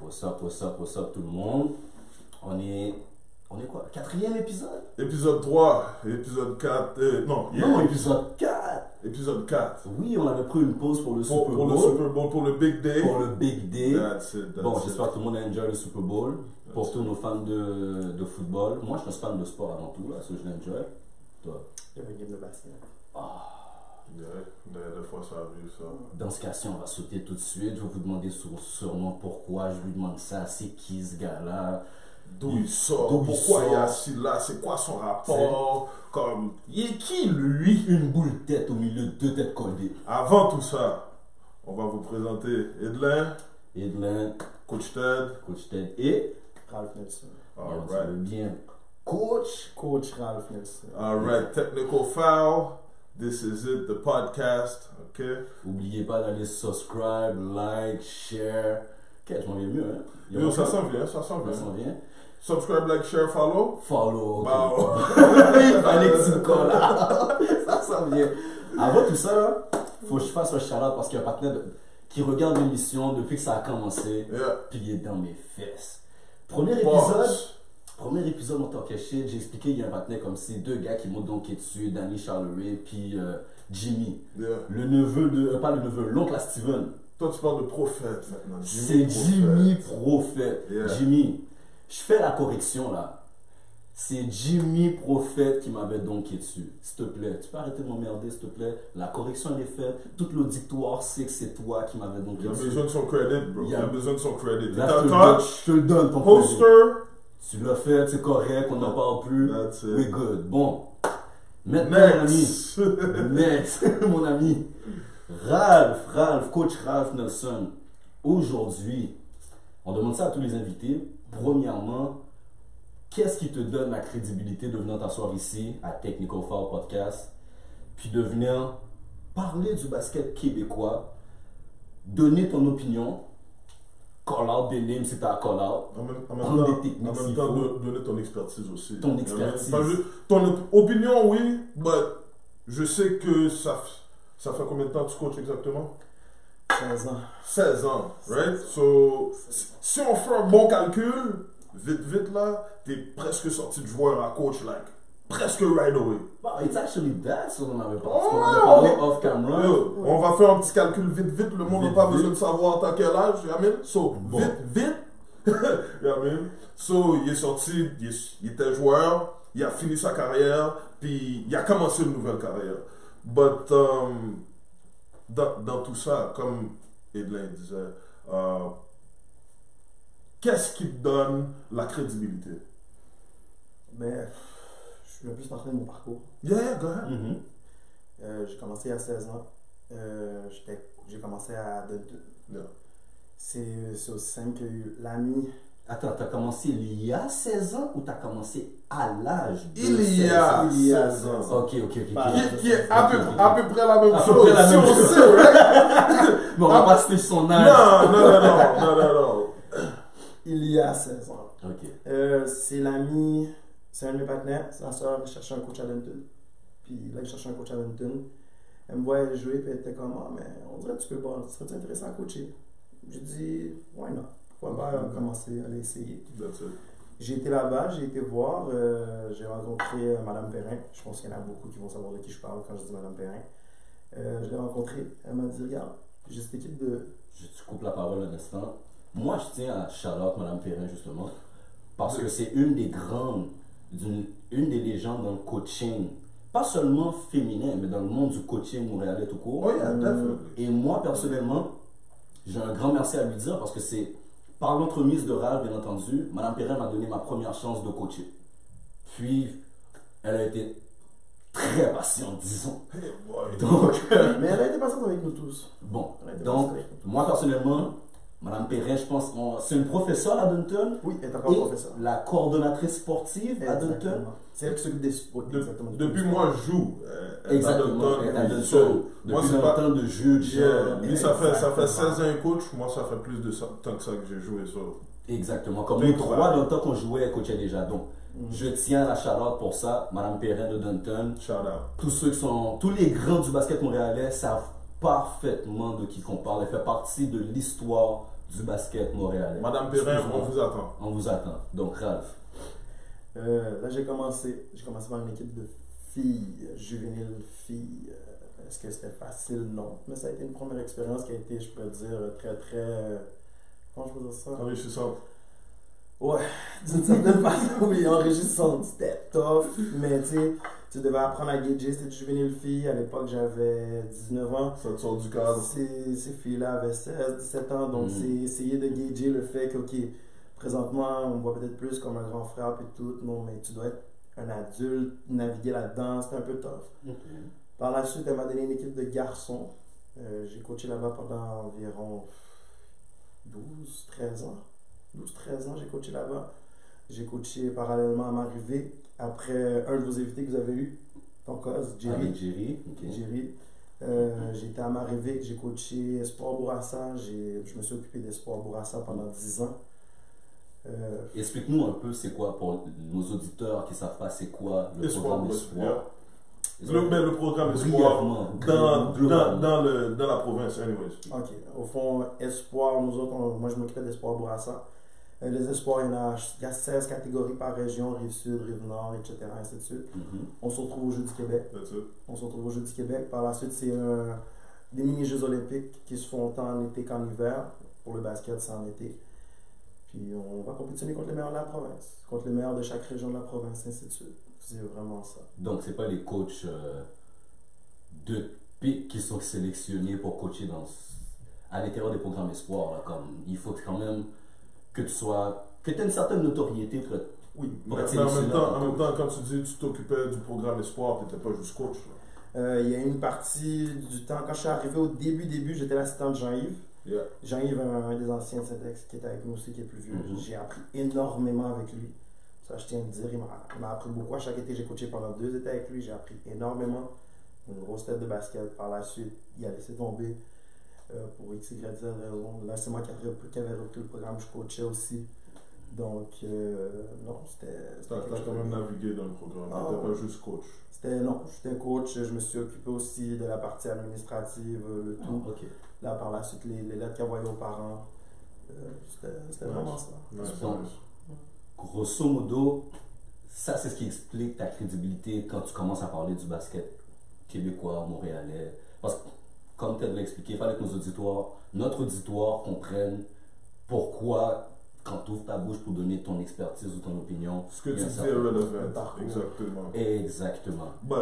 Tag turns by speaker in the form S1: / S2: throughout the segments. S1: What's up, what's up, what's up tout le monde On est... On est quoi Quatrième épisode
S2: Épisode 3, épisode 4, euh, non, yeah,
S1: Non, épisode 4
S2: épisode 4.
S1: Oui, on avait pris une pause pour le
S2: Pour,
S1: Super
S2: pour le
S1: Bowl,
S2: Super Bowl, pour le Big Day.
S1: pour le Big Day.
S2: That's it, that's
S1: Bon,
S2: it.
S1: j'espère que tout le monde a enjoy le Super Bowl. Pour tous nos fans de, de football. Moi, je suis fan de sport avant tout, là, so je l'enjoy. Toi
S3: J'avais une game de basket.
S2: Yeah, des, des fois ça arrive ça.
S1: Dans ce cas-ci, on va sauter tout de suite. Je vais vous demander sur- sûrement pourquoi je lui demande ça. C'est qui ce gars-là
S2: D'où il sort,
S1: D'où il
S2: pourquoi
S1: sort.
S2: il y a ci, là, c'est quoi son rapport, comme, il est qui lui
S1: Une boule de tête au milieu de deux têtes collées.
S2: Avant tout ça, on va vous présenter Edlin,
S1: Edlin,
S2: Coach Ted,
S1: coach Ted et.
S3: Ralph Nelson.
S1: Alors, tu
S2: alright,
S1: veux eh bien. Coach
S3: Coach Ralph Nelson.
S2: alright, technical foul, this is it, the podcast, ok
S1: Oubliez pas d'aller subscribe, like, share. Ok, je m'en viens mieux, hein. Il y a
S2: Yo, ça
S1: encore-
S2: s'en vient, ça s'en
S1: ça
S2: vient.
S1: s'en vient.
S2: Subscribe, like, share, follow.
S1: Follow. ok.
S2: Bah, oh.
S1: Il fallait que tu me colles. ça sent bien. Avant tout ça, là, faut que je fasse un shout parce qu'il y a un partenaire de- qui regarde l'émission depuis que ça a commencé.
S2: Yeah.
S1: Puis il est dans mes fesses. Premier épisode,
S2: Pause.
S1: premier épisode en tant que shit, j'ai expliqué qu'il y a un partenaire comme ces deux gars qui m'ont donké dessus, Danny Charleray puis euh, Jimmy.
S2: Yeah.
S1: Le neveu de, euh, pas le neveu, l'oncle à Steven.
S2: Toi, tu parles de prophète maintenant.
S1: C'est
S2: Prophète.
S1: Jimmy Prophète.
S2: Yeah.
S1: Jimmy, je fais la correction là. C'est Jimmy Prophète qui m'avait donké dessus. S'il te plaît, tu peux arrêter de m'emmerder, s'il te plaît. La correction elle est faite. Toute l'auditoire sait que c'est toi qui m'avais donké
S2: Il a
S1: dessus.
S2: besoin de son credit, bro. Il
S1: Yeah.
S2: a besoin de son credit. Il
S1: Là, je te, le
S2: t'attend.
S1: donne, je te le donne ton credit.
S2: Poster.
S1: Tu l'as fait, c'est correct, on n'en parle plus.
S2: That's it.
S1: We good. Bon. Maintenant, mon ami.
S2: Next.
S1: Next, mon ami. Ralph, Ralph, coach Ralph Nelson. Aujourd'hui, on demande ça à tous les invités. Premièrement, qu'est-ce qui te donne la crédibilité de venir t'asseoir ici à Technical Foul Podcast, puis de venir parler du basket québécois, donner ton opinion, call out des names si t'as à call out.
S2: En même, en
S1: Prendre
S2: même temps,
S1: des techniques,
S2: en même
S1: s'il
S2: temps,
S1: faut.
S2: don- donner ton expertise aussi.
S1: Ton
S2: Donner-
S1: expertise.
S2: pas juste- ton op- opinion, oui, but je sais que ça, f- ça fait combien de temps que tu coaches exactement
S3: 15 Ah, ans.
S2: 16 ans, right?
S3: 16 ans.
S2: So, si- si on fait un bon calcul, vite, vite là, t'es presque sorti de joueur à coach, like, presque right away.
S1: Wow, Bah, it's actually that, ce dont on avait parlé.
S2: Oh!
S1: On avait parlé off camera.
S2: Yo, on va faire un petit calcul vite, vite. Le monde n'a
S1: Vite,
S2: pas
S1: vite.
S2: besoin de savoir t'as quel âge, Yamin. So,
S1: Bon.
S2: vite, vite. Yamin. So, il est sorti, il, est- il était joueur, il a fini sa carrière, puis il a commencé une nouvelle carrière. But, um, dans, dans tout ça, comme Edlin disait, euh, qu'est-ce qui te donne la crédibilité?
S3: Mais je suis le plus parfait de mon parcours.
S2: Yeah, yeah, go ahead.
S1: Mhm.
S3: Euh, j'ai commencé à 16 ans. Euh, j'étais- j'ai commencé à Dunton.
S2: Yeah.
S3: C'est c'est aussi simple que l'ami.
S1: Attends, t'as commencé il y a 16 ans ou t'as commencé à l'âge de
S2: Il
S1: 16
S2: y a
S3: il y a
S2: 16 ans.
S1: Ok, ok, ok. ok.
S3: Bah,
S2: Qui, qui est à peu, à peu près la même
S1: À peu
S2: chose.
S1: près la
S2: si
S1: même
S2: on
S1: chose.
S2: sait, right?
S1: Mais on va pas citer son âge.
S2: Non, non, non, non, non, non, non.
S3: Il y a 16 ans.
S1: Ok.
S3: Euh, c'est l'ami, c'est un de mes partenaires, sa soeur cherchait un coach à Denton. Puis là, il cherchait un coach à Denton. Elle me voyait jouer, puis elle était comme, ah, mais on dirait que tu peux pas, tu serais intéressé à coacher. J'ai dit, ouais, non, pourquoi pas euh, commencer à l'essayer.
S2: That's it.
S3: J'ai été là-bas, j'ai été voir, euh, j'ai rencontré euh, Madame Perrin. Je pense qu'il y en a beaucoup qui vont savoir de qui je parle quand je dis Madame Perrin. Euh, je l'ai rencontrée, elle m'a dit, regarde, j'ai cette équipe de.
S1: Je te coupe la parole un instant. Moi, je tiens à Charlotte, Madame Perrin, justement, parce que c'est une des grandes, d'une- une des légendes dans le coaching. Pas seulement féminin, mais dans le monde du coaching montréalais tout court.
S2: Oh yeah, definitely.
S1: Et moi, personnellement, j'ai un grand merci à lui dire parce que c'est par l'entremise de Ralph, bien entendu, Madame Perrin m'a donné ma première chance de coacher. Puis, elle a été très patiente, disons.
S2: Hey, boy.
S1: Donc, euh,
S3: Mais elle a été patiente avec nous tous.
S1: bon.
S3: Elle a été
S1: Donc,
S3: patiente avec nous.
S1: moi, personnellement, Madame Perrin, je pense, on- c'est une professeure à Dunton
S3: Oui, elle est encore
S1: et
S3: professeure.
S1: la coordonnatrice sportive à Dunton.
S3: Exactement. C'est elle qui s'occupe des sports.
S2: De- depuis moi, je joue. euh, à
S1: Exactement,
S2: Badminton,
S1: elle est à
S2: puis
S1: Dunton.
S2: so, Moi,
S1: Depuis
S2: c'est pas.
S1: longtemps de juge.
S2: Yeah. Lui, ça fait, ça fait
S3: Exactement.
S2: 16 ans et coach. Moi, ça fait plus de ça- temps que ça que j'ai joué. So.
S1: Exactement. Comme
S2: Deux,
S1: nous trois,
S2: trois.
S1: dans le temps qu'on jouait, elle coachait déjà. Donc,
S3: Mm.
S1: je tiens la Charlotte pour ça, Madame Perrin de Dunton.
S2: Shout out.
S1: Tous ceux qui sont, tous les grands du basket montréalais savent parfaitement de qui qu'on parle. Elle fait partie de l'histoire du basket montréalais.
S2: Madame Perrin, on
S1: Excuse-moi.
S2: vous attend.
S1: On vous attend. Donc, Ralph,
S3: Euh, là, j'ai commencé. J'ai commencé par une équipe de filles, euh, juvéniles filles. Euh, Est-ce que c'était facile? Non. Mais ça a été une première expérience qui a été, je pourrais dire, très, très. euh, Comment je peux dire ça?
S2: Enrichissante.
S3: D'une certaine façon, oui, enrichissante. C'était tough, mais tu sais, tu devais apprendre à gager. C'était du juvénile fille. À l'époque, j'avais 19 ans.
S2: Ça te sort du cadre.
S3: Ces, ces filles-là avaient 16, 17 euh, ans, donc
S1: Mm.
S3: c'est essayer de gager le fait que, ok, présentement, on me voit peut-être plus comme un grand frère, puis tout, non, mais tu dois être un adulte, naviguer là-dedans, c'était un peu tough. Par la suite, elle m'a donné une équipe de garçons. Euh, J'ai coaché là-bas pendant environ 12, 13 ans. 12, 13 ans, j'ai coaché là-bas. J'ai coaché parallèlement à ma arrivée après euh, un de vos invités que vous avez eu, ton cause, Jerry.
S1: avec Jerry. ok.
S3: Jerry. Euh, J'étais à Marivic, j'ai coaché Espoir Bourassa, j'ai- je me suis occupé d'Espoir Bourassa pendant 10 ans. Euh,
S1: Explique-nous un peu c'est quoi pour nos auditeurs qui ne savent pas c'est quoi le
S2: Espoir,
S1: programme
S2: Espoir.
S1: Espoir.
S2: Le, mais le programme Espoir
S1: Brièvement,
S2: dans,
S1: brièvement.
S2: dans, dans, le, dans la province, anyways.
S3: ok, au fond, Espoir, nous autres, on- moi je m'occupais d'Espoir Bourassa. Euh, les Espoirs, il y en a, il y a 16 catégories par région, Rive-Sud, Rive-Nord, etc. ainsi de suite.
S1: Mhm.
S3: On se retrouve au Jeu du Québec.
S2: That's it.
S3: On se retrouve au Jeu du Québec. Par la suite, c'est euh, des mini-jeux olympiques qui se font tant en été qu'en hiver. Pour le basket, c'est en été. Puis on va compétitionner contre les meilleurs de la province, contre les meilleurs de chaque région de la province, ainsi de suite. C'est vraiment ça.
S1: Donc, c'est pas les coachs euh, de pic qui sont sélectionnés pour coacher dans, ce- à l'intérieur des programmes Espoir. là, comme, il faut quand même que tu sois. que tu aies une certaine notoriété pour être-
S2: Oui, mais,
S1: Pour être
S2: mais en, même
S1: sélectionneur,
S2: temps, en
S1: en
S2: même
S1: coach.
S2: temps, quand tu dis tu t'occupais du programme Espoir, tu n'étais pas juste coach. là.
S3: Euh, Il y a une partie du temps, quand je suis arrivé au début, début, j'étais l'assistant de Jean-Yves.
S2: Yeah.
S3: Jean-Yves, un, un des anciens de Syntex qui était avec nous aussi, qui est plus vieux.
S1: Mhm.
S3: J'ai appris énormément avec lui. Ça, je tiens à le dire, il m'a- il m'a appris beaucoup. À chaque été, j'ai coaché pendant deux étés avec lui. J'ai appris énormément. Une grosse tête de basket. Par la suite, il a laissé tomber euh, pour X, Y, Z raison. Là, c'est moi qui avais, repris- qui avais repris le programme. Je coachais aussi. Donc, euh, non, c'était.
S2: Tu
S3: c'était
S2: as,
S3: quelque chose
S2: quand
S3: de-
S2: même navigué dans le programme.
S3: Ah,
S2: tu n'étais
S3: ouais.
S2: pas juste coach.
S3: C'était, non, j'étais coach. Je me suis occupé aussi de la partie administrative, euh, le tout.
S1: Ah, ok.
S3: Là, par la suite, les, les lettres qu'il envoyait aux parents. Euh, c'était c'était vraiment ça.
S2: Nice,
S1: Espoir.
S2: nice.
S1: Grosso modo, ça, c'est ce qui explique ta crédibilité quand tu commences à parler du basket québécois, montréalais. Parce que, comme tu as expliqué, il fallait que nos auditoires, notre auditoire comprenne pourquoi, quand tu ouvres ta bouche pour donner ton expertise ou ton opinion.
S2: Ce que
S1: il y
S2: tu
S1: a
S2: dis
S1: ça.
S2: est
S3: Le
S2: relevant.
S3: parcours.
S2: Exactement.
S1: Exactement.
S2: But,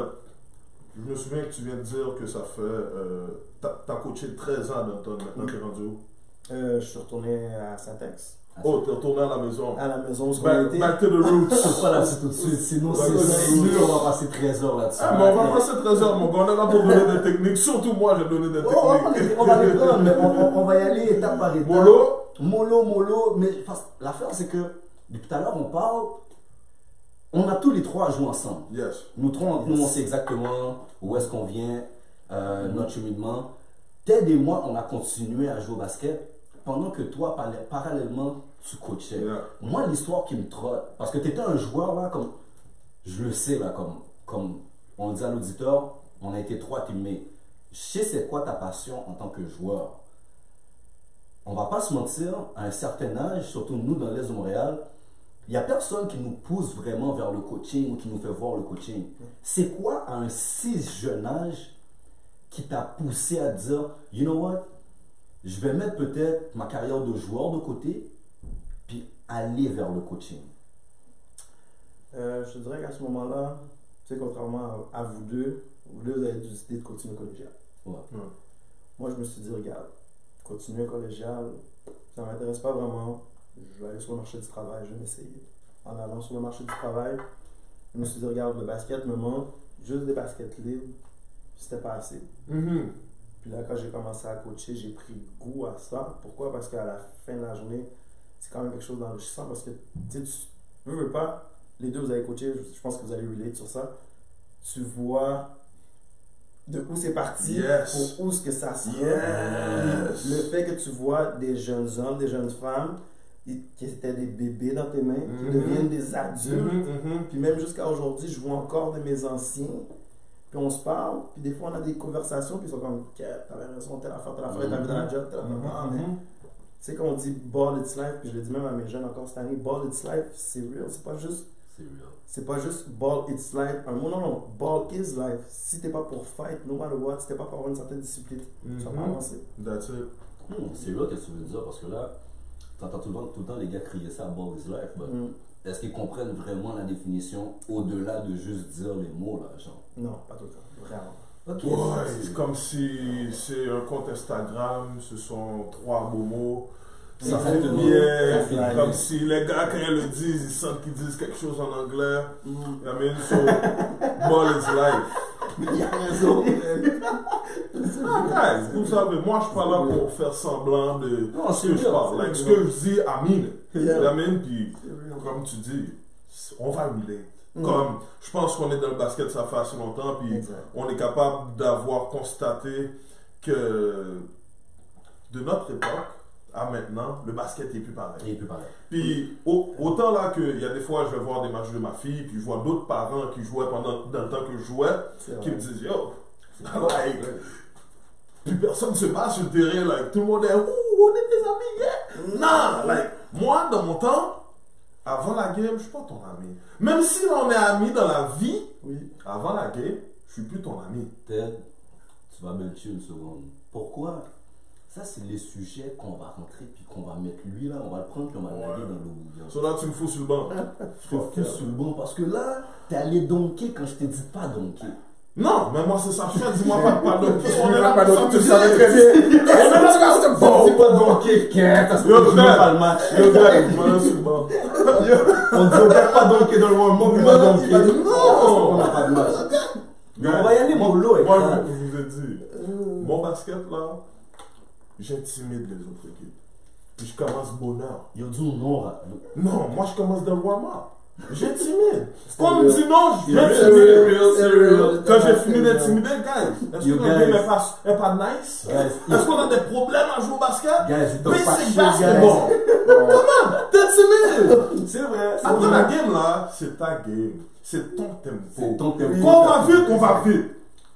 S2: je me souviens que tu viens de dire que ça fait. Euh, t'as t'as coaché 13 ans, Danton, maintenant t'es rendu où
S3: Euh, je suis retourné à Saint-Ex,
S1: Ah,
S2: Oh, t'es retourné à la maison.
S3: à la maison, ce qu'on
S2: Back,
S3: était.
S2: back to the
S1: On
S2: roots.
S1: va là-dessus tout de suite, sinon
S2: Ouais,
S1: c'est
S2: ouais,
S1: sûr,
S2: ouais.
S1: on va passer 13 heures là-dessus.
S2: Ah, mais on va passer 13 heures, mon gars. On est là pour donner des techniques. Surtout moi, j'ai donné des
S1: Oh, on va pas
S2: techniques.
S1: les- on va les prendre, mais on, on- on va y aller étape par étape.
S2: Molo,
S1: Mollo, mollo, mais parce- l'affaire c'est que depuis tout à l'heure on parle, on a tous les trois joué ensemble.
S2: yes.
S1: Nous trois, nous on sait exactement où est-ce qu'on vient, euh,
S2: Mm-hmm.
S1: notre cheminement. Ted et moi on a continué à jouer au basket pendant que toi parla- parallèlement tu coachais.
S2: Yeah.
S1: Moi l'histoire qui me trotte, parce que tu étais un joueur là comme, je le sais là comme, comme on le dit à l'auditeur, on a été trois teammates. Je sais c'est quoi ta passion en tant que joueur on va pas se mentir, à un certain âge, surtout nous dans l'Est de Montréal, il n'y a personne qui nous pousse vraiment vers le coaching ou qui nous fait voir le coaching. C'est quoi à un si jeune âge qui t'a poussé à dire, you know what, je vais mettre peut-être ma carrière de joueur de côté, puis aller vers le coaching.
S3: Euh, je te dirais qu'à ce moment-là, tu sais, contrairement à, à vous deux, vous deux avez décidé de continuer collégial.
S1: Ouais.
S2: Ouais.
S3: Moi, je me suis dit, regarde, continuer collégial, ça m'intéresse pas vraiment. Je vais aller sur le marché du travail, je vais m'essayer. En allant sur le marché du travail, je me suis dit, regarde, le basket me manque, juste des baskets libres, c'était pas assez.
S1: Mm-hmm.
S2: Mhm.
S3: Puis là, quand j'ai commencé à coacher, j'ai pris goût à ça. Pourquoi Parce qu'à la fin de la journée, c'est quand même quelque chose d'enrichissant parce que tu sais, tu veux, veux pas, les deux vous avez coaché, je je pense que vous allez relate sur ça. Tu vois de où c'est parti,
S2: Yes.
S3: pour où ce que ça se rend.
S2: Yes.
S3: Le fait que tu vois des jeunes hommes, des jeunes femmes ils- qui étaient des bébés dans tes mains, qui
S2: Mhm.
S3: deviennent des adultes.
S2: Mhm, mhm.
S3: Puis même jusqu'à aujourd'hui, je vois encore de mes anciens Puis on se parle, puis des fois on a des conversations, puis ils sont comme, Ok, t'avais raison, telle affaire, telle affaire, t'as vu dans la job, telle affaire.
S2: Mm-hmm.
S3: Ah, mais tu sais, quand on dit ball it's life, puis je le dis même à mes jeunes encore cette année, ball it's life, c'est real, c'est pas juste.
S1: C'est real.
S3: C'est pas juste ball it's life, un mot, non, non, ball is life. Si t'es pas pour fight, no matter what, si t'es pas pour avoir une certaine discipline, tu vas pas avancer.
S2: Mm-hmm. That's it.
S1: Hmm, c'est real que tu veux dire parce que là, t'entends tout le temps, tout le temps les gars crier ça ball is life, but
S3: Mm.
S1: est-ce qu'ils comprennent vraiment la définition au-delà de juste dire les mots là, genre
S3: Non, pas tout le temps, vraiment.
S1: Ok,
S2: Ouais,
S1: c'est-
S2: c'est comme si c'est un compte Instagram, ce sont trois beaux mots. Ça fait
S1: Exactement. Ça fait
S2: bien,
S1: bien.
S2: comme si les gars, quand ils le disent, ils sentent qu'ils disent quelque chose en anglais. I mean, so, ball is life.
S3: Il y a raison.
S2: Ah, guys, vous savez, moi, je suis pas là pour faire semblant de
S1: Non,
S2: ce
S1: c'est
S2: que je
S1: real,
S2: parle.
S1: c'est
S2: Like, ce
S1: real.
S2: que je dis, I mean it.
S3: Yeah.
S2: I mean, puis, comme tu dis, on va relate. Comme, je pense qu'on est dans le basket, ça fait assez longtemps, puis
S3: Exact.
S2: on est capable d'avoir constaté que de notre époque à maintenant, le basket n'est plus pareil.
S1: Et puis pareil.
S2: Puis au- autant là qu'il y a des fois, je vais voir des matchs de ma fille, puis je vois d'autres parents qui jouaient pendant dans le temps que je jouais,
S3: C'est
S2: qui me
S3: vrai.
S2: disent Yo, like, plus personne se bat sur le terrain, like, tout le monde est Ouh, on est des amis, yeah!
S3: Ah,
S2: Non, like, moi, dans mon temps, avant la game, je suis pas ton ami. Même si on est amis dans la vie,
S3: Oui.
S2: avant la game, je suis plus ton ami.
S1: Ted, tu vas me tuer une seconde. Pourquoi Ça, c'est les sujets qu'on va rentrer puis qu'on va mettre lui là, on va le prendre puis on va le
S2: Ouais.
S1: laver dans l'eau bouillante.
S2: So là, tu me fous sur le banc.
S1: Je te fous sur le banc parce que là, t'es allé donker quand je t'ai dit pas donker.
S2: Non, mais moi, c'est ça, je fais, dis-moi pas de pardon. On est là
S3: Pas
S2: pour
S3: d'autre, tu le
S2: s'amuser.
S3: savais très bien. C'est
S1: C'est
S3: bon.
S1: pas donker, qu'est-ce parce que
S2: Yo,
S1: tu joues
S2: frère.
S1: pas le match.
S2: Yo, guys, voilà sur le banc.
S1: On dit on va pas donker dans le moment, on va
S3: Euh,
S2: Non,
S1: donker. On
S2: non!
S1: n'a pas de match. Mais on
S2: Guys,
S1: va y aller mollo et
S2: Moi,
S1: ça.
S2: je vous ai dit,
S3: Euh,
S2: mon basket, là, j'intimide les autres équipes. Puis je commence bonheur.
S1: Yo, dis non, là.
S2: Non, moi, je commence dans le warm-up. J'intimide. Quand on me
S3: real.
S2: dit non, je
S1: C'est real,
S2: l'intimide.
S3: c'est real.
S2: Quand j'ai fini d'intimider, guys, est-ce
S1: You
S2: que la game
S1: guys.
S2: est pas- est pas nice?
S1: Guys,
S2: Est-ce qu'on a des problèmes à jouer au basket?
S1: guys, ils t'ont pas
S2: Basic
S1: chier,
S2: basketball.
S1: guys.
S2: Comment? T'intimides.
S1: C'est vrai. c'est
S2: Après
S1: vrai.
S2: la game là, c'est ta game. C'est ton tempo.
S1: C'est ton tempo.
S2: Quand on va vite, on va vite.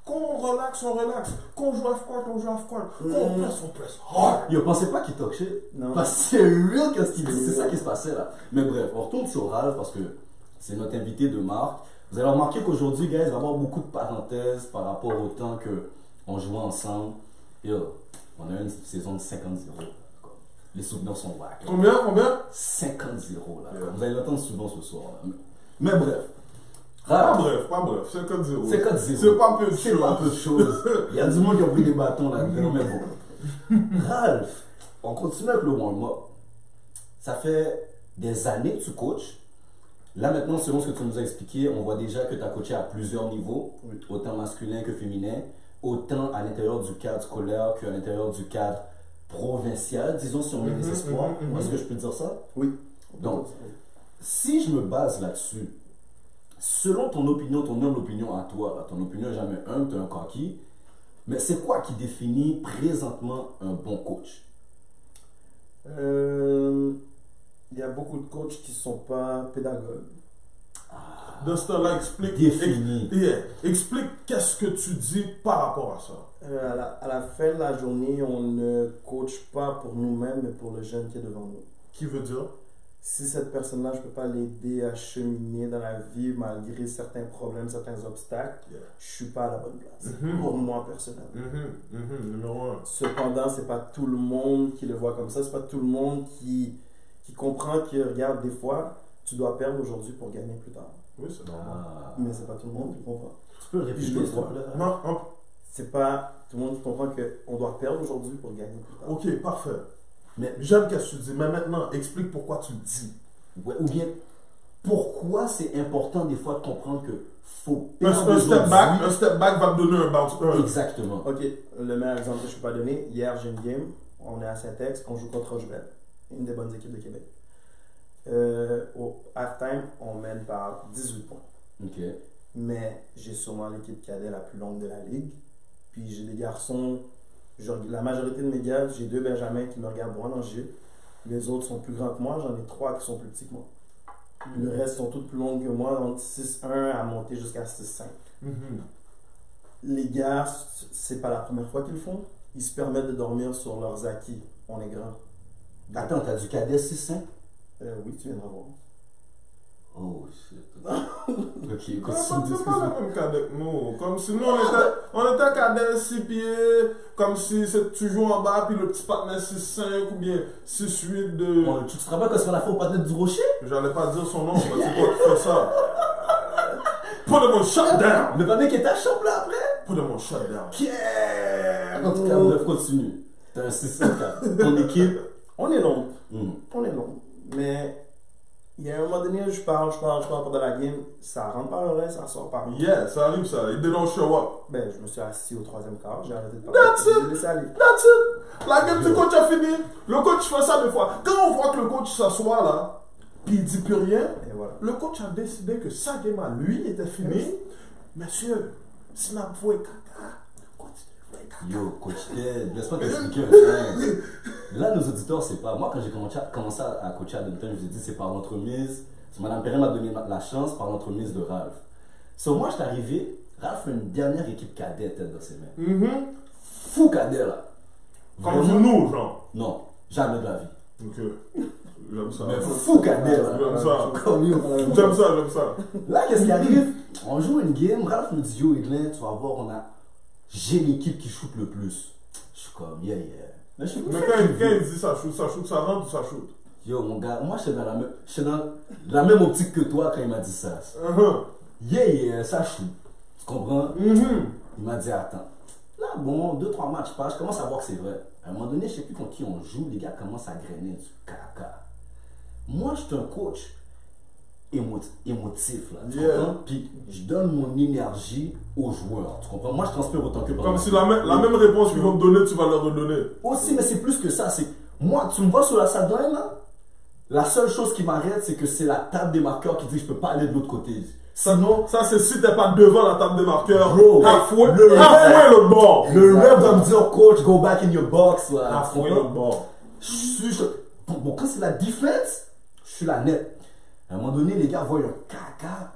S2: Quand on relaxe, on relaxe. Quand on joue à froid, on joue à froid. Quand
S1: Mm.
S2: on presse, on presse hard.
S1: Yo, pensez pas qu'il talk shit.
S3: Non.
S1: Parce que c'est real qu'est-ce qu'il dit.
S3: C'est
S1: C'est ça
S3: real.
S1: qui se passait là. Mais bref, on retourne sur Ralph parce que c'est notre invité de marque. Vous allez remarquer qu'aujourd'hui, guys, il va y avoir beaucoup de parenthèses par rapport au temps que on jouait ensemble. Yo, on a eu une saison de 50-0. Les souvenirs sont whack. là.
S2: Combien, combien?
S1: 50-0 là.
S2: Yeah.
S1: Vous allez l'entendre souvent ce soir là. Mais, mais bref.
S2: Pas
S1: Ralph,
S2: bref, pas bref. 50-0.
S1: 50-0.
S2: C'est pas peu de
S1: C'est pas peu de
S2: choses.
S1: choses. Il y a du monde qui a pris des bâtons là-dedans, mais bon. Ralph, on continue avec le warm-up. Ça fait des années que tu coaches. Là maintenant, selon ce que tu nous as expliqué, on voit déjà que tu as coaché à plusieurs niveaux,
S3: Oui.
S1: autant masculin que féminin, autant à l'intérieur du cadre scolaire qu'à l'intérieur du cadre provincial, disons si on met des
S2: Mhm,
S1: espoirs.
S2: mhm, mhm.
S1: Est-ce que je peux dire ça?
S3: Oui.
S1: Donc, si je me base là-dessus, selon ton opinion, ton humble opinion à toi, là, ton opinion n'est jamais humble, tu es un coquille, mais c'est quoi qui définit présentement un bon coach
S3: Euh, Il y a beaucoup de coachs qui sont pas pédagogues.
S2: Dans ce temps-là, explique.
S1: Défini.
S2: ex- yeah. Explique qu'est-ce que tu dis par rapport à ça.
S3: Euh, à, la, à la fin de la journée, on ne coach pas pour nous-mêmes, mais pour le jeune qui est devant nous.
S2: Qui veut dire?
S3: Si cette personne-là, je peux pas l'aider à cheminer dans la vie malgré certains problèmes, certains obstacles,
S2: Yeah.
S3: je suis pas à la bonne place.
S2: Mhm.
S3: Pour moi, personnellement.
S2: Mhm, mhm, numéro un.
S3: Cependant, c'est pas tout le monde qui le voit comme ça. C'est pas tout le monde qui, qui comprend que, regarde, des fois, tu dois perdre aujourd'hui pour gagner plus tard.
S2: Oui, c'est normal.
S1: Ah.
S3: Mais c'est pas tout le monde qui comprend.
S1: Tu peux le répéter,
S3: Je le
S1: s'il te
S3: vois.
S1: plaît
S2: Non, en-
S3: C'est pas tout le monde qui comprend qu'on doit perdre aujourd'hui pour gagner plus tard.
S2: Ok, parfait.
S1: Mais-
S2: j'aime qu'est-ce que tu dis, mais maintenant, explique pourquoi tu le dis.
S1: Ouais, Ou bien, pourquoi c'est important des fois de comprendre que faut
S2: Un,
S1: perdre
S2: un step
S1: aujourd'hui-
S2: back, un step back va me donner un bounce. un-
S1: Exactement.
S3: Ok, le meilleur exemple que je peux pas donner, hier j'ai une game, on est à Saint-Ex, on joue contre Rochebelle, une des bonnes équipes de Québec. Euh, au halftime, on mène par 18 points.
S1: Ok.
S3: Mais j'ai sûrement l'équipe cadet la plus longue de la ligue. Puis j'ai des garçons, je- la majorité de mes gars, j'ai deux Benjamins qui me regardent droit dans le jeu. Les autres sont plus grands que moi, j'en ai trois qui sont plus petits que moi. Puis le reste sont toutes plus longues que moi, donc 6-1 à monter jusqu'à 6-5.
S2: Mhm.
S3: les gars, c'est pas la première fois qu'ils le font. Ils se permettent de dormir sur leurs acquis. On est grand.
S1: Attends, t'as du cadet 6-5?
S3: Euh, oui, tu viendras voir.
S1: Oh shit. ok, écoute,
S2: Ouais,
S1: c'est
S2: pas-
S1: une
S2: C'est pas
S1: discussion.
S2: la même cadet que nous. Comme si nous, on était, on était cadet 6 pieds, comme si c'est- tu joues en bas, puis le petit partenaire 6-5 ou bien 6-8 de.
S1: Bon, tu te rappelles quand on a fait au patin du rocher?
S2: J'allais pas dire son nom, parce que c'est toi qui fais ça. Put him on shutdown!
S1: Le patin qui était à chambre là après?
S2: Put him on shutdown.
S1: Pierre! En tout cas, bref, continue. T'as un 6-5 Ton équipe.
S3: On est long.
S1: Hmm.
S3: On est long. Mais il y a un moment donné, je parle, je parle, je parle pendant la game. Ça rentre par l'oreille, ça sort par l'oreille.
S2: Yeah, ça arrive ça. They don't show up.
S3: Ben, je me suis assis au troisième quart, j'ai arrêté de parler.
S2: That's it.
S3: J'ai laissé aller.
S2: That's it. La game du coach a fini. Le coach fait ça des fois. Quand on voit que le coach s'assoit là, puis il dit plus rien,
S3: Et voilà.
S2: le coach a décidé que sa game à lui était finie. Monsieur, snap fouet caca. Continue fouet caca.
S1: Yo, coach Ted, laisse pas t'expliquer un truc. Là, nos auditeurs, c'est pas. Moi, quand j'ai commencé à, commencé à coacher à Denton, je vous ai dit, c'est par l'entremise. c'est Madame Perrin m'a donné ma- la chance par l'entremise de Ralph. So, moi, je suis arrivé. Ralph a une dernière équipe cadette tête dans ses mains.
S2: Mhm.
S1: Fou cadet, là.
S2: Comme
S1: Mm-hmm. Vraiment?
S2: nous, genre.
S1: Non, jamais de la vie.
S2: Ok. J'aime ça.
S1: Mais fou cadet, là.
S2: J'aime ça.
S1: Comme yo, voilà.
S2: J'aime ça, j'aime ça.
S1: Là, qu'est-ce qui arrive On joue une game, Ralph me dit Yo, Edlin, tu vas voir, on a. J'ai l'équipe qui shoot le plus. Je suis comme, yeah, yeah. Mais je suis
S2: Mais quand, il- quand il dit ça shoot, ça shoot, ça rentre ou ça shoot
S1: Yo, mon gars, moi, j'étais dans, la même- j'étais dans la même optique que toi quand il m'a dit ça.
S2: Mhm.
S1: Yeah, yeah, ça shoot. Tu comprends
S2: Mhm.
S1: Il m'a dit, attends. Là, bon, deux, trois matchs passent, je commence à voir que c'est vrai. À un moment donné, je sais plus contre qui on joue, les gars commencent à grainer du caca. Moi, je suis un coach émo- émotif, là, tu
S2: Yeah.
S1: comprends? Puis, je donne mon énergie aux joueurs, tu comprends? Moi, je transpire autant que
S2: Comme si la, mê- la même réponse qu'ils vont te donner, tu vas leur redonner.
S1: Aussi, mais c'est plus que ça. C'est moi, tu me vois sur la salle de bain, là. La seule chose qui m'arrête, c'est que c'est la table des marqueurs qui dit je peux pas aller de l'autre côté. Sinon,
S2: Ça, c'est si t'es pas devant la table des marqueurs.
S1: Bro,
S2: Halfway,
S1: le-
S2: halfway le bord.
S1: le ref va me dire coach, go back in your box. Là.
S2: Halfway le bord.
S1: Je suis- je- bon, bon, quand c'est la défaite, je suis la nette. À un moment donné, les gars voient un caca.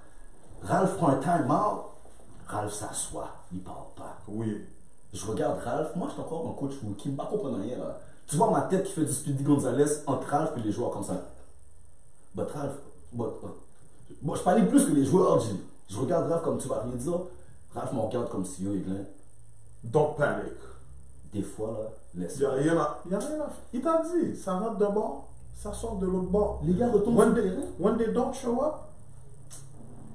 S1: Ralph prend un time out. Ralph s'assoit. Il parle pas.
S2: Oui.
S1: Je regarde Ralph. Moi, je suis encore un coach qui ne va pas comprendre rien. Là. Tu vois ma tête qui fait du Speedy Gonzalez entre Ralph et les joueurs comme ça. But Ralph, but, uh, bon, je parlais plus que les joueurs. Je, je regarde Ralph comme tu vas rien dire. Ralph me regarde comme si yo, Eglin.
S2: Don't panic.
S1: Des fois, là, laisse.
S2: Y a rien à, y a rien à faire. Il t'a dit, ça rentre d'un bord, ça sort de l'autre bord.
S1: Les gars retombent
S2: When
S1: sur le
S2: they,
S1: terrain.
S2: when they don't show up,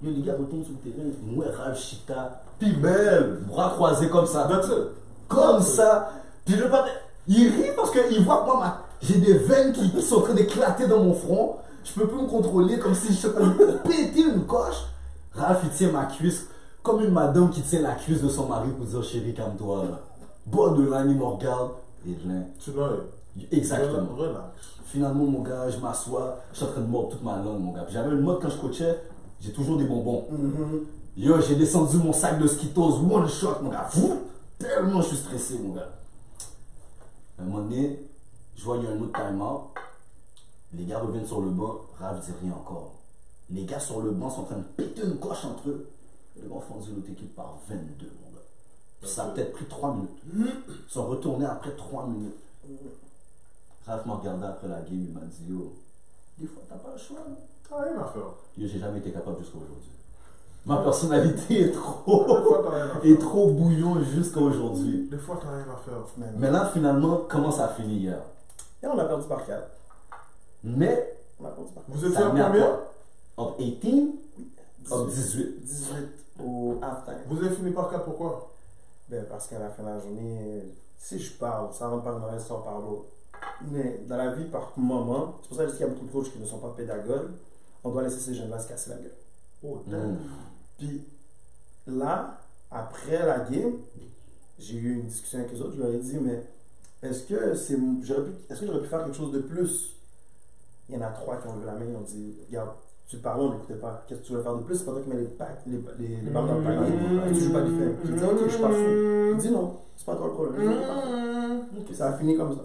S1: Yo, les gars retournent sur le terrain. Moi, Ralph, Chita, Pimel, bras croisés comme ça.
S2: that's it.
S1: comme ça. Puis le bâtard, il rit parce qu'il voit que moi, ma- j'ai des veines qui, qui sont en train d'éclater dans mon front. Je peux plus me contrôler comme si je péter une coche. Ralph, il tient ma cuisse comme une madame qui tient la cuisse de son mari pour dire chérie, calme-toi. là. Borderline, il me regarde. Et je l'ai-
S2: Tu n'as
S1: Exactement.
S2: Relax.
S1: Finalement, mon gars, je m'assois, je suis en train de mordre toute ma langue, mon gars. Puis J'avais une mode quand je coachais, j'ai toujours des bonbons. Yo, j'ai descendu mon sac de Skittles, one shot, mon gars. Fou, tellement je suis stressé, mon gars. À un moment donné, je vois, il y a un autre timer. Les gars reviennent sur le banc, Raf dit rien encore. Les gars sur le banc sont en train de péter une coche entre eux. Les gars font l'autre équipe par 22, mon gars. Puis ça a peut-être pris 3 minutes. Ils sont retournés après 3 minutes. Raph m'a regardé après la game, il m'a dit Yo, des fois t'as pas le choix. là.
S2: T'as rien à faire.
S1: Yo, j'ai jamais été capable jusqu'à aujourd'hui. Ma personnalité est trop,
S3: Oh,
S2: Des fois, t'as rien à faire.
S1: est trop bouillon jusqu'à aujourd'hui.
S2: Des fois, t'as rien à faire.
S3: Man.
S1: Mais là, finalement, comment ça a fini hier
S3: Et on a perdu par 4.
S1: Mais,
S3: On a perdu par 4.
S2: Vous étiez
S1: ça
S2: à
S1: remet à
S2: combien
S1: quoi Up 18, up
S3: 18,
S1: 18.
S3: 18 au halftime.
S2: Vous avez fini par 4 pourquoi
S3: Ben, parce qu'à la fin de la journée, euh, si je parle, ça rentre par une oreille, ça sort par l'autre. Mais dans la vie, par moment, c'est pour ça que je dis qu'il y a beaucoup de coachs qui ne sont pas pédagogues, on doit laisser ces jeunes-là se casser la gueule.
S2: Oh,
S3: Hmm.
S2: damn.
S1: Mm.
S3: Puis là, après la game, j'ai eu une discussion avec les autres. Je leur ai dit, mais est-ce que c'est, j'aurais pu, est-ce que j'aurais pu faire quelque chose de plus Il y en a trois qui ont levé la main. Ils ont dit, regarde, tu parles, on n'écoutait pas. Qu'est-ce que tu veux faire de plus C'est pas toi qui mets les packs, les, les, les barres dans le panier.
S2: Mhm.
S3: Tu joues pas les faits. J'ai dit, ok, je suis pas fou. Il dit non, c'est pas toi le problème. Je joue pas fou.
S2: Mhm.
S1: Ok,
S3: Ça
S1: ça,
S3: a fini comme ça.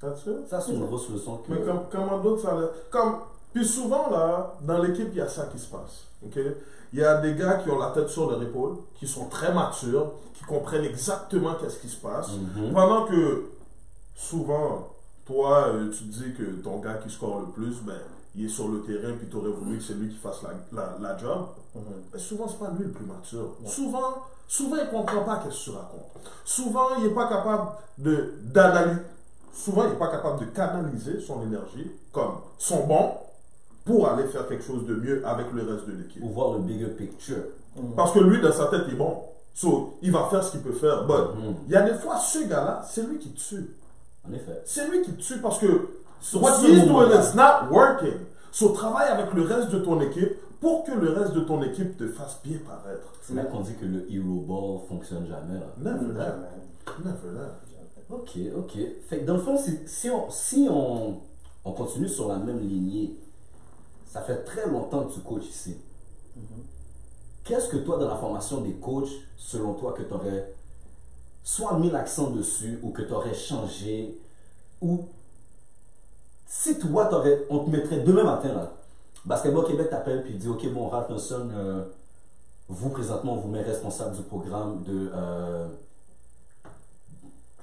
S2: That's it.
S1: ça, c'est une grosse leçon que.
S2: Mais comme, comment d'autres ça allait. Comme, Puis souvent, là, dans l'équipe, il y a ça qui se passe. ok? Il y a des gars qui ont la tête sur leur épaule, qui sont très matures, qui comprennent exactement qu'est-ce qui se passe.
S1: Mm-hmm. Mhm.
S2: Pendant que souvent, toi, euh, tu te dis que ton gars qui score le plus, ben, il est sur le terrain, puis tu aurais voulu que c'est lui qui fasse la, la, la job. Mais souvent, c'est pas lui le plus mature. Souvent, souvent, il comprend pas qu'est-ce que tu racontes. Souvent, il est pas capable de d'analyser. Souvent, il est pas capable de canaliser son énergie, comme son bon, pour aller faire quelque chose de mieux avec le reste de l'équipe.
S1: Ou voir le bigger picture.
S2: Parce que lui, dans sa tête, il est bon. So, il va faire ce qu'il peut faire. But, il y a des fois, ce gars-là, c'est lui qui tue.
S1: En effet.
S2: C'est lui qui tue parce que what
S1: ce
S2: he's doing
S1: moment-là.
S2: is not working. So, travaille avec le reste de ton équipe pour que le reste de ton équipe te fasse bien paraître.
S1: C'est là qu'on dit que le hero ball fonctionne jamais. Là.
S2: Never
S3: Mm.
S2: that. Never that.
S1: Ok, ok. Fait que dans le fond, si, si on, si on, on continue sur la même lignée, ça fait très longtemps que tu coaches ici. Qu'est-ce que toi, dans la formation des coachs, selon toi, que tu aurais soit mis l'accent dessus ou que tu aurais changé ou si toi, t'aurais- on te mettrait demain matin là, Basketball Québec t'appelle puis dit Ok, bon, Ralph Nelson, euh, vous présentement, on vous met responsable du programme de. euh,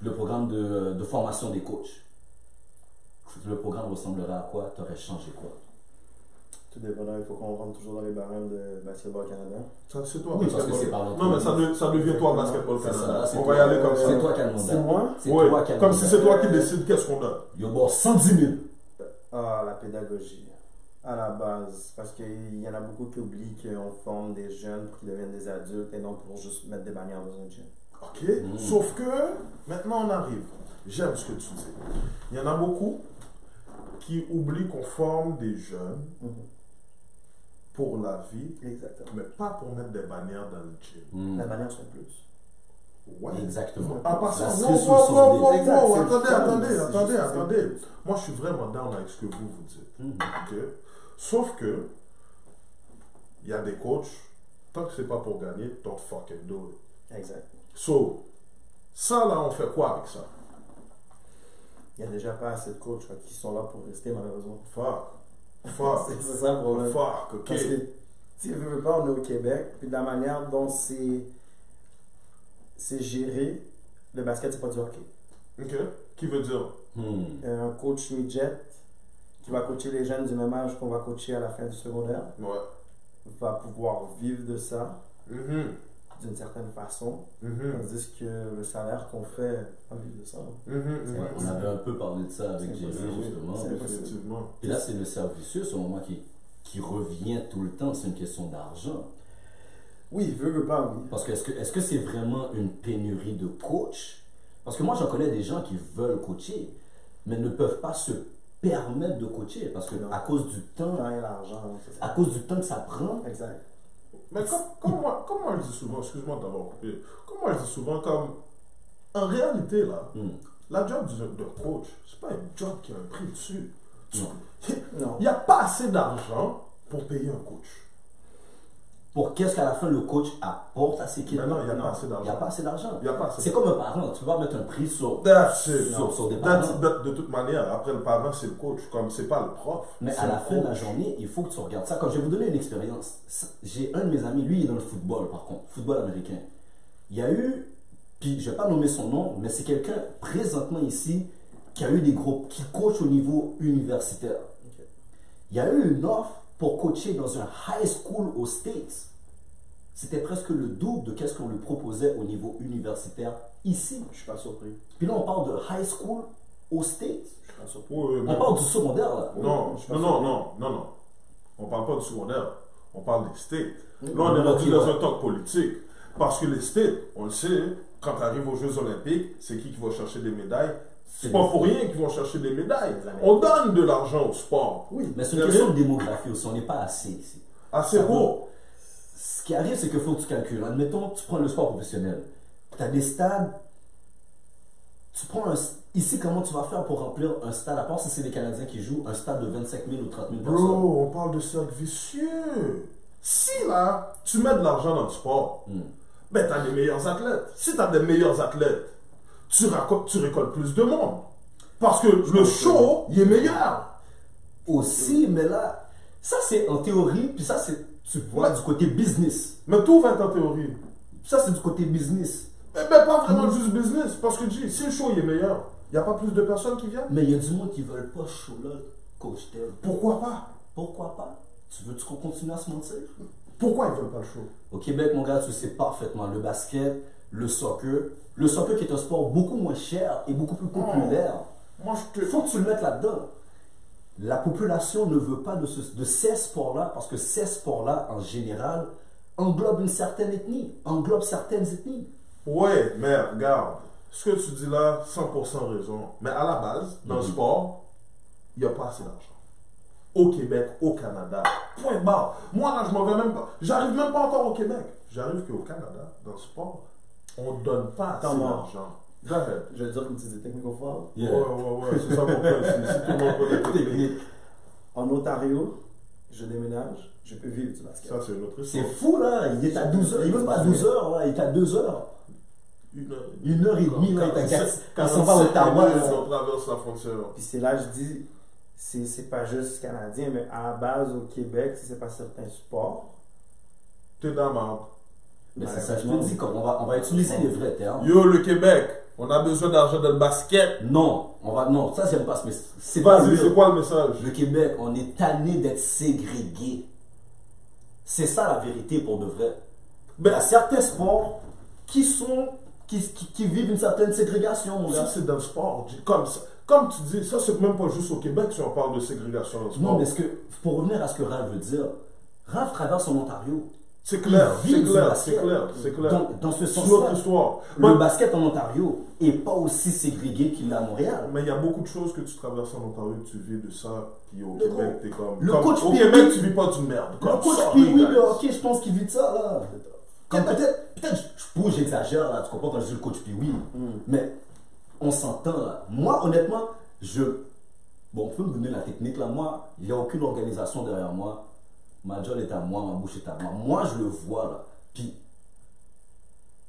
S1: le programme de, de formation des coachs, le programme ressemblerait à quoi Tu aurais changé quoi
S3: Tout dépendant, il faut qu'on rentre toujours dans les barèmes de Basketball Canada.
S2: Ça, c'est toi,
S1: Oui, parce
S2: basketball.
S1: que c'est par
S2: Non, mais ça, de- ça devient toi, Basketball
S1: C'est ça,
S2: Canada.
S1: là, c'est
S2: On
S1: toi.
S2: va y aller comme ça.
S1: C'est toi qui as le
S3: C'est
S1: mandat.
S3: moi
S1: C'est
S2: Ouais,
S1: toi qui as le
S2: Comme si
S1: mandat.
S2: c'est toi qui décide qu'est-ce qu'on donne.
S1: Yo, bon, 110 000.
S3: Ah, la pédagogie, à la base. Parce qu'il y en a beaucoup qui oublient qu'on forme des jeunes pour qu'ils deviennent des adultes et non pour juste mettre des bannières dans un gym.
S2: OK?
S1: Mm.
S2: Sauf que maintenant on arrive. J'aime ce que tu dis. Il y en a beaucoup qui oublient qu'on forme des jeunes
S3: Mhm.
S2: pour la vie,
S3: Exactement.
S2: mais pas pour mettre des bannières dans le gym.
S3: La bannière, c'est plus.
S2: Hmm. Ouais.
S1: Exactement.
S2: En
S1: La
S2: passant,
S1: cerise
S2: wow,
S1: sur le
S2: wow, wow,
S1: sorbet.
S2: Oh, wow, wow,
S3: Exact,
S2: attendez,
S3: c'est le fun,
S2: attendez,
S3: c'est
S2: attendez,
S3: juste-
S2: attendez. Moi, je suis vraiment down avec ce que vous vous dites.
S1: Mhm.
S2: OK? Sauf que, il y a des coachs, tant que c'est pas pour gagner, don't fucking do it.
S3: Exact.
S2: So, ça là, on fait quoi avec ça?
S3: Il y a déjà pas assez de coachs fait, qui sont là pour rester, malheureusement.
S2: Fuck. Fuck.
S3: C'est c'est ça le problème.
S2: Fuck, ok.
S3: Parce que, si ne veut pas, on est au Québec, puis de la manière dont c'est c'est géré, le basket, c'est pas du hockey.
S2: Ok. Qui veut dire
S1: Hmm.
S3: euh, un coach midget qui va coacher les jeunes du même âge qu'on va coacher à la fin du secondaire
S2: Ouais.
S3: va pouvoir vivre de ça
S2: Mhm.
S3: d'une certaine façon,
S2: Mhm.
S3: tandis que le salaire qu'on fait, on peut pas vivre de ça.
S2: Mhm.
S1: C'est
S2: Mhm.
S1: vrai, On avait un peu parlé de ça avec
S3: C'est
S1: Jerry,
S3: impossible.
S1: justement.
S3: C'est-
S2: Mm-hmm. Effectivement.
S1: Et là, c'est le cercle vicieux, selon moi, qui, qui revient tout le temps. C'est une question d'argent.
S3: Oui, veut, veut pas, oui.
S1: Parce que est-ce que est-ce que c'est vraiment une pénurie de coachs Parce que moi, j'en connais des gens qui veulent coacher, mais ne peuvent pas se permettre de coacher parce que
S3: Non.
S1: à cause du
S3: Le
S1: temps,
S3: temps et l'argent, hein, c'est
S1: à
S3: ça.
S1: cause du temps que ça prend.
S3: Exact.
S2: Mais comme, comme, moi, comme moi je dis souvent, excuse-moi d'avoir coupé, comme moi je dis souvent, comme en réalité là,
S1: Hmm.
S2: la job du- d'un coach, c'est pas une job qui a un prix dessus.
S1: Non.
S3: Non.
S2: Il n'y a pas assez d'argent pour payer un coach.
S1: Pour qu'est-ce qu'à la fin le coach apporte à ses équipes
S2: Mais Ben non, il n'y a
S1: Non.
S2: pas assez
S1: Il n'y a pas
S2: d'argent.
S1: assez d'argent.
S2: Il n'y a pas assez
S1: C'est comme un parent, tu vas mettre un prix sur,
S2: That's it.
S1: sur, sur des
S2: That's-
S1: parents.
S2: that- de toute manière, après le parent, c'est le coach. Comme c'est pas le prof.
S1: Mais
S2: c'est
S1: à
S2: le
S1: la fin de la
S2: coach.
S1: journée, il faut que tu regardes ça. Quand je vais vous donner une expérience, Ça- j'ai un de mes amis, lui, il est dans le football, par contre, football américain. Il y a eu, puis je vais pas nommer son nom, mais c'est quelqu'un présentement ici qui a eu des groupes, qui coach au niveau universitaire. Il y a eu une offre pour coacher dans un high school aux States. C'était presque le double de qu'est-ce qu'on lui proposait au niveau universitaire ici.
S3: Je suis pas surpris.
S1: Puis là, on parle de high school aux States.
S3: Je suis pas surpris.
S2: Ouais, ouais,
S1: On
S2: mais-
S1: parle du secondaire, là.
S2: Non,
S3: Je suis pas
S2: non, non, non, non, non. On parle pas du secondaire. On parle des states. Là, on est
S1: Ok,
S2: rendu dans
S1: ouais.
S2: un talk politique. Parce que les states, on le sait, quand tu arrives aux Jeux Olympiques, c'est qui qui va chercher des médailles
S1: C'est
S2: C'est pas
S1: les-
S2: pour rien qu'ils vont chercher des médailles.
S3: Les Américains.
S2: On donne de l'argent au sport.
S3: Oui,
S1: Mais c'est une
S2: Mais
S1: question de démographie aussi, on n'est pas assez ici.
S2: Assez
S1: Ça
S2: beau.
S1: Ce qui arrive, c'est qu'il faut que tu calcules. Admettons, tu prends le sport professionnel. Tu as des stades. Tu prends un. Ici, comment tu vas faire pour remplir un stade, à part si c'est les Canadiens qui jouent, un stade de 25 000 ou 30 000 personnes
S2: Bro, on parle de cercle vicieux. Si là, tu mets de l'argent dans le sport,
S1: Hmm.
S2: ben t'as les meilleurs athlètes. Si t'as des meilleurs athlètes, tu, raco- tu récoltes plus de monde. Parce que le show, il est meilleur.
S1: Aussi, mais là, Ça, c'est en théorie, puis ça, c'est, tu vois, du côté business.
S2: Mais tout va être en théorie.
S1: Puis ça, c'est du côté business.
S2: Mais ben, pas vraiment juste business. Parce que dis, si le show il est meilleur, il n'y a pas plus de personnes qui viennent.
S1: Mais il y a du monde qui ne veulent pas ce show-là, coach Tel.
S2: Pourquoi pas
S1: Pourquoi pas Tu veux-tu qu'on continue à se mentir
S2: Pourquoi ils veulent pas le show
S1: Au Québec, mon gars, tu sais parfaitement le basket, le soccer. Le soccer qui est un sport beaucoup moins cher et beaucoup plus populaire.
S2: Moi, je
S1: Il faut que tu le mettes là-dedans. La population ne veut pas de, ce- de ces sports-là parce que ces sports-là, en général, englobent une certaine ethnie, englobent certaines ethnies.
S2: Ouais, mais regarde, ce que tu dis là, 100% raison. Mais à la base, dans le
S1: Mhm.
S2: sport, il n'y a pas assez d'argent. Au Québec, au Canada, point barre. Moi là, je m'en vais même pas. J'arrive même pas encore au Québec. J'arrive qu'au Canada, dans le sport, on donne pas assez
S3: Attends, moi.
S2: d'argent. Go ahead.
S3: Je vais le dire comme tu dis, technico-fort.
S2: Ouais, ouais, ouais, c'est ça mon point. C'est c'est tout le monde connaît le Québec.
S3: En Ontario, je déménage, je peux vivre du basket.
S2: Ça, c'est une autre
S1: C'est
S2: histoire.
S1: fou là, il est à 12 heures, il est même pas à 12 heures, là, il est à 2 heures.
S2: Une heure.
S1: Une heure et demie, là, il est à 4 Quand on va à
S2: 47
S1: Ottawa,
S2: minutes,
S1: là.
S2: on traverse la frontière.
S3: Puis c'est là que je dis, c'est, c'est pas juste canadien, mais à la base au Québec, si c'est pas certains sports.
S2: T'es dans la merde.
S1: mais c'est ça, je te dis, comme on va, on va utiliser les vrais termes.
S2: Yo, le Québec, on a besoin d'argent dans le basket.
S1: Non, on va, non, ça j'aime pas ce message. C'est pas
S2: Vas-y,
S1: le-
S2: c'est quoi le message
S1: Le Québec, on est tanné d'être ségrégué. C'est ça la vérité pour de vrai. Il y
S2: Ben,
S1: a certains sports qui sont qui, qui- qui vivent une certaine ségrégation, mon
S2: ça,
S1: gars.
S2: c'est dans le sport. dis- Comme, ça. comme tu dis, ça, c'est même pas juste au Québec si on parle de ségrégation dans le sport.
S1: Non, mais ce que, pour revenir à ce que Ralph veut dire, Ralph traverse en Ontario.
S2: c'est clair,
S1: Il vit
S2: c'est
S1: du
S2: clair,
S1: basket.
S2: c'est clair, c'est clair.
S1: Donc, dans ce
S2: C'est une autre
S1: sens-là,
S2: histoire.
S1: le
S2: Mais-
S1: basket en Ontario est pas aussi ségrégué qu'il l'est à Montréal.
S2: mais il y a beaucoup de choses que tu traverses en Ontario, tu vis de ça, puis au
S1: Le
S2: Québec,
S1: gros-
S2: t'es comme.
S1: le
S2: comme-
S1: coach
S2: au
S1: Pee-wee-
S2: Québec, tu vis pas d'une merde.
S1: Le
S2: Comme,
S1: coach E
S2: sorry,
S1: Pee-wee
S2: guys.
S1: de hockey, je pense qu'il vit de ça, là. Comme Peut-être, peut-être, je pourrais, j'exagère, là, tu comprends quand je dis le coach Pee-wee. Mais on s'entend, là. Moi, honnêtement, je. Bon, on peut me donner la technique, là. Moi, il n'y a aucune organisation derrière moi. Ma job est à moi, ma bouche est à moi. Moi, je le vois, là. Puis,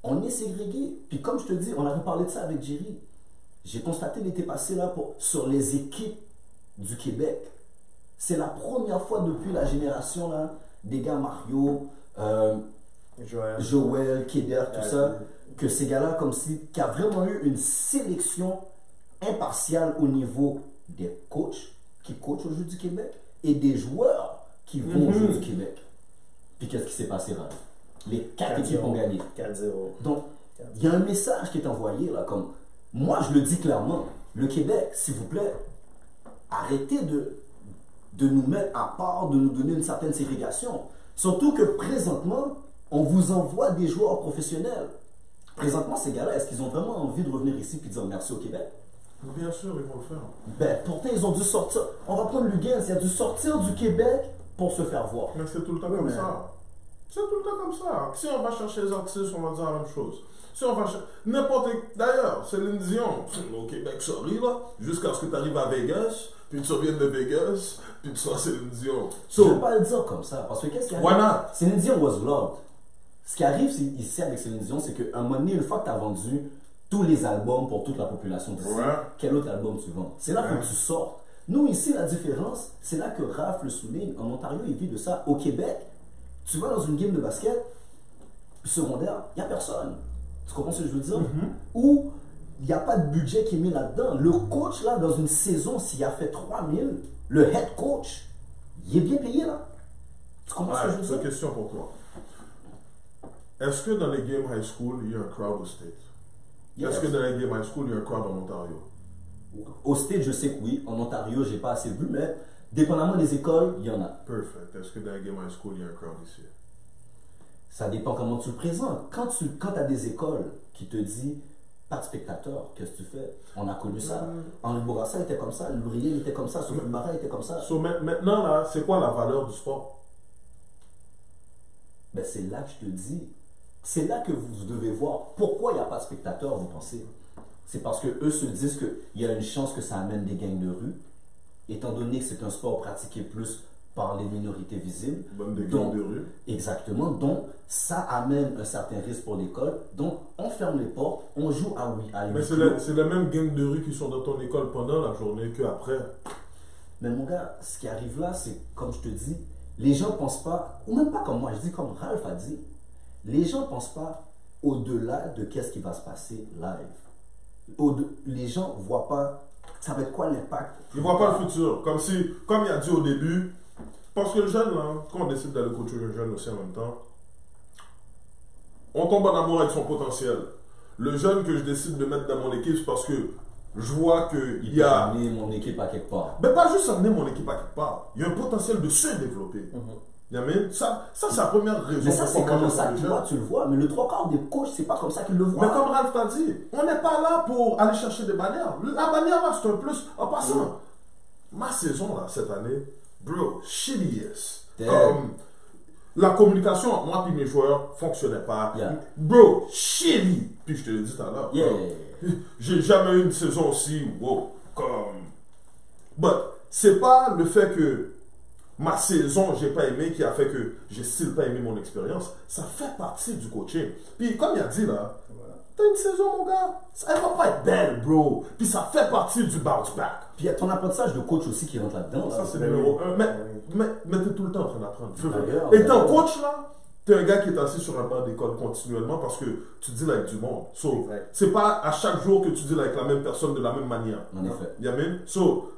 S1: on est ségrégué. Puis, comme je te dis, on avait parlé de ça avec Jerry. J'ai constaté l'été passé, là, pour, sur les équipes du Québec. C'est la première fois depuis la génération là, des gars Mario, euh,
S3: Joël.
S1: Joël, Keder, tout
S3: Ouais.
S1: ça, que ces gars-là, comme si, qui a vraiment eu une sélection impartiale au niveau des coachs qui coachent au jeu du Québec et des joueurs qui vont au jeu
S3: Mhm.
S1: du Québec. Puis qu'est-ce qui s'est passé là Les quatre équipes ont gagné.
S3: 4-0.
S1: Donc, il y a un message qui est envoyé là, comme moi je le dis clairement, le Québec, s'il vous plaît, arrêtez de, de nous mettre à part, de nous donner une certaine ségrégation. Surtout que présentement, on vous envoie des joueurs professionnels. Présentement, ces gars-là, est-ce qu'ils ont vraiment envie de revenir ici puis de dire merci au Québec
S2: Bien sûr, ils vont le faire.
S1: Ben, pourtant, ils ont dû sortir. On va prendre Lugens, il a dû sortir du Québec pour se faire voir.
S2: Mais c'est tout le temps comme
S3: mais-
S2: ça. C'est tout le temps comme ça. Si on va chercher les artistes, on va dire la même chose. Si on va chercher. N'importe. D'ailleurs, Céline Dion, au Québec, sorry, là, jusqu'à ce que tu arrives à Vegas, puis tu reviennes de Vegas, puis tu sois Céline Dion.
S1: je ne veux
S2: So,
S1: pas le dire comme ça, parce que qu'est-ce qu'il y a
S2: why not?
S1: Céline Dion was loved. Ce qui arrive c'est- ici avec Céline Dion, c'est qu'à un moment donné, une fois que tu as vendu tous les albums pour toute la population d'ici,
S2: Ouais.
S1: quel autre album tu vends C'est là
S2: Ouais.
S1: que tu sortes. Nous, ici, la différence, c'est là que Raph le souligne. En Ontario, il vit de ça. Au Québec, tu vas dans une game de basket, secondaire, il n'y a personne. Tu comprends ce que je veux dire
S2: Mm-hmm.
S1: Ou il n'y a pas de budget qui est mis là-dedans. Le coach, là, dans une saison, s'il a fait 3000, le head coach, il est bien payé, là. Tu comprends ce que je
S2: Ouais,
S1: veux
S2: c'est
S1: dire
S2: une question pour toi. Est-ce que dans les games high school, il y a un crowd au state?
S1: Yes.
S2: Est-ce que dans les games high school, il y a un crowd en Ontario?
S1: Au state, je sais que oui. En Ontario, j'ai pas assez vu, mais dépendamment des écoles, il y en a.
S2: Perfect. Est-ce que dans les games high school, il y a un crowd ici?
S1: Ça dépend comment tu le présentes. Quand tu quand as des écoles qui te disent pas de spectateurs, qu'est-ce que tu fais On a connu ça.
S2: Mm.
S1: Henri Bourassa était comme ça, Louriel était comme ça, Sophie Marat était comme ça.
S2: So, ma- maintenant, là, c'est quoi la valeur du sport?
S1: Ben, c'est là que je te dis. C'est là que vous devez voir pourquoi il n'y a pas de spectateurs, vous pensez. C'est parce que eux se disent qu'il y a une chance que ça amène des gangs de rue, étant donné que c'est un sport pratiqué plus par les minorités visibles.
S2: Bonne des
S1: Donc,
S2: games de rue.
S1: Exactement. Donc, ça amène un certain risque pour l'école. Donc, on ferme les portes, on joue à oui, à huis
S2: Mais c'est
S1: clos.
S2: la, c'est la même gang de rue qui sont dans ton école pendant la journée qu'après.
S1: Mais mon gars, ce qui arrive là, c'est comme je te dis, les gens pensent pas, ou même pas comme moi, je dis comme Ralph a dit, les gens pensent pas au-delà de qu'est-ce qui va se passer live. Au les gens voient pas, ça va être quoi l'impact
S2: Ils voient pas le futur. Comme si, comme il a dit au début, parce que le jeune, là, quand on décide d'aller coacher le jeune aussi en même temps, on tombe en amour avec son potentiel. Le jeune que je décide de mettre dans mon équipe, c'est parce que je vois qu'il
S1: Il
S2: y
S1: peut
S2: a.
S1: amener Ah, mon équipe à quelque part.
S2: Mais pas juste amener mon équipe à quelque part. Il y a un potentiel de se développer. Y a même- ça, ça c'est la première raison.
S1: Mhm. Mais ça, c'est
S2: pourquoi
S1: comme
S2: j'aime
S1: ça
S2: les
S1: que
S2: jeunes.
S1: toi, tu le vois, mais le trois quarts des coachs, c'est pas comme ça qu'ils le
S2: Mais
S1: voient.
S2: comme Ralph t'a dit, on n'est pas là pour aller chercher des bannières. La bannière, là, c'est un plus. En passant,
S1: Mm.
S2: ma saison, là, cette année, bro, shitty yes.
S1: Damn.
S2: Comme, la communication entre moi et mes joueurs fonctionnait pas.
S1: Yeah.
S2: Bro, shitty. Puis je te l'ai dit tout à l'heure.
S1: Yeah.
S2: comme, J'ai jamais eu une saison aussi, wow, comme... But, c'est pas le fait que ma saison, j'ai pas aimé, qui a fait que j'ai still pas aimé mon expérience. Ça fait partie du coaching. Puis, comme il a dit, là, t'as une saison, mon gars, ça, elle va pas être belle, bro. Puis ça fait partie du bounce back.
S1: Puis il y a ton apprentissage de coach aussi qui rentre là-dedans.
S2: Ça,
S1: là.
S2: c'est
S3: Ben
S2: numéro
S3: oui.
S2: un. Mais, mais, mais t'es tout le temps en train d'apprendre.
S1: D'ailleurs,
S2: Et ton
S1: d'ailleurs.
S2: coach, là, t'es un gars qui est assis sur un banc d'école continuellement parce que tu deals avec du monde. So,
S3: Exact.
S2: c'est pas à chaque jour que tu deals avec la même personne de la même manière.
S1: En effet.
S2: Y a même- So,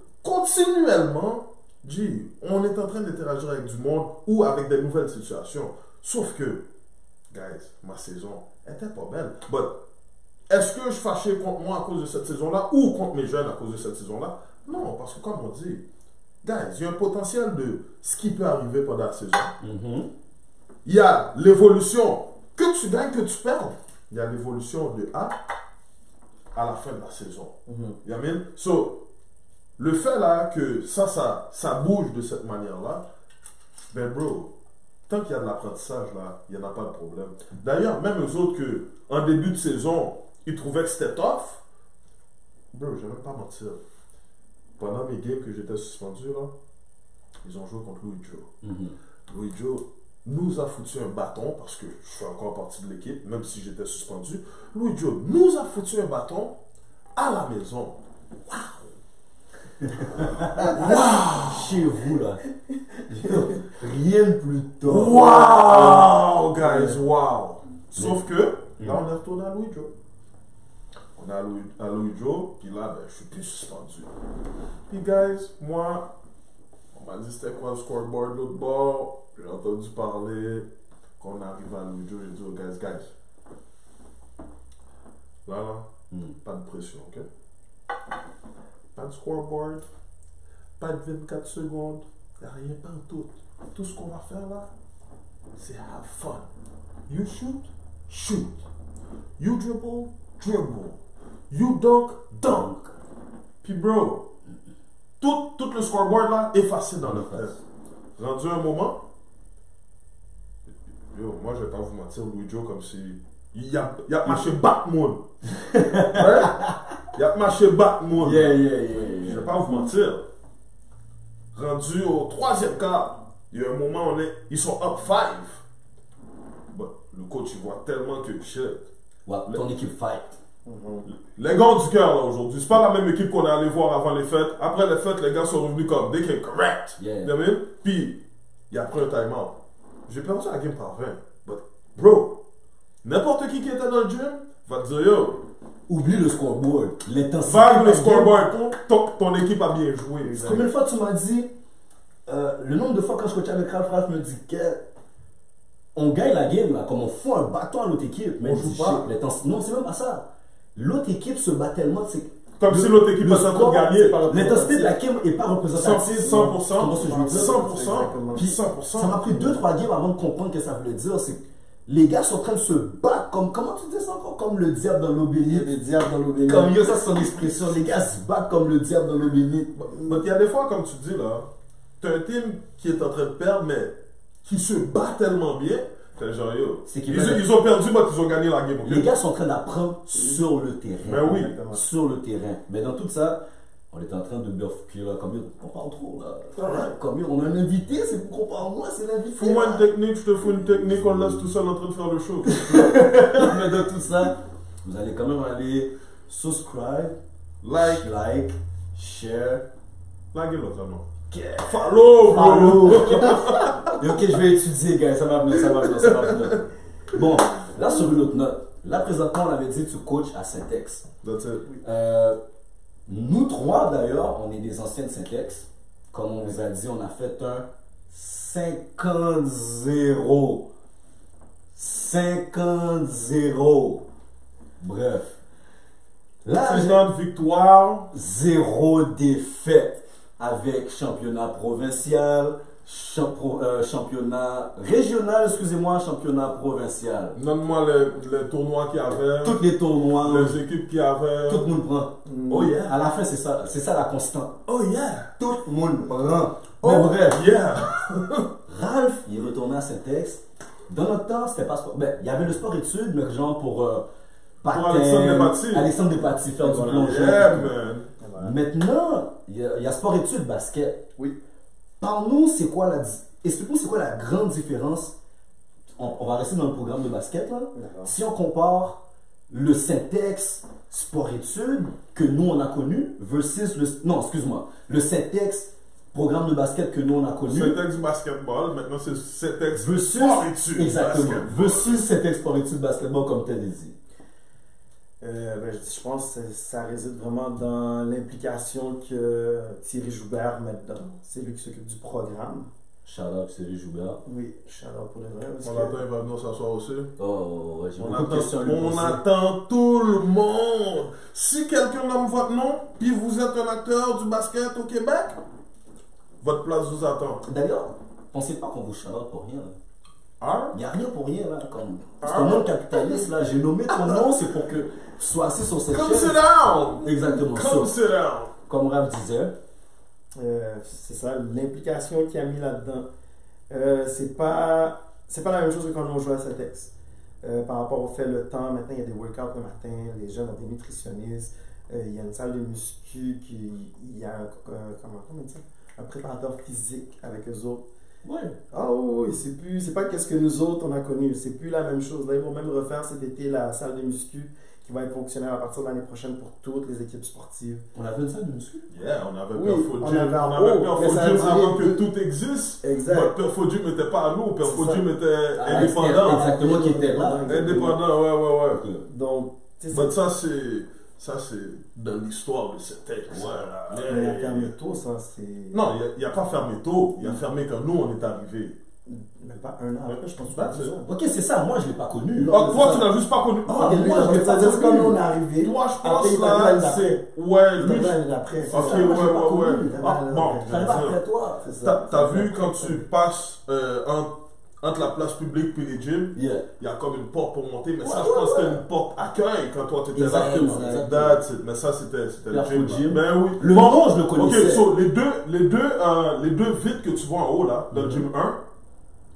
S2: continuellement, dis, on est en train d'interagir avec du monde ou avec des nouvelles situations. Sauf que, guys, ma saison était pas belle. But, est-ce que je suis fâché contre moi à cause de cette saison-là ou contre mes jeunes à cause de cette saison-là? Non, parce que comme on dit, guys, il y a un potentiel de ce qui peut arriver pendant la saison.
S1: Mhm.
S2: Il y a l'évolution que tu gagnes, que tu perds. Il y a l'évolution de A à la fin de la saison. You know what I mean? So, le fait là que ça, ça, ça bouge de cette manière-là, ben bro, tant qu'il y a de l'apprentissage là, il n'y en a pas de problème. D'ailleurs, même aux autres que, en début de saison, ils trouvaient que c'était tough, bro, je vais même pas mentir. Pendant mes games que j'étais suspendu là, ils ont joué contre Louis Joe.
S1: Mhm.
S2: Louis Joe nous a foutu un bâton parce que je fais encore partie de l'équipe, même si j'étais suspendu. Louis Joe nous a foutu un bâton à la maison.
S1: Chez vous, là. Rien de plus tôt.
S2: Wow, guys, wow. Sauf que
S1: Mm.
S2: là, on est retourné à Louis Joe. On est à Louis, à Louis Joe, puis là, ben, je suis plus suspendu. Puis, guys, moi, on m'a dit c'était quoi le scoreboard de l'autre bord. J'ai entendu parler. Quand on arrive à Louis Joe, j'ai dit aux guys, guys, là, là,
S1: Mm.
S2: pas de pression, ok? Pas de scoreboard, pas de 24 secondes, y a rien, pas en tout. Tout ce qu'on va faire là, c'est have fun. You shoot, shoot. You dribble, dribble. You dunk, dunk. Puis bro, tout, tout le scoreboard là, effacé dans leur tête. Rendu un moment, yo, moi je vais pas vous mentir, Louis Joe, comme si. Il a, il a marché Batman. ouais? Il a marché Batman.
S1: Yeah, yeah, yeah,
S2: Je
S1: yeah.
S2: vais pas vous mentir. Rendu au troisième quart, il y a un moment on est, ils sont up five. Bon, le coach il voit tellement que shit.
S1: Ouais, ton équipe fight.
S3: Mm-hmm.
S2: Les gars ont du cœur là aujourd'hui. C'est pas la même équipe qu'on est allé voir avant les fêtes. Après les fêtes, les gars sont revenus comme they came correct.
S1: Yeah.
S2: You know what I mean? Puis, il a pris un time out. J'ai perdu la game par 20. But, bro, n'importe qui qui était dans le gym va te dire yo,
S1: Oublie le scoreboard. L'intensité.
S2: vague
S1: de
S2: le
S1: la game.
S2: scoreboard. Ton, ton équipe a bien joué.
S1: Combien de fois tu m'as dit, euh, le nombre de fois quand je coachais avec Ralph, Ralph me dit que on gagne la game là, comme on fout un bâton à l'autre équipe, mais
S2: On
S1: je
S2: joue
S1: dis,
S2: pas.
S1: shit, l'intens- Non, c'est même pas ça. L'autre équipe se bat tellement, c'est
S2: Comme si l'autre équipe était en train de gagner.
S1: L'intensité de la game est pas représentative.
S2: 100%,
S1: Tu comprends ce que je veux dire?
S2: 100%,
S1: Puis
S2: 100%.
S1: Ça m'a pris 2-3 games avant de comprendre ce que ça voulait dire. C'est que les gars sont en train de se battre comme, comment tu dis ça encore? Comme le diable dans l'eau
S3: Il y a
S1: bénite.
S3: des diables dans l'eau bénite.
S1: Comme yo, ça c'est son expression. Les gars se battent comme le diable dans l'eau bénite.
S2: Mais il y a des fois, comme tu dis là, t'as un team qui est en train de perdre, mais qui se bat tellement bien. T'es genre yo.
S1: C'est
S2: Ils,
S1: qu'ils veulent-
S2: ils ont perdu, mais ils ont gagné la game. ok?
S1: Les gars sont en train d'apprendre sur le terrain.
S2: Mais
S3: Ah
S2: oui.
S1: Sur le terrain. Mais dans tout ça, on est en train de bifurquer là. Comme yo, on parle trop là. Comme yo, on a un invité, c'est pour qu'on parle moins, c'est l'invité.
S2: Fous-moi
S1: là.
S2: une technique, je te fous une technique, on le laisse tout seul en train de faire le show.
S1: Mais dans tout ça, vous allez quand même aller subscribe,
S2: Like,
S1: like, share,
S2: Laguez-le seulement.
S1: Yeah.
S2: Follow, bro!
S1: Follow. Ok, je vais étudier, gars. Ça va venir, ça va venir, ça va venir. Bon, là, sur une autre note. Là, présentement, on avait dit tu coaches à Syntex.
S2: That's it.
S1: Euh, nous trois, d'ailleurs, on est des anciens de Syntex. Comme on vous a dit, on a fait un 50-0. 50-0. Bref. Là,
S2: Six
S1: j'ai-
S2: ans de victoire.
S1: zéro défaite avec championnat provincial, champ- pro- euh, championnat régional, excusez-moi, championnat provincial.
S2: Donne-moi les, les tournois qu'il y avait,
S1: Toutes les tournois,
S2: les équipes qu'il y avait.
S1: tout le monde prend.
S3: Mm.
S2: Oh yeah!
S1: À la fin, c'est ça, c'est ça la constante.
S2: Oh yeah!
S1: Tout le monde prend.
S2: Oh
S1: Mais bref,
S2: yeah!
S1: Ralph, il est retourné à Syntex. Dans notre temps, c'était pas sport. Ben, il y avait le sport-études, mais genre pour. euh, patin,
S2: Alexandre Despatie.
S1: Alexandre Despatie, faire du
S3: Voilà.
S1: plongeon.
S2: Yeah, man!
S3: Et voilà.
S1: Maintenant, il y, a- il y a sport études basket.
S3: Oui.
S1: Parle-nous, c'est quoi la di- explique-nous c'est quoi la grande différence. On, on va rester dans le programme de basket là.
S3: D'accord.
S1: Si on compare le syntaxe sport études que nous on a connu versus le non excuse-moi le syntaxe programme de basket que nous on a connu
S2: C'est ex basketball, maintenant c'est cet ex
S1: versus
S2: sport-études
S1: exactement
S2: basketball.
S1: versus syntaxe sport études basketball comme tu as dit.
S3: Euh, ben, je, dis- je pense que c'est- ça réside vraiment dans l'implication que Thierry Joubert met dedans. C'est lui qui s'occupe du programme.
S1: Charlotte, Cyril Joubert.
S3: Oui, chaleur pour le vrai. parce
S2: On
S3: que-
S2: l'attend, il va venir s'asseoir aussi.
S1: Oh ouais, j'ai
S2: On
S1: beaucoup de questions à lui
S2: attend, on
S1: poser.
S2: attend tout le monde. Si quelqu'un nomme votre nom, puis vous êtes un acteur du basket au Québec, votre place vous attend.
S1: D'ailleurs, pensez pas qu'on vous charlotte pour rien. là.
S2: Hein?
S1: Il n'y a rien pour rien là. Comme... C'est
S2: Ah.
S1: un monde capitaliste là. J'ai nommé ton nom, c'est pour que tu sois assis sur cette
S2: Come sit
S1: chaise.
S2: down!
S1: Exactement. So,
S2: Come sit down!
S1: comme Raph disait,
S3: Euh, c'est ça, l'implication qu'il a mis là-dedans. Euh, c'est pas c'est pas la même chose que quand on jouait à Cetex. Euh, par rapport au fait le temps, maintenant il y a des workouts le matin, les jeunes ont des nutritionnistes, euh, il y a une salle de muscu, qui, il y a un, un- comment, comment on dit ça? un préparateur physique avec eux autres.
S1: ouais.
S3: Ah oui, oui, c'est plus, c'est pas qu'est-ce que nous autres on a connu, c'est plus la même chose. Là, ils vont même refaire cet été la salle de muscu qui va être fonctionnelle à partir de l'année prochaine pour toutes les équipes sportives.
S1: On avait une salle de muscu.
S2: Yeah, on avait
S3: Oui,
S2: Perfo
S3: on
S2: Gym.
S3: avait un
S2: On avait
S3: haut,
S2: Perfo
S3: mais ça
S2: Gym
S3: a
S2: avant que
S3: duré
S2: tout existe.
S3: Exact.
S2: Votre Perfo Gym n'était pas à nous. Perfo
S3: C'est ça.
S2: Gym était
S1: Ah,
S2: indépendant.
S1: Exactement, qui était là.
S2: Indépendant, ouais, ouais, ouais.
S1: Ok.
S3: Donc, tu sais,
S2: Mais ça, c'est. Ça, c'est dans l'histoire de cet texte. Ouais.
S3: Ah, Mais il a fermé tôt, ça, c'est.
S2: Non, il a- il n'a pas fermé tôt. Il a fermé quand nous, on est arrivés.
S3: Même pas un an après, je pense.
S2: Bah, c'est-
S3: deux ans.
S1: Ok, c'est ça. Moi, je l'ai pas connu.
S3: Non,
S2: Ah,
S3: mais
S2: toi,
S3: ça-
S2: tu n'as juste pas connu.
S1: Ah,
S2: Ah,
S1: mais moi, je vais pas
S3: C'est-à-dire
S1: dire
S3: que quand
S1: que-
S3: nous, on est arrivé.
S2: Toi, je
S3: Après,
S2: pense
S3: il t'appelle
S2: là,
S3: d'après.
S2: c'est. Ouais,
S3: il
S2: lui.
S3: t'appelle d'après. c'est
S2: Ok,
S3: ça. Moi,
S2: ouais,
S3: j'ai pas
S2: ouais,
S3: connu,
S2: ouais.
S3: il t'appelle
S2: Ah,
S3: d'après.
S2: bon,
S1: Ça va après toi.
S3: C'est ça.
S2: T'as t'as
S3: C'est
S2: vu
S3: ça.
S2: quand tu passes euh, entre, entre la place publique et les gyms,
S1: Yeah.
S2: il y a comme une porte pour monter, mais ça,
S1: Ouais,
S2: je pense
S1: ouais,
S2: que c'était une porte accueil quand toi, tu étais là.
S1: Exactement,
S2: That's it. Mais ça, c'était c'était le
S1: Perfo
S2: gym.
S1: Gym.
S2: là. Ben oui.
S1: Le
S2: Bon,
S1: nom, je le connaissais.
S2: Ok, so, les deux, les deux, euh, les deux vides que tu vois en haut, là, dans le gym 1,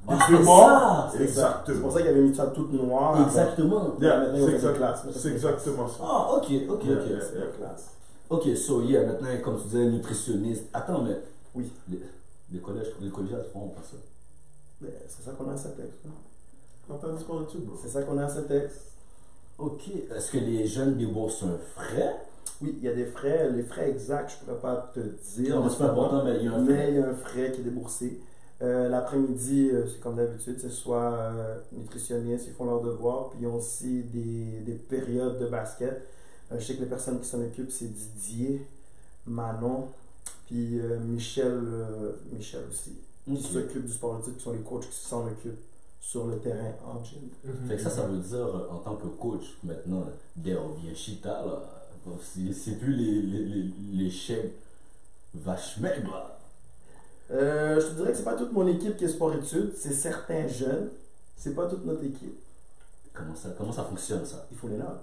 S2: les
S1: Mhm. Ah,
S2: deux
S1: c'est
S2: morts,
S1: ça, c'est
S3: C'est
S2: exactement.
S3: pour ça qu'il avait mis ça toute noire.
S1: Exactement.
S2: Yeah,
S3: Mais on
S2: c'est
S3: faisait
S2: exact-
S3: classe, mais ça,
S2: c'est
S3: c'est
S2: exactement ça.
S1: Ah, ok, ok,
S2: Yeah,
S1: ok.
S2: yeah, yeah.
S3: C'est classe.
S1: Ok, so yeah, maintenant, comme tu disais, nutritionniste. Attends, mais.
S3: Oui.
S1: Les, les collèges, les collégiales font pas ça.
S3: Mais C'est ça qu'on a à Cetex. hein.
S2: Quand t'as dit qu'on est dessus, bro.
S3: C'est ça qu'on a à Cetex.
S1: Ok. Est-ce que les jeunes déboursent un frais
S3: Oui, il y a des frais. Les frais exacts, je pourrais pas te dire.
S1: Non, mais c'est pas important, mais il y a un
S3: Mais
S1: frais.
S3: il y a un euh, frais qui est déboursé. Euh, L'après-midi, euh, c'est comme d'habitude, c'est soit euh, nutritionnistes, ils font leurs devoirs, puis ils ont aussi des, des périodes de basket. Euh, je sais que les personnes qui s'en occupent, c'est Didier, Manon, puis euh, Michel, euh, Michel aussi,
S1: Ok.
S3: qui s'occupent du sport études, qui sont les coachs qui s'en occupent sur le terrain en gym.
S1: Mhm. Fait que ça, ça veut dire, euh, en tant que coach, maintenant, Deo vient Chita, là. Bon, C'est c'est plus les, les, les, les chèques vaches maigres, là.
S3: Euh, je te dirais que c'est pas toute mon équipe qui est sport études, c'est certains jeunes, c'est pas toute notre équipe.
S1: Comment ça, comment ça fonctionne, ça
S3: Il faut les notes.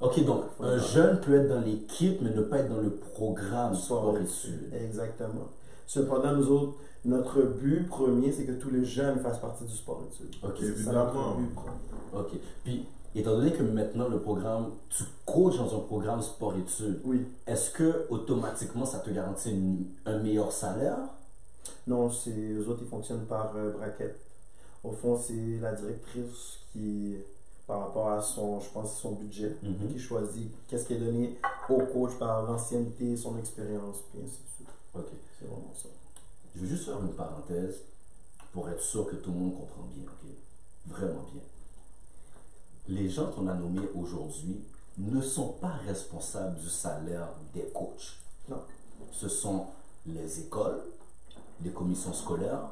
S1: Ok, donc, un jeune peut être dans l'équipe, mais ne pas être dans le programme
S3: Sport
S1: sport
S3: et
S1: études.
S3: Exactement. Cependant, nous autres, notre but premier, c'est que tous les jeunes fassent partie du sport études.
S1: Ok,
S3: C'est ça
S2: Évidemment.
S3: notre but premier.
S1: ok. Puis, étant donné que maintenant, le programme, tu coaches dans un programme sport études,
S3: Oui.
S1: est-ce que automatiquement, ça te garantit une- un meilleur salaire
S3: Non, c'est eux autres, ils fonctionnent par euh, braquette. Au fond, c'est la directrice qui, par rapport à son, je pense, son budget,
S1: Mhm.
S3: qui choisit qu'est-ce qui est donné au coach par l'ancienneté, son expérience, puis ainsi de suite.
S1: OK.
S3: C'est vraiment ça.
S1: Je veux juste faire une parenthèse pour être sûr que tout le monde comprend bien, ok? Vraiment bien. Les gens qu'on a nommés aujourd'hui ne sont pas responsables du salaire des coachs.
S3: Non.
S1: Ce sont les écoles, les commissions scolaires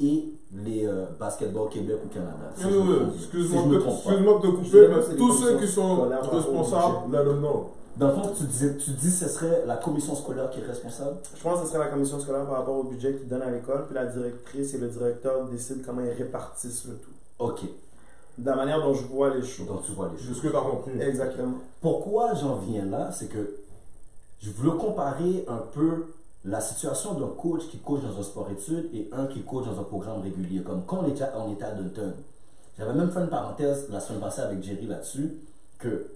S1: et les euh, Basketball Québec ou Canada. Si
S2: Oui,
S1: je me
S2: oui,
S1: trompe-
S2: Ah excuse-moi
S1: si je me
S2: de,
S1: trompe pas.
S2: excuse-moi de te
S3: Je sais
S2: couper,
S3: pas si
S2: mais
S3: les
S2: tous ceux qui
S3: commissions
S2: sont
S3: scolaires vont
S2: responsables, là, non, non.
S1: Dans le fond, tu, disais, tu dis que ce serait la commission scolaire qui est responsable?
S3: Je pense que ce serait la commission scolaire par rapport au budget qu'ils donnent à l'école, puis la directrice et le directeur décident comment ils répartissent le tout.
S1: Ok,
S3: De la manière dont je vois les choses.
S1: donc tu vois les choses.
S2: C'est ce que t'as compris.
S3: Exactement.
S1: Pourquoi j'en viens là, c'est que je voulais comparer un peu la situation d'un coach qui coach dans un sport-études et un qui coach dans un programme régulier. Comme quand on était, on était à Dunton, j'avais même fait une parenthèse la semaine passée avec Jerry là-dessus, que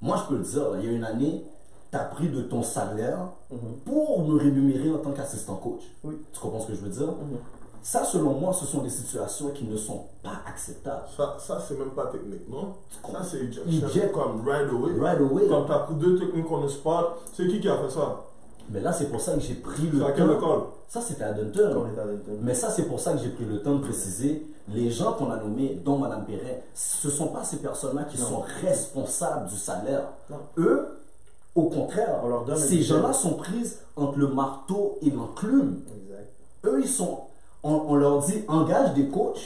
S1: moi je peux le dire, là, il y a une année, tu as pris de ton salaire
S3: Mhm.
S1: pour me rémunérer en tant qu'assistant coach.
S3: Oui.
S1: Tu comprends ce que je veux dire?
S3: Mhm.
S1: Ça, selon moi, ce sont des situations qui ne sont pas acceptables.
S2: Ça, ça c'est même pas technique, non? Ça, c'est
S1: Il
S2: ejection
S1: jette.
S2: comme right away.
S1: Right away.
S2: Comme t'as pris deux techniques on the spot, c'est qui qui a fait ça?
S1: Mais là, c'est pour ça que j'ai pris le
S2: C'est à quelle
S1: temps.
S2: école?
S1: Ça, c'était à Dunton.
S3: Quand on est à Denton.
S1: Mais ça, c'est pour ça que j'ai pris le temps de préciser. Les gens qu'on a nommés, dont Mme Perret, ce ne sont pas ces personnes-là qui
S3: Non.
S1: sont responsables du salaire.
S3: Non.
S1: Eux, au contraire,
S3: On leur donne un
S1: ces
S3: budget.
S1: gens-là sont prises entre le marteau et l'enclume.
S3: Exact.
S1: Eux, ils sont. On, on leur dit engage des coachs,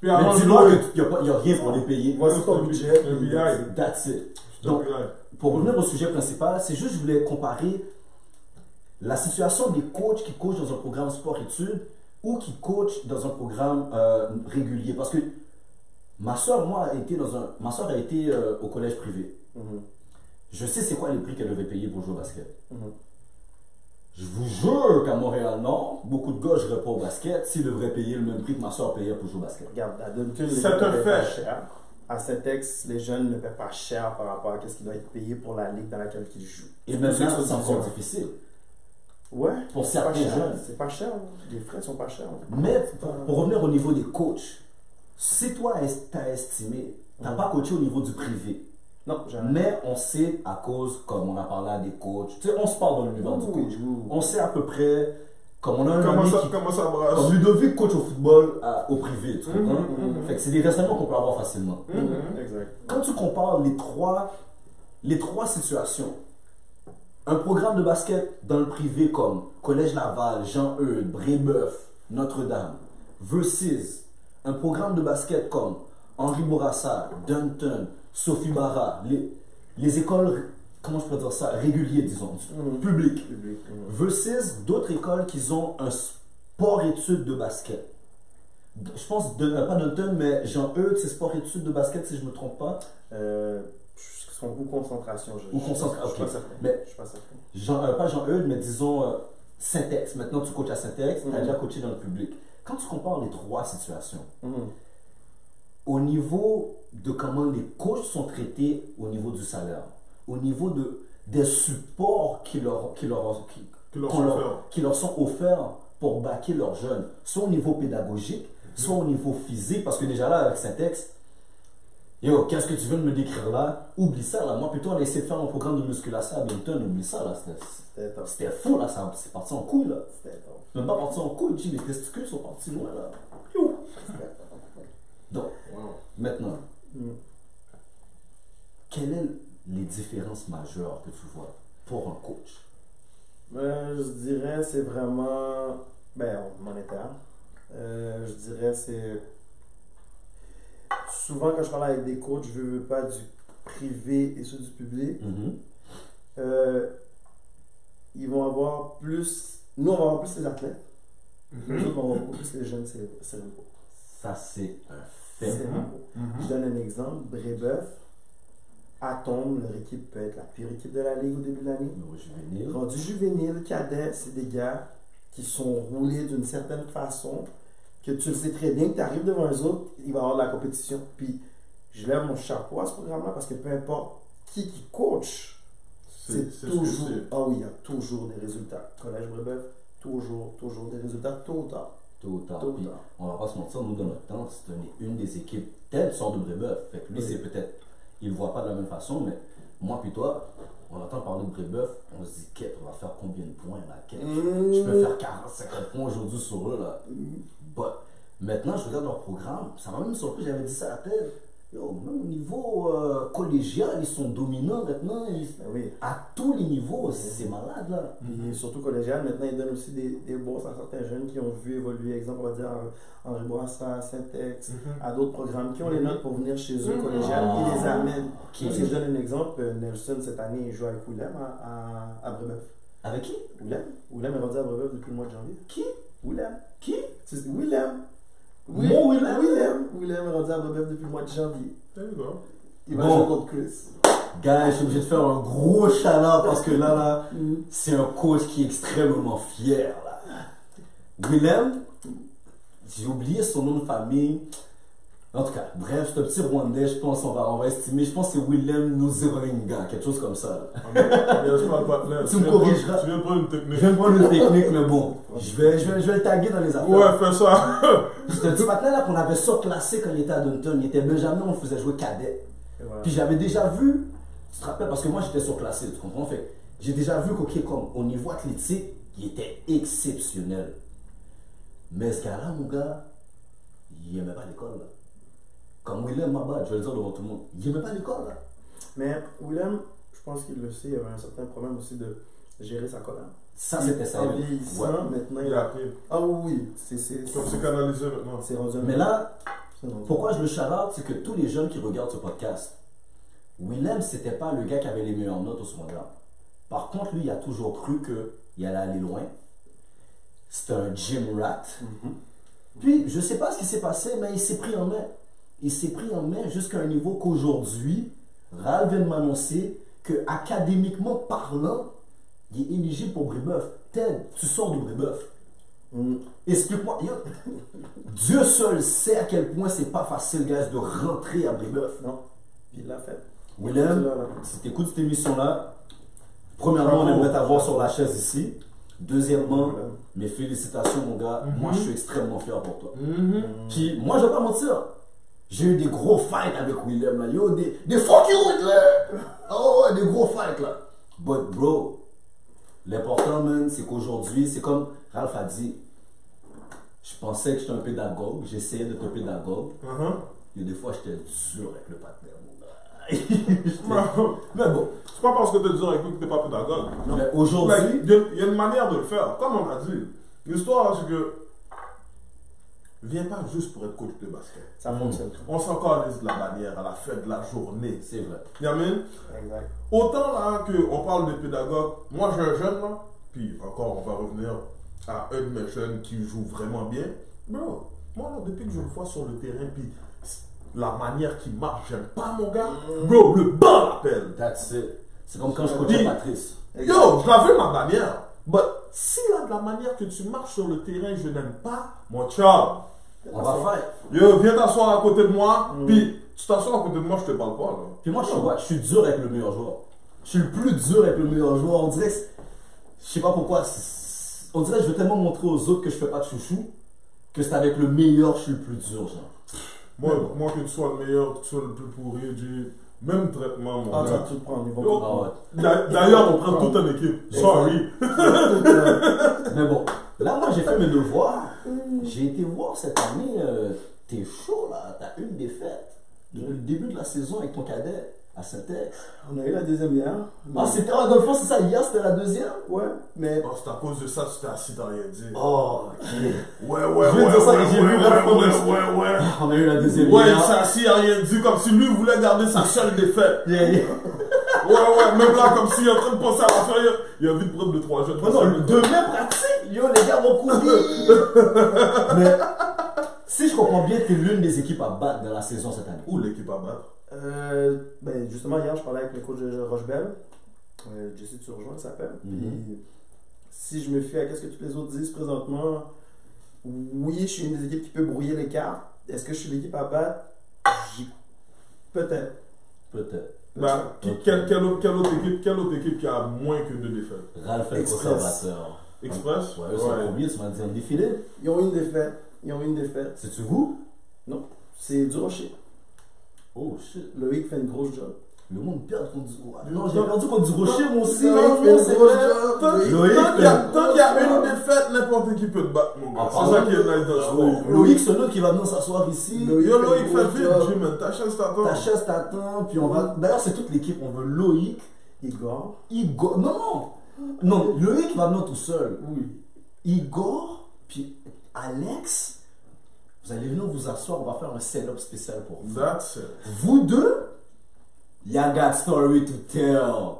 S2: Puis
S1: mais
S2: avant de
S1: dis-leur
S2: jouer,
S1: qu'il n'y a, rien pour les payer.
S3: Voici ton budget.
S2: le
S3: puis
S2: BI.
S1: That's it.
S2: je te
S1: Donc,
S2: dirais.
S1: pour revenir au sujet principal, c'est juste je voulais comparer la situation des coachs qui coachent dans un programme sport-études ou qui coachent dans un programme euh, régulier. Parce que ma soeur, moi, a été dans un. Ma soeur a été euh, au collège privé.
S3: Mhm.
S1: Je sais c'est quoi les prix qu'elle devait payer pour jouer au basket.
S3: Mhm.
S1: Je vous jure qu'à Montréal-Nord, beaucoup de gars joueraient pas au basket s'ils devraient payer le même prix que ma soeur payait pour jouer au basket.
S3: Regarde, à Duncan, les
S2: C'est
S3: jeunes
S2: un
S3: ne paient pas
S2: fait.
S3: cher. À Cetex, les jeunes ne paient pas cher par rapport à ce qui doit être payé pour la ligue dans laquelle ils jouent.
S1: Et maintenant,
S3: C'est
S1: c'est encore
S3: ça.
S1: difficile.
S3: Ouais.
S1: Pour
S3: c'est pas
S1: certains
S3: cher.
S1: jeunes.
S3: C'est pas cher. hein. Les frais sont pas chers. hein.
S1: Mais pour, pour revenir au niveau des coachs, si toi est- t'as estimé, t'as pas coaché au niveau du privé,
S3: Non, jamais.
S1: mais on sait à cause, comme on a parlé à des coachs, tu sais, on se parle dans l'univers du
S3: Oui,
S1: coach,
S3: oui, oui.
S1: on sait à peu près, comme on a un
S2: Comment
S1: ami
S2: ça,
S1: qui-
S2: comment ça
S1: comme
S2: brasse?
S1: Ludovic coach au football à- au privé, tu comprends?
S2: mhm, mhm.
S1: Fait que c'est des raisonnements qu'on peut avoir facilement.
S3: Mhm. Exact.
S1: Quand tu compares les trois, les trois situations, un programme de basket dans le privé comme Collège Laval, Jean-Eudes, Brébeuf, Notre-Dame, versus un programme de basket comme Henri Bourassa, Dunton, Sophie Barra, les, les écoles, comment je peux dire ça, régulières, disons,
S3: Mhm.
S1: publiques,
S3: Public. Mhm.
S1: versus d'autres écoles qui ont un sport-études de basket. Je pense, de, pas Dunton, mais Jean-Eudes, c'est sport-études de basket, si je ne me trompe pas.
S3: Euh, je- sont ou concentration. Je,
S1: Ou
S3: je-
S1: concentra-
S3: Je suis pas
S1: ok.
S3: certain.
S1: Mais-
S3: Je suis pas certain.
S1: Jean- euh, pas Jean-Eudes, mais disons euh, Syntex. Maintenant, tu coaches à Syntex, tu as
S3: Mhm.
S1: déjà coaché dans le public. Quand tu compares les trois situations,
S3: Mhm.
S1: au niveau de comment les coachs sont traités au niveau du salaire, au niveau de, des supports qui leur, qui leur, qui-
S2: Qui leur
S1: qu'on
S2: sont offerts.
S1: qui leur sont offerts pour baquer leurs jeunes, soit au niveau pédagogique, soit au niveau physique, parce que déjà là, avec Syntex, Yo, qu'est-ce que tu veux de me décrire là? Oublie ça là. Moi, plutôt, on a essayé de faire mon programme de musculation à Benton. Oublie ça là. C'était-
S3: C'était top.
S1: c'était fou là, ça- c'est parti en couille là.
S3: C'était top.
S1: Même pas parti en couille, tu dis, mes testicules sont partis loin là. Piou. Donc,
S2: Wow.
S1: maintenant,
S3: Mm.
S1: quelles sont les différences majeures que tu vois pour un coach
S3: Ben, je dirais c'est vraiment ben, monétaire. Euh, je dirais c'est souvent quand je parle avec des coachs, je veux pas du privé et ceux du public. Euh, ils vont avoir plus, nous on va avoir plus les athlètes,
S2: Mhm.
S3: nous
S1: Mhm.
S3: autres, on va avoir beaucoup plus les jeunes céré- cérébraux.
S1: Ça, c'est un fait.
S3: Cérébraux.
S2: Mhm.
S3: Je donne un exemple, Brébeuf, Atom, leur équipe peut être la pire équipe de la ligue au début de l'année.
S1: Nos juvéniles.
S3: Rendu juvénile, cadet, c'est des gars qui sont roulés d'une certaine façon, que tu le sais très bien, que tu arrives devant eux autres, il va y avoir de la compétition. Puis je lève mon chapeau à ce programme-là parce que peu importe qui qui coach, c'est
S2: ce que
S3: toujours.
S2: c'est.
S3: Ah oui, il y a toujours des résultats. Collège Brebeuf, toujours, toujours des résultats, tôt ou tard.
S1: Tôt ou tard.
S3: Tôt ou
S1: Puis,
S3: tard.
S1: on va pas se mentir, nous, dans notre temps, c'est une, une des équipes. Ted sort de Brébeuf. Fait que lui,
S3: Oui.
S1: c'est peut-être. Il le voit pas de la même façon, mais moi, puis toi, on on entend parler de Brébeuf, on se dit, quête, on va faire combien de points là Quête,
S3: Mmh.
S1: Je peux faire 40, 50 points aujourd'hui sur eux là.
S3: Mhm.
S1: But, maintenant, je regarde leur programme, ça m'a même surpris, j'avais dit ça à Ted. Yo, même au niveau euh, collégial, ils sont dominants maintenant. ils-
S3: Ben oui.
S1: à tous les niveaux, c'est malade là.
S3: Puis surtout collégial, maintenant ils donnent aussi des, des bourses à certains jeunes qui ont vu évoluer, exemple on va dire en- Henri Bourassa,
S2: Mhm.
S3: Saint-Ex,
S2: Ah,
S1: Ah.
S3: à d'autres programmes qui ont les notes pour venir chez eux collégial, qui les amènent.
S1: Mm. Ok.
S3: Si je donne un exemple, euh, Nelson cette année il joue avec Willem à, à, à Brébeuf.
S1: Avec qui
S3: Willem Willem est rendu à Brébeuf depuis le mois de janvier.
S1: Qui
S3: Willem
S1: Qui
S3: Tu sais, Willem
S1: Mon Willem?
S3: Willem Willem est rendu à Brébeuf depuis le mois de janvier.
S2: There you go.
S3: Il va
S1: Bon.
S3: jouer contre Chris.
S1: Gars, je suis obligé de faire un gros chaleur parce que là, là, c'est un coach qui est extrêmement fier. Là. Willem, j'ai oublié son nom de famille. En tout cas, bref, c'est un petit Rwandais, je pense, on va, on va estimer. Je pense que c'est Willem Noziringa, quelque chose comme ça. là.
S2: Ah, mais- mais je parle pas de l'air.
S1: Tu me
S2: viens prendre-
S1: corrigeras.
S2: Tu viens prendre une
S1: Je
S2: technique.
S1: vais prendre le technique, mais bon, je vais, je, vais, je vais le taguer dans les affaires.
S2: Ouais, fais ça.
S1: C'est un petit matin là qu'on avait surclassé quand il était à Dunton. Il était Benjamin, on le faisait jouer cadet.
S3: Et voilà.
S1: Puis j'avais déjà vu, tu te rappelles, parce que moi j'étais surclassé, tu comprends? Fait, que j'ai déjà vu qu'au comme au niveau athlétique, il était exceptionnel. Mais ce gars-là, mon gars, il aimait pas l'école. là. Comme Willem Mabat, je vais le dire devant tout le monde, il aimait pas l'école. là.
S3: Mais Willem, je pense qu'il le sait, il y avait un certain problème aussi de gérer sa colère.
S1: Ça, c'était ça.
S3: En
S1: là.
S3: vieillissant,
S1: Ouais.
S3: maintenant, il
S2: Il
S3: a-
S2: a appris.
S3: Ah oui, oui, c'est c'est-
S2: Je suis canalisé maintenant.
S3: c'est rendu un-
S1: Mais là,
S3: c'est rendu-
S1: Pourquoi je le charade, c'est que tous les jeunes qui regardent ce podcast, Willem, c'était pas le gars qui avait les meilleures notes au secondaire. Par contre, lui, il a toujours cru qu'il allait aller loin. C'était un gym rat.
S3: Mm-hmm.
S1: Puis, je sais pas ce qui s'est passé, mais il s'est pris en main. Il s'est pris en main jusqu'à un niveau qu'aujourd'hui, Ral vient de m'annoncer que, académiquement parlant, il est éligible pour Brébeuf. Ted, tu sors de Brébeuf. Mm-hmm.
S3: Mm.
S1: Explique-moi. yo. Dieu seul sait à quel point c'est pas facile, guys, de rentrer à Brébeuf.
S3: Non, puis il l'a fait.
S1: Willem,
S3: Là, là.
S1: si tu écoutes cette émission-là, premièrement, on aimerait t'avoir sur la chaise ici. Deuxièmement,
S3: Voilà.
S1: mes félicitations, mon gars. Moi, je suis extrêmement fier pour toi. Puis, moi, je vais pas mentir. J'ai eu des gros fights avec Willem, là. Yo, des, des fuck you, Hitler! Oh, ouais, des gros fights, là. But, bro, l'important, man, c'est qu'aujourd'hui, c'est comme Ralph a dit, je pensais que j'étais un pédagogue, j'essayais d'être un pédagogue.
S2: Mhm.
S1: Et des fois, j'étais dur avec le partenaire, mon gars. J'étais- Mais bon,
S2: C'est pas parce que t'es dur avec lui que t'es pas pédagogue.
S1: mais
S2: Like,
S1: aujourd'hui,
S2: Il y, a- il y a une manière de le faire. Comme on a dit, l'histoire, c'est que. Viens pas juste pour être coach de basket.
S3: Ça fonctionne.
S2: On s'en calisse de la bannière à la fin de la journée.
S1: c'est vrai.
S2: You know what I mean?
S3: Exact.
S2: Autant là qu'on parle des pédagogues, moi j'ai un jeune là, puis encore on va revenir à un de mes jeunes qui joue vraiment bien. Bro, moi là, depuis que je le vois sur le terrain, puis la manière qu'il marche, j'aime pas mon gars. Bro, le banc l'appelle.
S1: That's it. C'est comme quand je coachais
S2: Dis-
S1: Patrice.
S2: Yo, je l'avais ma manière. Mais si là, de la manière que tu marches sur le terrain, je n'aime pas, mon chum,
S1: On va faire.
S2: yo, viens t'asseoir à côté de moi,
S1: Mm.
S2: puis tu t'assois à côté de moi, je te parle pas là.
S1: Puis moi, je suis, ouais, je suis dur avec le meilleur joueur. Je suis le plus dur avec le meilleur joueur. On dirait, que c'est- je sais pas pourquoi, c'est- on dirait que je veux tellement montrer aux autres que je fais pas de chouchou que c'est avec le meilleur je suis le plus dur, genre.
S2: Moi,
S1: Mm.
S2: moi, que tu sois le meilleur, que tu sois le plus pourri, du même traitement, mon
S3: Ah,
S2: gars.
S3: tu, tu te prends au niveau.
S2: Yo.
S1: Ah ouais.
S2: D'a- D'ailleurs, on
S1: Ah.
S2: prend toute une équipe. Sorry.
S1: Mais bon, là, moi, j'ai fait mes devoirs. J'ai été voir cette année, euh, t'es chaud là, t'as une défaite depuis le début de la saison avec ton cadet à Saint-Ex.
S3: On a eu la deuxième hier. mais-
S1: Ah, c'était, ah, dans le fond, c'est ça, hier, c'était la deuxième?
S3: Ouais, mais
S2: Oh, c'est à cause de ça que tu t'es assis, t'as rien dit.
S1: Oh, ok.
S2: Ouais, ouais,
S1: Je vais
S2: ouais,
S1: dire ça,
S2: ouais,
S1: j'ai
S2: ouais,
S1: vu
S2: ouais,
S1: Ralph
S2: ouais,
S1: Thomas.
S2: ouais, ouais.
S1: On a eu la deuxième
S2: Ouais, il
S1: hier.
S2: s'est assis, a rien dit, comme si lui voulait garder sa seule défaite.
S1: Yeah, yeah.
S2: Ouais, ouais, même là, comme s'il est en train de penser à la fin, il a- il a envie de prendre deux, trois jeux.
S1: Non, non, le demain pratique, yo, les gars vont courir. Mais si je comprends bien, t'es l'une des équipes à battre dans la saison cette année.
S2: Ouh, l'équipe à battre.
S3: euh, ben, justement, hier, je parlais avec le coach de Rochebelle. Euh, Jesse Turgeon, il s'appelle. Puis, si je me fie à quest ce que tous les autres disent présentement, oui, je suis une des équipes qui peut brouiller l'écart. Est-ce que je suis l'équipe à battre J'y- Peut-être.
S1: Peut-être.
S3: Ben.
S2: Bah, qui- quelle, quelle autre, quelle autre équipe, quelle autre équipe qui a moins que deux défaites
S1: Ralph est
S3: Express.
S1: conservateur.
S2: Express
S1: Ouais, bon. eux sont premiers, tu m'as dit un défilé.
S3: Ils ont eu une défaite. Ils ont eu une défaite.
S1: C'est-tu vous?
S3: C'est du rocher.
S1: Oh shit.
S3: Loïc fait une grosse job.
S1: Le monde perd contre du. Ouais,
S3: Le
S1: Non,
S3: monde
S1: j'ai
S3: perd.
S1: perdu contre du Rocher, moi aussi.
S3: Loïc
S1: Non,
S3: fait
S1: non,
S3: une
S1: c'est
S3: grosse
S1: vrai.
S3: job.
S2: Tant qu'il
S1: Loïc,
S2: y a-
S1: euh,
S2: tant qu'il y a une
S1: euh,
S2: défaite, n'importe qui peut te battre, mon
S1: en
S2: gars.
S1: parlant
S2: C'est ça qui est nice dans ce
S1: ah, Loïc, Loïc, c'est l'autre qui va venir s'asseoir ici.
S3: Loïc
S2: Yo,
S3: fait
S2: Loïc,
S3: une
S2: fais
S3: grosse
S2: vite,
S3: job.
S2: Jim, man. ta chaise t'attend.
S1: Ta chaise t'attend, puis on va. D'ailleurs, c'est toute l'équipe. On veut Loïc,
S3: Igor.
S1: Igor. Non, non. Non, Loïc va venir tout seul.
S3: Oui.
S1: Igor, puis Alex, vous allez venir vous asseoir, on va faire un setup spécial pour vous.
S2: That's it.
S1: Vous deux, y'a got story to tell.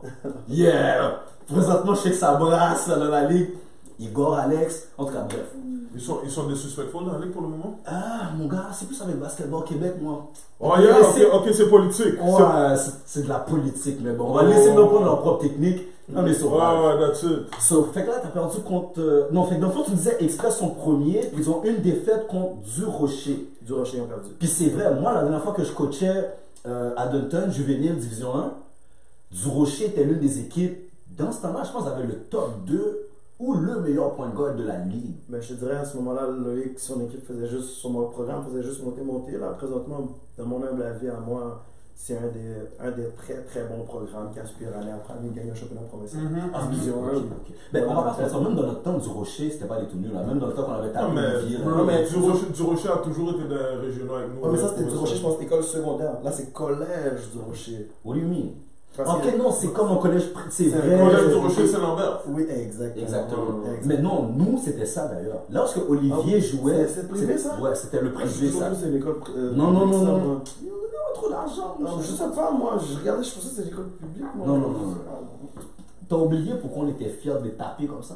S1: Yeah! Présentement, je sais que ça brasse là, dans la ligue. Igor, Alex, en tout cas, bref.
S2: Ils sont, ils sont des suspects pour la ligue pour le moment.
S1: Ah, mon gars, c'est plus avec Basketball Québec, moi.
S2: Oh yeah, ok,
S1: laisser-
S2: ok, c'est politique.
S1: Ouais,
S2: C'est-
S1: c'est- c'est de la politique, mais bon, on va laisser leur prendre leur propre technique. On est sur
S2: Oh. Ouais,
S1: Ralph.
S2: ouais, that's it.
S1: So, fait que là, t'as perdu contre. euh, Non, fait que dans le fond, tu disais Express sont premiers, puis ils ont une défaite contre Du Rocher.
S3: Du Rocher ont perdu.
S1: Puis c'est vrai, moi, la dernière fois que je coachais euh, à Dunton, juvénile, division 1, Du Rocher était l'une des équipes, dans ce temps-là, je pense, avait le top 2 ou le meilleur point de goal de la ligue.
S3: Ben, je te dirais, à ce moment-là, Loïc, son équipe faisait juste, son programme faisait juste monter, monter. Là, présentement, dans mon humble avis, à moi, c'est un des, un des très, très bons programmes qui aspire à aller après nous gagner un championnat provincial.
S2: Mhm.
S1: Ah,
S3: En division 1.
S1: Ok, ok. Ben, on va pas se mentir, même dans notre temps, Du Rocher, c'était pas des tout nuls, là. Même dans le temps qu'on avait
S2: Non,
S1: tapé
S2: mais,
S1: Ville, hein.
S2: non, mais du, Rocher, du Rocher a toujours été dans les régionaux avec nous.
S1: Ah,
S3: Ouais, mais ça,
S2: Ouais,
S3: c'était du
S2: ouais,
S3: Rocher,
S2: ça.
S3: je pense, école secondaire. Là, c'est collège du Rocher.
S1: What do you mean?
S3: Parce
S1: Ok,
S3: que-
S1: non, c'est comme un collège, pri- c'est
S3: C'est un
S1: vrai.
S2: Le collège du
S3: Euh,
S2: Rocher, c'est Lambert.
S3: Oui, exactement.
S1: Exactement.
S3: Exact.
S1: Mais non, nous, c'était ça d'ailleurs. Lorsque
S3: Ah
S1: Olivier
S3: oui,
S1: jouait.
S3: c'était- c'était privé,
S1: c'était-
S3: ça?
S1: Ouais, c'était le privé
S3: Je trouve
S1: ça.
S3: que Ah, c'est une école. euh,
S1: Non, non, non,
S3: ça,
S1: non.
S3: moi.
S1: Pas trop d'argent,
S3: Non, Ah, je sais pas, moi, je regardais, je pensais que c'était l'école publique. Moi.
S1: Non, non, non, T'as oublié pourquoi on était fiers de les taper comme ça?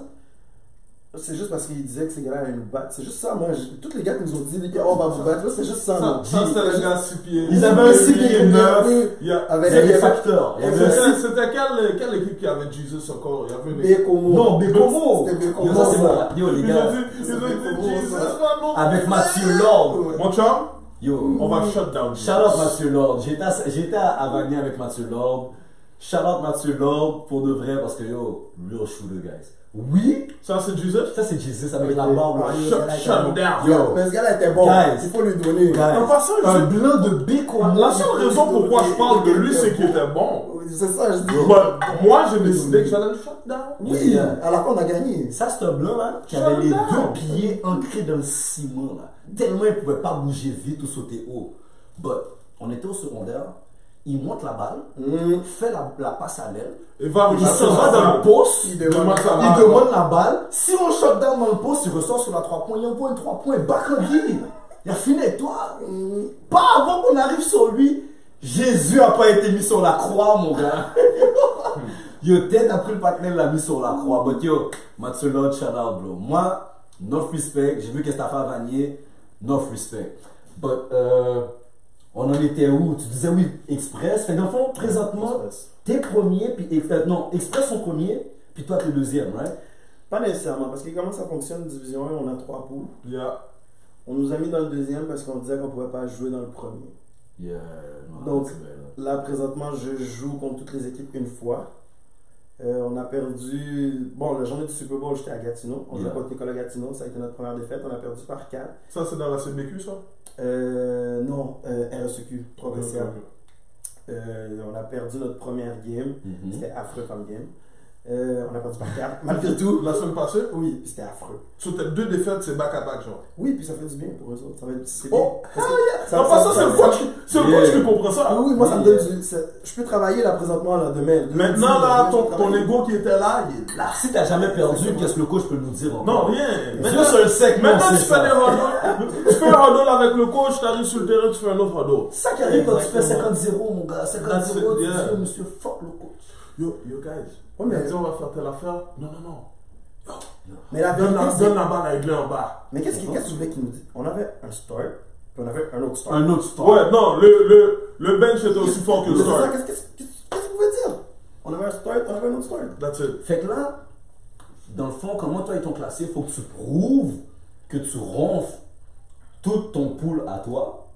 S3: C'est juste parce qu'il disait que ces gars-là allaient nous battre. C'est juste ça, moi. je- Tous les gars qui nous ont dit, les gars, on va vous battre. Moi, C'est juste ça,
S2: Ça,
S3: moi.
S2: ça, c'était le gars à 6 pieds.
S1: Ils avaient un six
S2: Six
S1: pieds neuf.
S2: neuf. Il y a-
S1: Il
S3: Avec
S1: y avait des
S3: les
S1: facteurs. Il y avait
S2: C'était c'était quelle, quelle équipe qui avait Jesus encore Il y avait une équipe.
S3: Bécomo.
S1: Non, Bécomo!
S3: C'était
S1: Yo,
S3: Bécomo,
S1: ça, c'est
S3: ça.
S1: mon ra- Yo, les
S2: Ils ont
S1: gars.
S2: dit, ils ont
S3: Bécomo,
S2: dit Jesus,
S3: ça.
S2: man, non.
S1: Avec Mathieu Lord.
S2: Mon chum,
S1: Yo.
S2: on va shut down.
S1: Shout out Mathieu Lord. J'étais à- J'étais à Avagné avec Mathieu Lord. Shout out Mathieu Lord pour de vrai parce que yo, real shooter guys. Oui,
S2: Ça, c'est Jesus
S1: ça c'est Jesus avec
S3: Ok.
S1: la barbe. là.
S3: Ah,
S2: Shut
S3: yo, ça,
S2: shut
S3: là,
S2: down.
S1: Yo.
S3: Mais ce gars-là était bon.
S1: Guys.
S3: Il faut lui donner.
S1: Guys.
S2: En passant, je-
S1: Un blanc de Bécomo.
S2: La seule raison pourquoi je parle de lui, c'est qu'il était bon.
S3: Oui, C'est ça, je dis.
S2: Bah, moi, j'ai décidé que j'allais le shut down.
S3: Oui, à la fin, on a gagné.
S1: Ça, c'est un blanc là, qui
S2: Ça
S1: avait les
S2: va.
S1: deux pieds ancrés dans le ciment là. Tellement il pouvait pas bouger vite ou sauter haut. But, on était au secondaire, il monte la balle,
S3: Hum.
S1: fait la, la passe à l'aile,
S2: Et va
S1: il se
S2: se
S1: va dans le poste, il,
S3: Il
S1: demande,
S3: demande
S2: sa
S1: il
S2: main.
S1: demande la balle. Si on shot down dans le poste, il ressort sur la 3 points, il y a un point, 3 points, back again. Il a fini toi. Pas avant qu'on arrive sur lui. Jésus a pas été mis sur la croix, mon gars. Yo, tête après le partenaire l'a mis sur la croix. But yo, Mathieu Lord, shout out, bro. Moi, no respect. J'ai vu qu'est-ce que t'as fait à Vanier. No respect. But, euh, on en était où? Tu disais oui, Express. Fait que dans le fond, présentement, t'es premier, puis Ex- euh, non, Express sont premiers, puis toi t'es deuxième, right?
S3: Pas nécessairement, parce que comment ça fonctionne, Division 1, on a trois poules.
S2: Yeah.
S3: On nous a mis dans le deuxième parce qu'on disait qu'on pouvait pas jouer dans le premier.
S1: Yeah,
S3: Donc, Là, présentement, je joue contre toutes les équipes une fois. Euh, on a perdu. Bon, la journée du Super Bowl, j'étais à Gatineau. On
S1: Yeah.
S3: joue contre Nicolas Gatineau. Ça a été notre première défaite. On a perdu par 4.
S2: Ça, c'est dans la CBQ, ça
S3: Euh, non, euh, RSEQ,
S2: Mm-hmm.
S3: provincial. Euh, on a perdu notre première game.
S2: Mm-hmm.
S1: Mm-hmm.
S3: C'était affreux comme game. Euh, on a perdu par 4. Malgré tout.
S2: La semaine passée,
S3: Oui, puis c'était affreux.
S2: sur tes deux défaites, c'est back à back, genre.
S3: Oui, puis ça fait du bien pour eux autres. Ça va être. c'est
S2: Oh,
S3: bien. Parce que
S2: En passant, c'est le coach, c'est le coach
S1: Yeah.
S2: qui comprend ça.
S3: Ah Oui, oui, moi ça me
S1: Oui,
S3: donne du. ça- Je peux travailler là présentement là demain.
S2: Maintenant, là,
S3: Demain,
S2: ton,
S3: je peux
S2: ton
S3: travailler.
S2: ego qui était là, il est là.
S1: Là, si t'as jamais perdu, qu'est-ce que le coach peut nous dire
S2: Non,
S1: encore?
S2: rien.
S1: Dieu
S2: Maintenant,
S1: seul sait que nous, on
S2: maintenant,
S1: sait
S2: tu fais des
S1: ça.
S2: huddles. tu fais un huddle avec le coach, t'arrives sur le terrain, tu fais un autre huddle.
S1: Ça qui arrive quand tu fais
S2: Exactement.
S1: 50-0, mon gars. 50-0, tu
S2: That's it, yeah.
S1: dis, oh, monsieur, fuck le coach.
S2: Yo, yo, guys.
S3: Ouais,
S2: On
S3: mais-
S2: a dit, on va faire telle affaire. Non, non, non.
S3: Mais la
S2: Donne
S3: vérité,
S2: la,
S3: c'est-
S2: donne la balle à Aiglin en bas.
S3: Mais qu'est-ce qu'il- qu'est-ce que tu voulais qu'il nous dise On avait un start, puis on avait un autre start.
S1: Un autre sport.
S2: Ouais, non, le, le, le bench était aussi fort que
S3: Mais
S2: le
S3: c'est ça,
S2: start.
S3: Qu'est-ce qu'est-ce- qu'est-ce- qu'est-ce que tu pouvais dire On avait un start, on avait un autre start.
S2: That's it.
S1: Fait que là, dans le fond, comment toi ils t'ont classé, faut que tu prouves que tu ronfles toute ton pool à toi.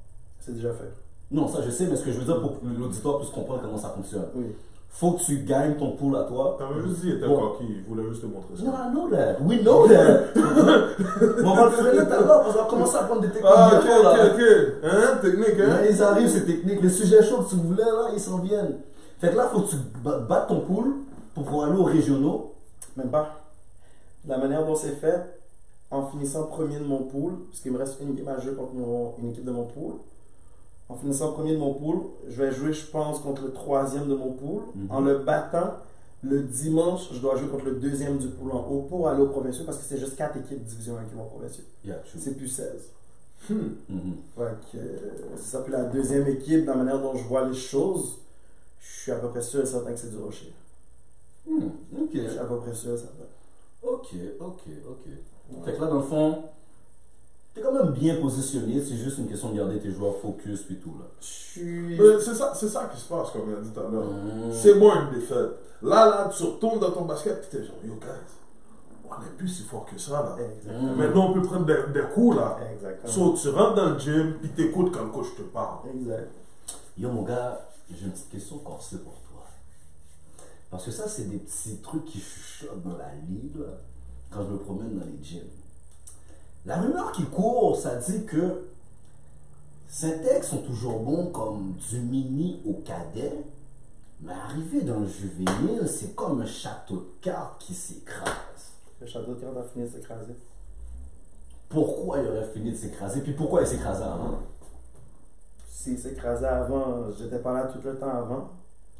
S3: C'est déjà fait.
S1: Non, ça je sais, mais ce que je veux dire pour que l'auditoire puisse comprendre comment ça fonctionne.
S3: Oui.
S1: Faut que tu gagnes ton pool à toi.
S2: T'avais juste dit, il était
S1: Bon.
S2: cocky, il voulait juste te montrer ça.
S1: No, I know that. We know that. Mais on va le freiner tout à l'heure parce qu'on va commencer à prendre des techniques
S2: Ah, ok,
S1: bientôt,
S2: ok,
S1: là.
S2: ok. Hein, technique, hein.
S1: Là, Ils arrivent ces techniques. Les sujets chauds que tu voulais là, ils s'en viennent. Fait que là, faut que tu ba- battes ton pool pour pouvoir aller aux régionaux.
S3: Même pas. bah, La manière dont c'est fait, en finissant premier de mon pool, parce qu'il me reste une game à jouer contre mon- une équipe de mon pool, en finissant premier de mon pool, je vais jouer, je pense, contre le troisième de mon pool.
S1: Mhm.
S3: En le battant, le dimanche, je dois jouer contre le deuxième du pool en haut pour aller au provinciaux, parce que c'est juste quatre équipes division 1 qui vont au provinciaux.
S1: Yeah, true.
S3: C'est plus 16.
S1: Mhm.
S3: Fait que, euh, c'est ça. Puis la deuxième équipe, la manière dont je vois les choses, je suis à peu près sûr et certain que c'est du rocher.
S1: Hmm, Ok,
S3: Je suis à peu près sûr et certain.
S1: ok, ok, ok.
S3: Ouais.
S1: Fait que là, dans le fond, t'es quand même bien positionné. C'est juste une question de garder tes joueurs focus puis tout, là.
S3: Je suis.
S2: Mais Euh, C'est ça, c'est ça qui se passe, comme on a dit tout à l'heure.
S1: Hmm.
S2: C'est moi une défaite. Là, là, tu retournes dans ton basket, puis t'es genre, yo, guys, on n'est plus si fort que ça, là.
S3: Exactement.
S1: Mm.
S2: Maintenant, on peut prendre des, des coups, là.
S3: Exactement.
S2: So, tu rentres dans le gym, puis t'écoutes quand le coach te parle.
S3: Exact.
S1: Yo, mon gars, j'ai une petite question corsée pour toi. Parce que ça, c'est des petits trucs qui chuchotent dans la ligue là, quand je me promène dans les gyms. La rumeur qui court, ça dit que Syntex sont toujours bons comme du mini au cadet, mais arriver dans le juvénile, c'est comme un château de cartes qui s'écrase.
S3: Le château de cartes a fini de s'écraser.
S1: Pourquoi il aurait fini de s'écraser Puis pourquoi il s'écrasait avant
S3: S'il s'écrasait avant, j'étais pas là tout le temps avant.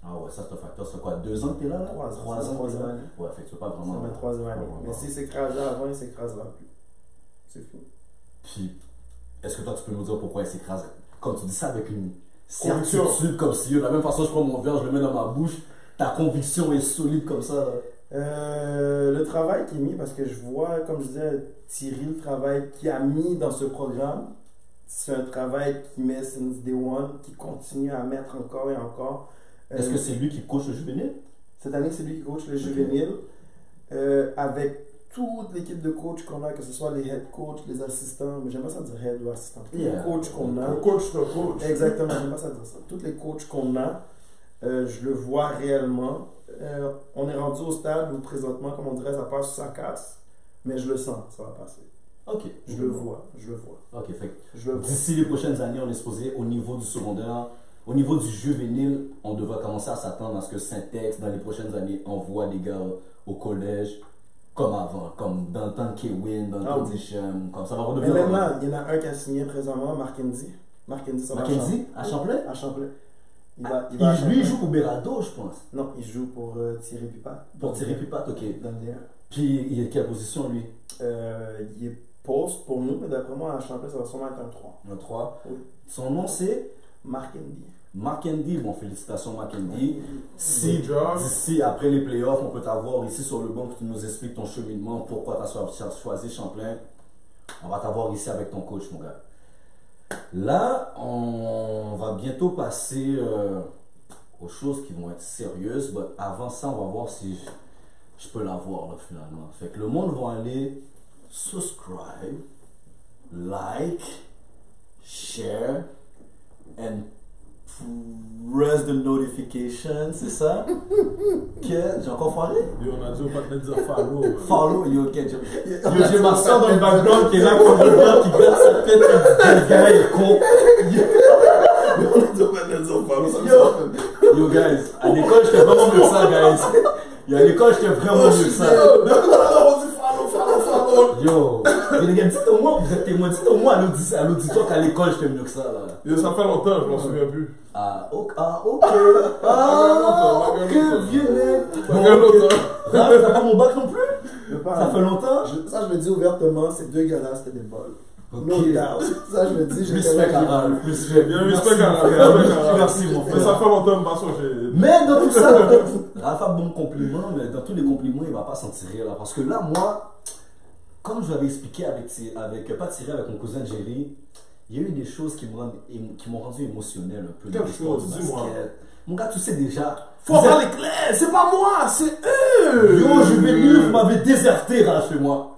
S1: Ah ouais, ça c'est un facteur. Ça fait quoi Deux ans que t'es là, là
S3: Trois ans,
S1: Trois ans.
S3: trois
S1: t'es là?
S3: ans.
S1: Ouais, fait que tu veux pas
S3: Ça
S1: vraiment.
S3: ma troisième année.
S1: Ouais, ouais,
S3: Mais
S1: ouais.
S3: s'il s'écrasait avant, il s'écrasera plus. C'est fou.
S1: Puis, est-ce que toi, tu peux nous dire pourquoi il s'écrase Quand tu dis ça avec une
S2: Conviction.
S1: certitude comme si, de la même façon, je prends mon verre, je le mets dans ma bouche, ta conviction est solide comme ça. là.
S3: Euh, le travail qui est mis, parce que je vois, comme je disais, Thierry, le travail qu'il a mis dans ce programme, c'est un travail qui met since day one, qui continue à mettre encore et encore. Euh,
S1: Est-ce que c'est lui qui coach le juvénile
S3: Cette année, c'est lui qui coach le juvénile. Euh, avec toute l'équipe de coachs qu'on a, que ce soit les head coachs, les assistants, mais j'aime pas ça dire head ou assistant. Tous
S1: Yeah.
S3: Les coachs qu'on a.
S2: Le coach te coach.
S3: Exactement, j'aime pas ça dire ça. Toutes les coachs qu'on a, euh, je le vois réellement. Euh, on est rendu au stade où présentement, comme on dirait, ça passe ou ça casse, mais je le sens, ça va passer.
S1: Ok.
S3: Je le vois, je le vois.
S1: Ok, fait que
S3: Je le vois.
S1: d'ici les prochaines années, on est supposé, au niveau du secondaire, au niveau du juvénile, on devrait commencer à s'attendre à ce que Syntex, dans les prochaines années, envoie les gars au collège comme avant, comme dans le temps de Kewin, dans le
S3: Ah
S1: temps
S3: oui.
S1: de Deschamps, comme ça va
S3: Mais
S1: redevenir.
S3: même là, il y en a un qui a signé présentement, Markendy. Markendy, ça va
S1: Mackenzie, à Champlain,
S3: À Champlain. Il va, il
S1: il,
S3: va à
S1: lui, Ah, il
S3: Champlain.
S1: joue pour Berado, je pense.
S3: Non, il joue pour euh, Thierry Pipa.
S1: Pour tirer plus patte, ok.
S3: Dans le DR.
S1: Puis il est de quelle position lui
S3: Euh, il est poste pour nous, mais d'après moi, à Champlain, ça va sûrement être un 3.
S1: Le 3.
S3: Oui.
S1: Son nom c'est
S3: Mark Indy.
S1: Mackendy. Bon, félicitations Mackendy. Si
S2: Good job.
S1: d'ici après les playoffs, on peut t'avoir ici sur le banc que tu nous expliques ton cheminement, pourquoi tu as choisi Champlain, on va t'avoir ici avec ton coach, mon gars. Là, on va bientôt passer euh, aux choses qui vont être sérieuses. mais avant ça, on va voir si je, je peux l'avoir là finalement. Fait que le monde va aller subscribe, like, share and press the notification, c'est ça? que j'ai encore foiré?
S2: Et on a dit au partenaire de dire follow. man.
S1: Follow, yo, ok, j'ai- yo, j'ai ma soeur Ah, dans le background qui est là comme le gars qui garde sa tête, le gars est con.
S2: On a dit au partenaire de dire follow. ça me
S1: Yo.
S2: fait-
S1: Yo, guys, à l'école, j'étais vraiment mieux que ça, guys. Yo, à l'école, j'étais vraiment
S2: Oh,
S1: mieux
S2: je
S1: que
S2: suis
S1: ça.
S2: yo. Non, non, non, on dit follow, follow, follow.
S1: Yo, mais les gars, dites au moins, vous êtes témoins, dites au moins à l'audi- à l'auditoire qu'à l'école, j'étais mieux que ça, là.
S2: Yo, ça fait longtemps, je m'en souviens plus.
S1: Ah, ok, ah, ok, ah, ok, vieux nègre.
S2: Ça fait
S1: Bon, ok.
S2: longtemps.
S1: Raph, t'as pas mon bac non plus? Ça fait longtemps?
S3: Je- ça, je le dis ouvertement, c'est dégueulasse, c'était des bols. No
S1: Ok.
S3: doubt. Ça, je le dis, je
S1: Respect à Ralph, respect.
S2: Bien,
S1: Merci,
S2: respect à
S1: mon
S2: Ralph.
S1: frère.
S2: Respect à Ralph.
S1: Merci, mon
S2: Mais ça
S1: frère.
S2: fait longtemps, parce que j'ai.
S1: Mais dans tout ça, Ralph a bon compliment, mais dans tous les compliments, il va pas s'en tirer là. Parce que là, moi, comme je l'avais expliqué avec, Thi- avec euh, pas tiré avec mon cousin Jerry, il y a eu des choses qui me rendent- émo- qui m'ont rendu émotionnel un peu. dans
S2: Quelle
S1: l'histoire du
S2: chose, dis-moi.
S1: basket. Mon gars, tu sais déjà.
S2: Faut
S1: Vous êtes-
S2: parler clair, c'est pas moi, c'est eux!
S1: Yo, je vais dire, vous m'avez déserté, Ralph, chez moi.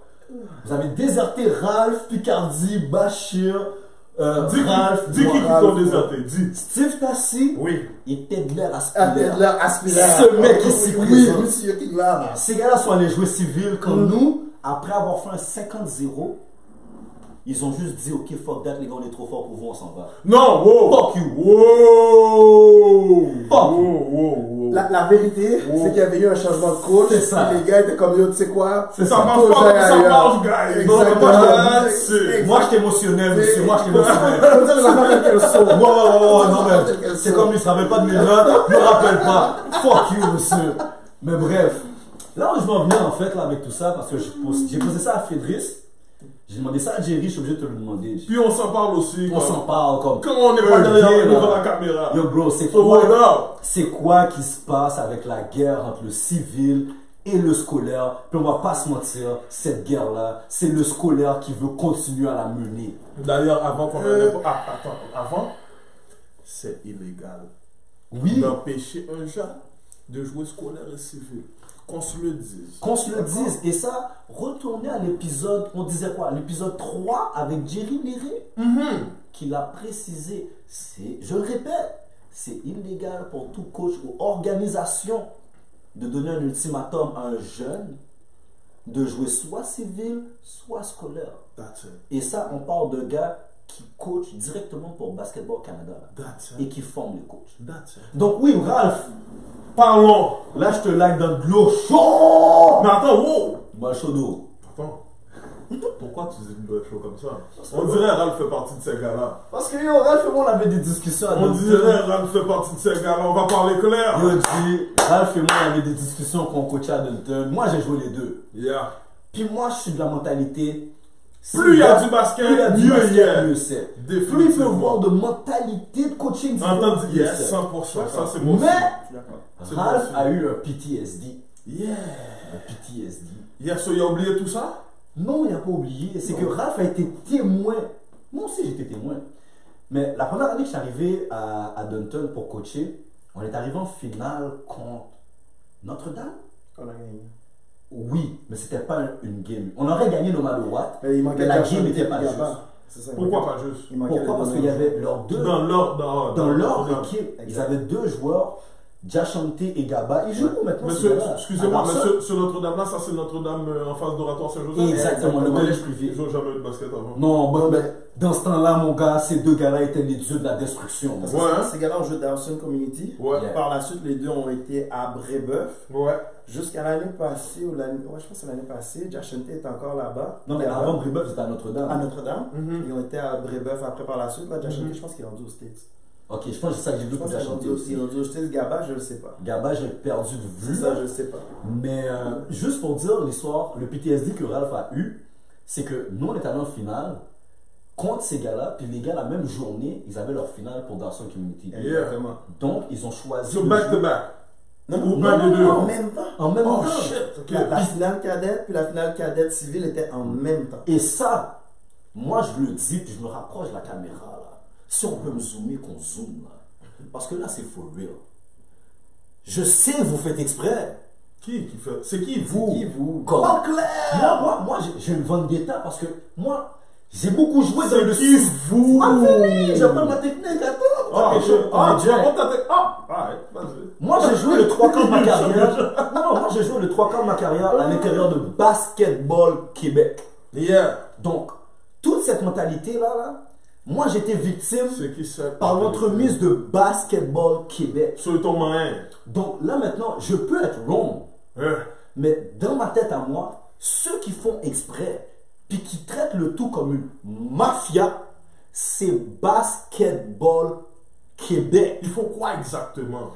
S1: Vous avez déserté Ralph, Picardi, Bachir, euh,
S2: Dis,
S1: Ralph,
S2: dis qui qui
S1: Ralph,
S2: t'ont déserté, dis.
S1: Steve Tassi
S2: Oui.
S1: et Tedler
S2: Ah,
S1: Aspiller.
S3: Appelle là, aspirateur.
S1: Ce mec ici, oui.
S3: oui, monsieur qui l'a.
S1: Mm. Ces gars-là sont allés jouer civil comme nous après avoir fait un 50-0 Ils ont juste dit, OK, fuck that, les gars, on est trop fort pour vous, on s'en va.
S2: Non, wow!
S1: Fuck you.
S2: Wow!
S1: Fuck.
S2: Wow, wow, wow.
S3: La, la vérité,
S2: Wow.
S3: c'est qu'il y avait eu un changement de coach.
S1: Oh. C'est ça.
S3: et Les gars étaient comme yo, tu sais quoi?
S1: C'est
S2: Ça
S1: ça.
S2: marche
S3: Faut
S2: pas,
S3: faire
S2: ça
S3: ailleurs.
S2: marche, guys. Non, mais
S3: Exactement.
S2: moi, je te dis,
S1: Moi, je suis émotionnel, monsieur. Moi, je suis émotionnel.
S3: Comme ça, on a fait quelque chose.
S1: Ouais, ouais, ouais, ouais, non, mais c'est comme il se rappelle pas de mes notes, je me rappelle pas. Fuck you, monsieur. Mais bref, là où je m'en venais en fait, là, avec tout ça, parce que je pose- j'ai posé ça à Fédrice, j'ai demandé ça à Jerry, je suis obligé de te le demander.
S2: Puis on s'en parle aussi.
S1: On
S2: comme-
S1: s'en parle comme.
S2: Comme on n'est pas
S1: Euh,
S2: derrière,
S1: yeah,
S2: devant
S1: là.
S2: la caméra.
S1: Yo, bro, c'est
S2: So, what
S1: quoi,
S2: up?
S1: c'est quoi qui se passe avec la guerre entre le civil et le scolaire? Puis on va pas se mentir, cette guerre-là, c'est le scolaire qui veut continuer à la mener.
S2: D'ailleurs, avant qu'on
S3: Euh.
S2: en ait- Ah, attends, avant, c'est illégal
S1: Oui,
S2: d'empêcher un jeune de jouer scolaire et civil. Qu'on se le dise.
S1: qu'on se le dise. Et ça, retournez à l'épisode, on disait quoi L'épisode 3 avec Jerry Léré, qui l'a précisé. C'est, je le répète, c'est illégal pour tout coach ou organisation de donner un ultimatum à un jeune de jouer soit civil, soit scolaire.
S2: That's it.
S1: Et ça, on parle de gars qui coachent directement pour Basketball Canada
S2: That's it.
S1: et qui forment les coachs.
S2: That's it.
S1: Donc oui, Ralph,
S2: Parlons.
S1: là je te like dans de l'eau chaude.
S2: Mais attends, wow!
S1: Bah chaud d'eau.
S2: Attends. Pourquoi tu dis une chose comme ça On dirait Ralph fait partie de ces gars-là.
S1: Parce que yo, Ralph et moi, on avait des discussions. à
S2: On
S1: notre-
S2: dirait Ralph fait partie de ces gars-là. On va parler clair.
S1: Yo, dis, Ralph et moi, on avait des discussions qu'on coachait à Denton. Moi, j'ai joué les deux.
S2: Yeah.
S1: Puis moi, je suis de la mentalité. si
S2: Plus il y
S1: le
S2: a
S1: gars-
S2: du basket,
S1: plus il y a du
S2: mieux
S1: basket,
S2: il y a.
S1: mieux c'est.
S2: Définitivement.
S1: Plus il peut voir de mentalité de coaching différente,
S2: Entendu,
S1: mieux
S2: yes,
S1: c'est.
S2: 100%, ça c'est bon.
S1: Mais
S3: Je suis d'accord.
S2: C'est
S1: Ralph
S2: bon.
S1: a eu un PTSD.
S2: Yeah.
S1: Un PTSD.
S2: Hier, so, il a oublié tout ça
S1: Non, il n'a pas oublié. C'est que Raph a été témoin. Moi aussi, j'étais témoin. Mais la première année que je suis arrivé à, à Dunton pour coacher, on est arrivé en finale contre Notre-Dame.
S3: On a gagné.
S1: Oui, mais c'était pas un- une game. On aurait gagné no matter what.
S3: Mais il manquait
S1: Mais la
S3: de
S1: game
S3: personnes
S1: n'était pas
S3: qui étaient
S1: juste.
S3: capables. C'est ça, il
S2: Pourquoi
S3: manquait-
S2: pas juste
S3: il manquait
S1: Pourquoi
S3: de
S1: Parce qu'il y
S3: personnes.
S1: avait leurs deux.
S2: Dans l'ordre. Dans,
S1: Dans
S2: dans-
S1: leur équipe, ils
S3: Exact.
S1: avaient deux joueurs, Jachante et Gaba. Ils jouent où maintenant ces
S2: Monsieur,
S1: gars-là?
S2: excusez-moi,
S1: À
S2: mais
S1: Barcelone.
S2: sur, sur Notre-Dame, là, ça c'est Notre-Dame euh, en face d'Oratoire Saint-Joseph.
S1: Exactement, le
S2: Mais
S1: collège
S2: Ils
S1: privé.
S2: n'ont jamais eu de basket avant.
S1: Non, bon,
S3: Non, mais-
S1: ben, dans ce temps-là, mon gars, ces deux gars-là étaient les dieux de la destruction.
S3: Parce
S2: Ouais, hein.
S3: que ces- Ces gars-là ont joué dans Austin Community.
S2: Ouais.
S1: Yeah.
S3: Par la suite, les deux ont été à Brébeuf.
S2: Ouais.
S3: Jusqu'à l'année passée, ou l'année. Ouais, je pense que c'est l'année passée, Jachente était encore là-bas.
S1: Non, mais avant Brébeuf, c'était à Notre-Dame.
S3: À Notre-Dame.
S2: Mhm.
S1: Mm-hmm.
S3: Ils ont été à Brébeuf après par la suite. Là, Jachente,
S2: Mhm.
S3: je pense qu'il est rendu aux States.
S1: Ok, je pense que c'est ça que j'ai
S3: Je
S1: vu Mm-hmm. pour
S3: pense qu'il est
S1: Jachante
S3: rendu aux- il
S1: aussi.
S3: est rendu aux States. Gaba, je le sais pas.
S1: Gaba, j'ai perdu de
S3: C'est
S1: vue.
S3: ça, je sais pas.
S1: Mais euh, juste pour dire l'histoire, le PTSD que Ralph a eu, c'est que nous, on est allé en finale contre ces gars-là, puis les gars, la même journée, ils avaient leur finale pour Darson Community.
S3: Eh
S2: Yeah.
S3: Exactement.
S1: Donc, ils ont choisi.
S2: So
S1: de
S2: back
S1: jouer
S2: to back.
S3: Non,
S2: Ou
S1: pas les deux.
S3: En même temps.
S1: En même
S2: Oh
S1: temps.
S2: shit. Ok.
S3: La, la finale cadette puis la finale cadette civile étaient en même temps.
S1: Et ça, moi, je le dis, puis je me rapproche de la caméra, là. Si on peut me zoomer, qu'on zoome, là. Parce que là, c'est for real. Je sais, vous faites exprès.
S2: Qui qui fait C'est qui vous
S1: Vous,
S3: Qui vous
S1: comme-
S3: Pas clair
S1: Moi, moi, moi j'ai- j'ai une vendetta parce que moi, j'ai beaucoup joué dans le
S2: qui
S1: sud.
S2: vous
S1: Ah, oui, j'apprends ma technique, attends.
S2: Ah,
S1: t'as
S2: ok.
S1: quelque chose, t'as
S2: Ah,
S1: des
S2: tu
S1: jets.
S2: racontes ta technique. Ah, alright, vas-y.
S1: Moi, j'ai joué le trois quarts de ma carrière. Non, non, moi, j'ai joué le trois quarts de ma carrière à l'intérieur de Basketball Québec.
S2: Yeah.
S1: Donc, toute cette mentalité-là, là, moi, j'étais victime
S2: C'est qui ça
S1: par l'entremise de Basketball Québec.
S2: Sur ton moyen.
S1: Donc, là, maintenant, je peux être wrong.
S2: Hein.
S1: Mais dans ma tête à moi, ceux qui font exprès, puis qui traitent le tout comme une mafia, c'est Basketball Québec.
S2: Il faut quoi exactement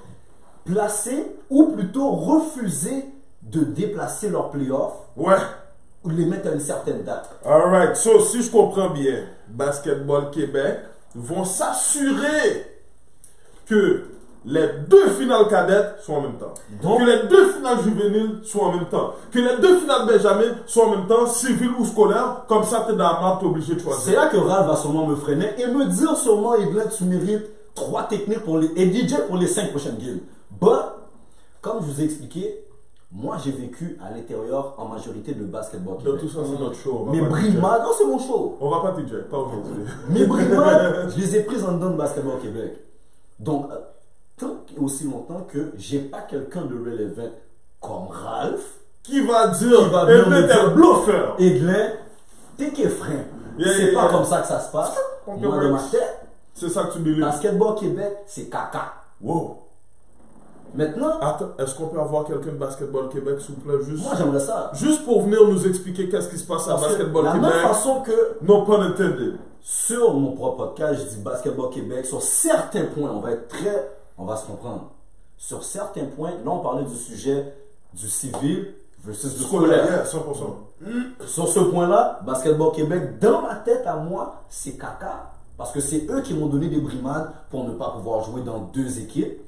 S1: Placer, ou plutôt refuser de déplacer leurs playoffs,
S2: Ouais.
S1: ou de les mettre à une certaine date.
S2: Alright, so si je comprends bien, Basketball Québec vont s'assurer que les deux finales cadettes soient en même temps.
S1: Donc-
S2: que les deux finales juvéniles soient en même temps. Que les deux finales Benjamin soient en même temps, civiles ou scolaires. Comme ça, t'es dans la marque, t'es obligé de
S1: C'est
S2: choisir.
S1: là que Ralph va sûrement me freiner et me dire sûrement, Evelyn, tu mérites trois techniques pour les, et DJ pour les cinq prochaines games. Bah, comme je vous ai expliqué, moi j'ai vécu à l'intérieur en majorité de basketball.
S2: Dans
S1: Québec.
S2: tout ça, c'est notre show. on va
S1: Mes
S2: pas te dire.
S1: brimades, non c'est mon show.
S2: On va pas te dire, pas aujourd'hui.
S1: Mes brimades, je les ai prises en dedans de Basketball Québec. Donc, euh, tant et aussi longtemps que j'ai pas quelqu'un de relevant comme Ralph,
S2: Qui va dire
S1: va
S2: Eh
S1: venir
S2: ben,
S1: me
S2: t'es
S1: dire-
S2: un bluffeur
S1: Edlin, t'es qu'effrain.
S2: Yeah,
S1: c'est
S2: yeah,
S1: pas
S2: yeah.
S1: comme ça que ça se passe.
S2: On
S1: Moi,
S2: peut
S1: dans ma
S2: voir.
S1: tête,
S2: C'est ça que tu believe.
S1: Basketball Québec, c'est caca.
S2: Wow.
S1: Maintenant,
S2: Attends, est-ce qu'on peut avoir quelqu'un de Basketball Québec, s'il vous plaît, juste,
S1: moi, j'aimerais ça.
S2: juste pour venir nous expliquer qu'est-ce qui se passe à
S1: Parce que
S2: Basketball
S1: la
S2: Québec?
S1: même façon que
S2: Non, pas intended.
S1: sur mon propre podcast, je dis Basketball Québec, sur certains points, on va être très. On va se comprendre. Sur certains points, là, on parlait du sujet du civil versus du scolaire.
S2: Yeah, 100%.
S1: Sur ce point-là, Basketball Québec, dans ma tête à moi, c'est caca. Parce que c'est eux qui m'ont donné des brimades pour ne pas pouvoir jouer dans deux équipes.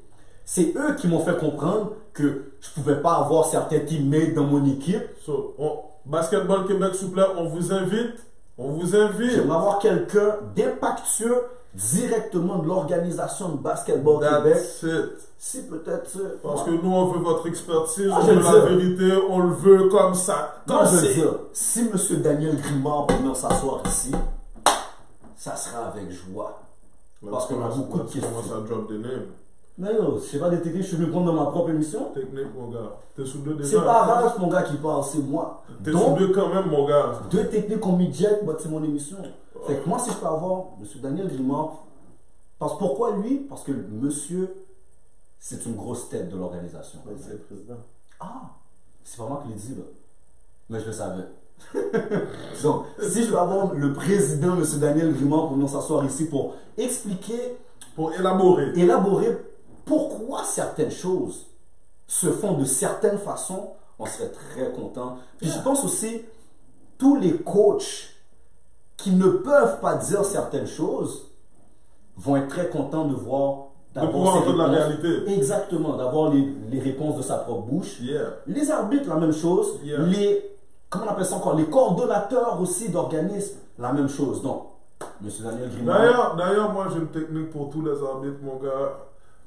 S1: C'est eux qui m'ont fait comprendre que je pouvais pas avoir certains teammates dans mon équipe.
S2: So, on- Basketball Québec, s'il vous plaît, on vous invite. On vous invite.
S1: J'aimerais avoir quelqu'un d'impactueux directement de l'organisation de Basketball Québec
S2: That's it.
S1: Si peut-être. euh,
S2: Parce que
S1: moi-
S2: nous, on veut votre expertise,
S1: Ah,
S2: on
S1: je
S2: veut
S1: le
S2: la
S1: sais.
S2: vérité, on le veut comme ça.
S1: moi,
S2: Comme
S1: je veux
S2: c'est.
S1: dire, si M. Daniel Grimard peut venir s'asseoir ici, ça sera avec joie. Parce qu'on a beaucoup de
S2: Let's commence
S1: questions.
S2: à drop des names.
S1: Mais non, c'est pas des techniques, je suis venu prendre dans ma propre émission.
S2: Technique, mon gars. T'es sous deux déjà.
S1: C'est pas Ralph, mon gars, qui parle, c'est moi.
S2: T'es
S1: Donc,
S2: sous deux quand même, mon gars.
S1: deux techniques qu'on midget, bah, c'est mon émission. Fait que moi, si je peux avoir M. Daniel Grimard, parce pourquoi lui Parce que le monsieur, c'est une grosse tête de l'organisation.
S3: Mais c'est le président.
S1: Ah, c'est pas moi qui l'ai dit, là. Mais je le savais. Donc, si je veux avoir le président, M. Daniel Grimand, pour nous s'asseoir ici pour expliquer,
S2: Pour élaborer.
S1: élaborer pourquoi certaines choses se font de certaines façons, on serait très content. Puis je pense aussi, tous les coachs qui ne peuvent pas dire certaines choses vont être très contents de voir
S2: De pouvoir
S1: ces
S2: entendre la
S1: réponses.
S2: réalité.
S1: Exactement, d'avoir les, les réponses de sa propre bouche.
S2: Yeah.
S1: Les arbitres, la même chose.
S2: Yeah.
S1: Les, comment on appelle ça encore Les coordonnateurs aussi d'organismes, la même chose. Donc, M. Daniel Grimard,
S2: D'ailleurs, d'ailleurs, moi, j'ai une technique pour tous les arbitres, mon gars.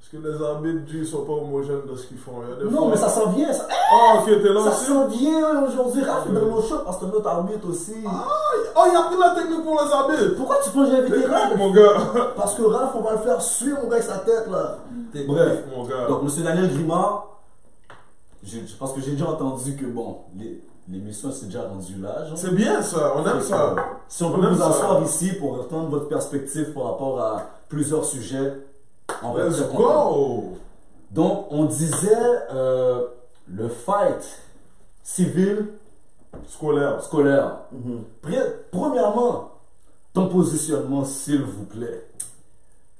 S2: Parce que les arbitres, ils sont pas homogènes dans ce qu'ils font. Il y a des
S1: non,
S2: fois-
S1: mais ça s'en vient. Ça, eh,
S2: Ah, ok, t'es là
S1: ça
S2: aussi.
S1: s'en vient aujourd'hui. Raph est dans nos shows parce que notre arbitre aussi.
S2: Oh, il a pris la technique pour les arbitres.
S1: Pourquoi tu penses que j'ai invité
S2: Technique,
S1: Raph
S2: mon gars.
S1: Parce que Raph, on va le faire suer, mon gars, avec sa tête là. Bref.
S2: Technique, mon gars.
S1: Donc, M. Daniel Grimard, je, je pense que j'ai déjà entendu que, bon, les- l'émission s'est déjà rendue là. genre.
S2: C'est bien ça, on aime ça.
S1: Si on peut
S2: On aime
S1: vous
S2: ça.
S1: asseoir ici pour entendre votre perspective par rapport à plusieurs sujets, on va être
S2: Let's
S1: très content.
S2: go.
S1: Donc, on disait euh, le fight civil-scolaire.
S2: Scolaire.
S3: Mm-hmm.
S1: Pre- Premièrement, ton positionnement, s'il vous plaît.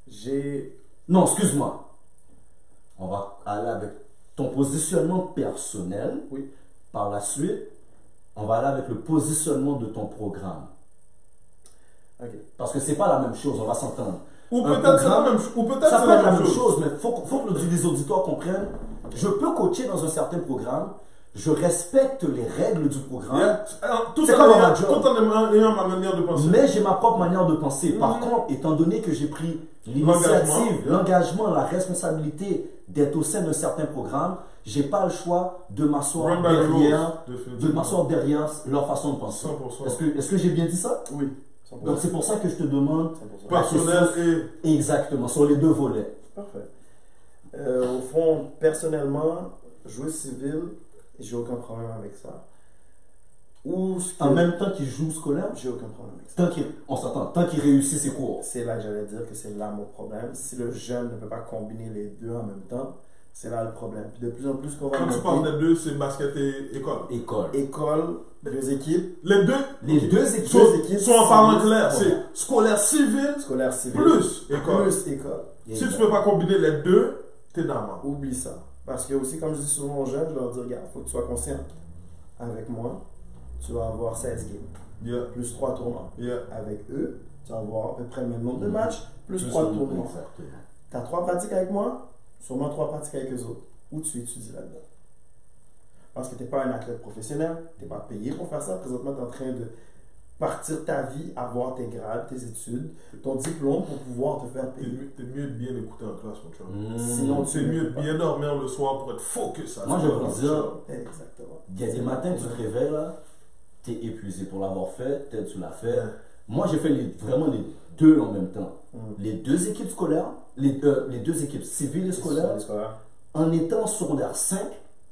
S3: J'ai.
S1: Non, excuse-moi. On va aller avec ton positionnement personnel.
S3: Oui.
S1: Par la suite, on va aller avec le positionnement de ton programme.
S3: Ok.
S1: Parce que c'est pas la même chose, on va s'entendre.
S2: Ou
S1: Un
S2: peut-être c'est la
S1: programme-
S2: même chose. Ou peut-être
S1: Ça
S2: c'est
S1: peut être la même chose, mais faut, que- faut que le- les auditeurs comprennent. Je peux coacher dans un certain programme, je respecte les règles du programme,
S2: Yeah. Alors, Tout
S1: Hein? C'est
S2: en
S1: comme un
S2: ayant-
S1: job.
S2: tout en ayant ayant ma manière de penser.
S1: mais j'ai ma propre manière de penser. Par
S2: Mhm.
S1: contre, étant donné que j'ai pris
S2: L'engagement,
S1: l'initiative,
S2: yeah.
S1: Mm. l'engagement, la responsabilité d'être au sein d'un certain programme, j'ai pas le choix de m'asseoir
S2: Run by the
S1: derrière,
S2: rules,
S1: de
S2: définitivement.
S1: m'asseoir derrière leur façon de penser.
S2: 100%.
S1: Est-ce que, est-ce que j'ai bien dit ça
S3: Oui.
S1: Donc
S3: 100%.
S1: c'est pour ça que je te demande
S3: 100%.
S2: Personnel et
S1: exactement sur les deux volets.
S3: Parfait. Euh, au fond, personnellement, jouer civil, j'ai aucun problème avec ça. Ou ce que-
S1: En même temps qu'ils jouent scolaire,
S3: J'ai aucun problème avec ça.
S1: tant qu'il- on s'entend, tant qu'ils réussissent ses cours.
S3: C'est là que j'allais dire que c'est là mon problème. Si le jeune ne peut pas combiner les deux en même temps, c'est là le problème. Puis de plus en plus qu'on va
S2: quand tu
S3: monter,
S2: parles des deux, c'est basket et école.
S1: École.
S3: école, deux équipes,
S2: Les deux
S1: Les deux équipes.
S2: sont,
S3: deux équipes,
S2: sont en parlant clair.
S1: Ouais.
S2: C'est scolaire civil
S3: scolaire civil,
S2: plus école.
S3: plus école.
S2: Si tu peux pas combiner les deux, t'es dans la merde.
S3: Oublie ça. Parce que aussi, comme je dis souvent aux jeunes, je leur dis, regarde, faut que tu sois conscient. Avec moi, tu vas avoir 16 games,
S2: Yeah,
S3: plus 3 tournois.
S2: yeah.
S3: avec eux, tu vas avoir à peu près le même nombre de
S1: Mhm.
S3: matchs, plus
S2: Plus
S3: trois
S2: le
S3: tournois.
S1: Exactement.
S3: Tu as trois pratiques avec moi, sûrement trois pratiques avec eux autres, où tu étudies là-dedans. Parce que tu n'es pas un athlète professionnel, tu n'es pas payé pour faire ça. Présentement, tu es en train de partir ta vie, avoir tes grades, tes études, ton diplôme pour pouvoir te faire
S2: T'es
S3: payer.
S2: mieux, t'es mieux de bien écouter en classe, mon chum.
S1: Mmh.
S3: Sinon,
S2: C'est mieux de bien dormir le soir pour être focus. à
S1: Moi,
S2: ce
S1: je vais vous
S2: moment-là,
S1: dire,
S2: mon chum.
S3: Exactement.
S1: Il y a des matins que tu te réveilles là, t'es épuisé pour l'avoir fait, peut-être tu l'as fait. Moi, j'ai fait les- vraiment les deux en même temps.
S3: Mhm.
S1: Les deux équipes scolaires, les, euh, les deux équipes civiles et scolaires,
S3: Scolaire.
S1: en étant secondaire 5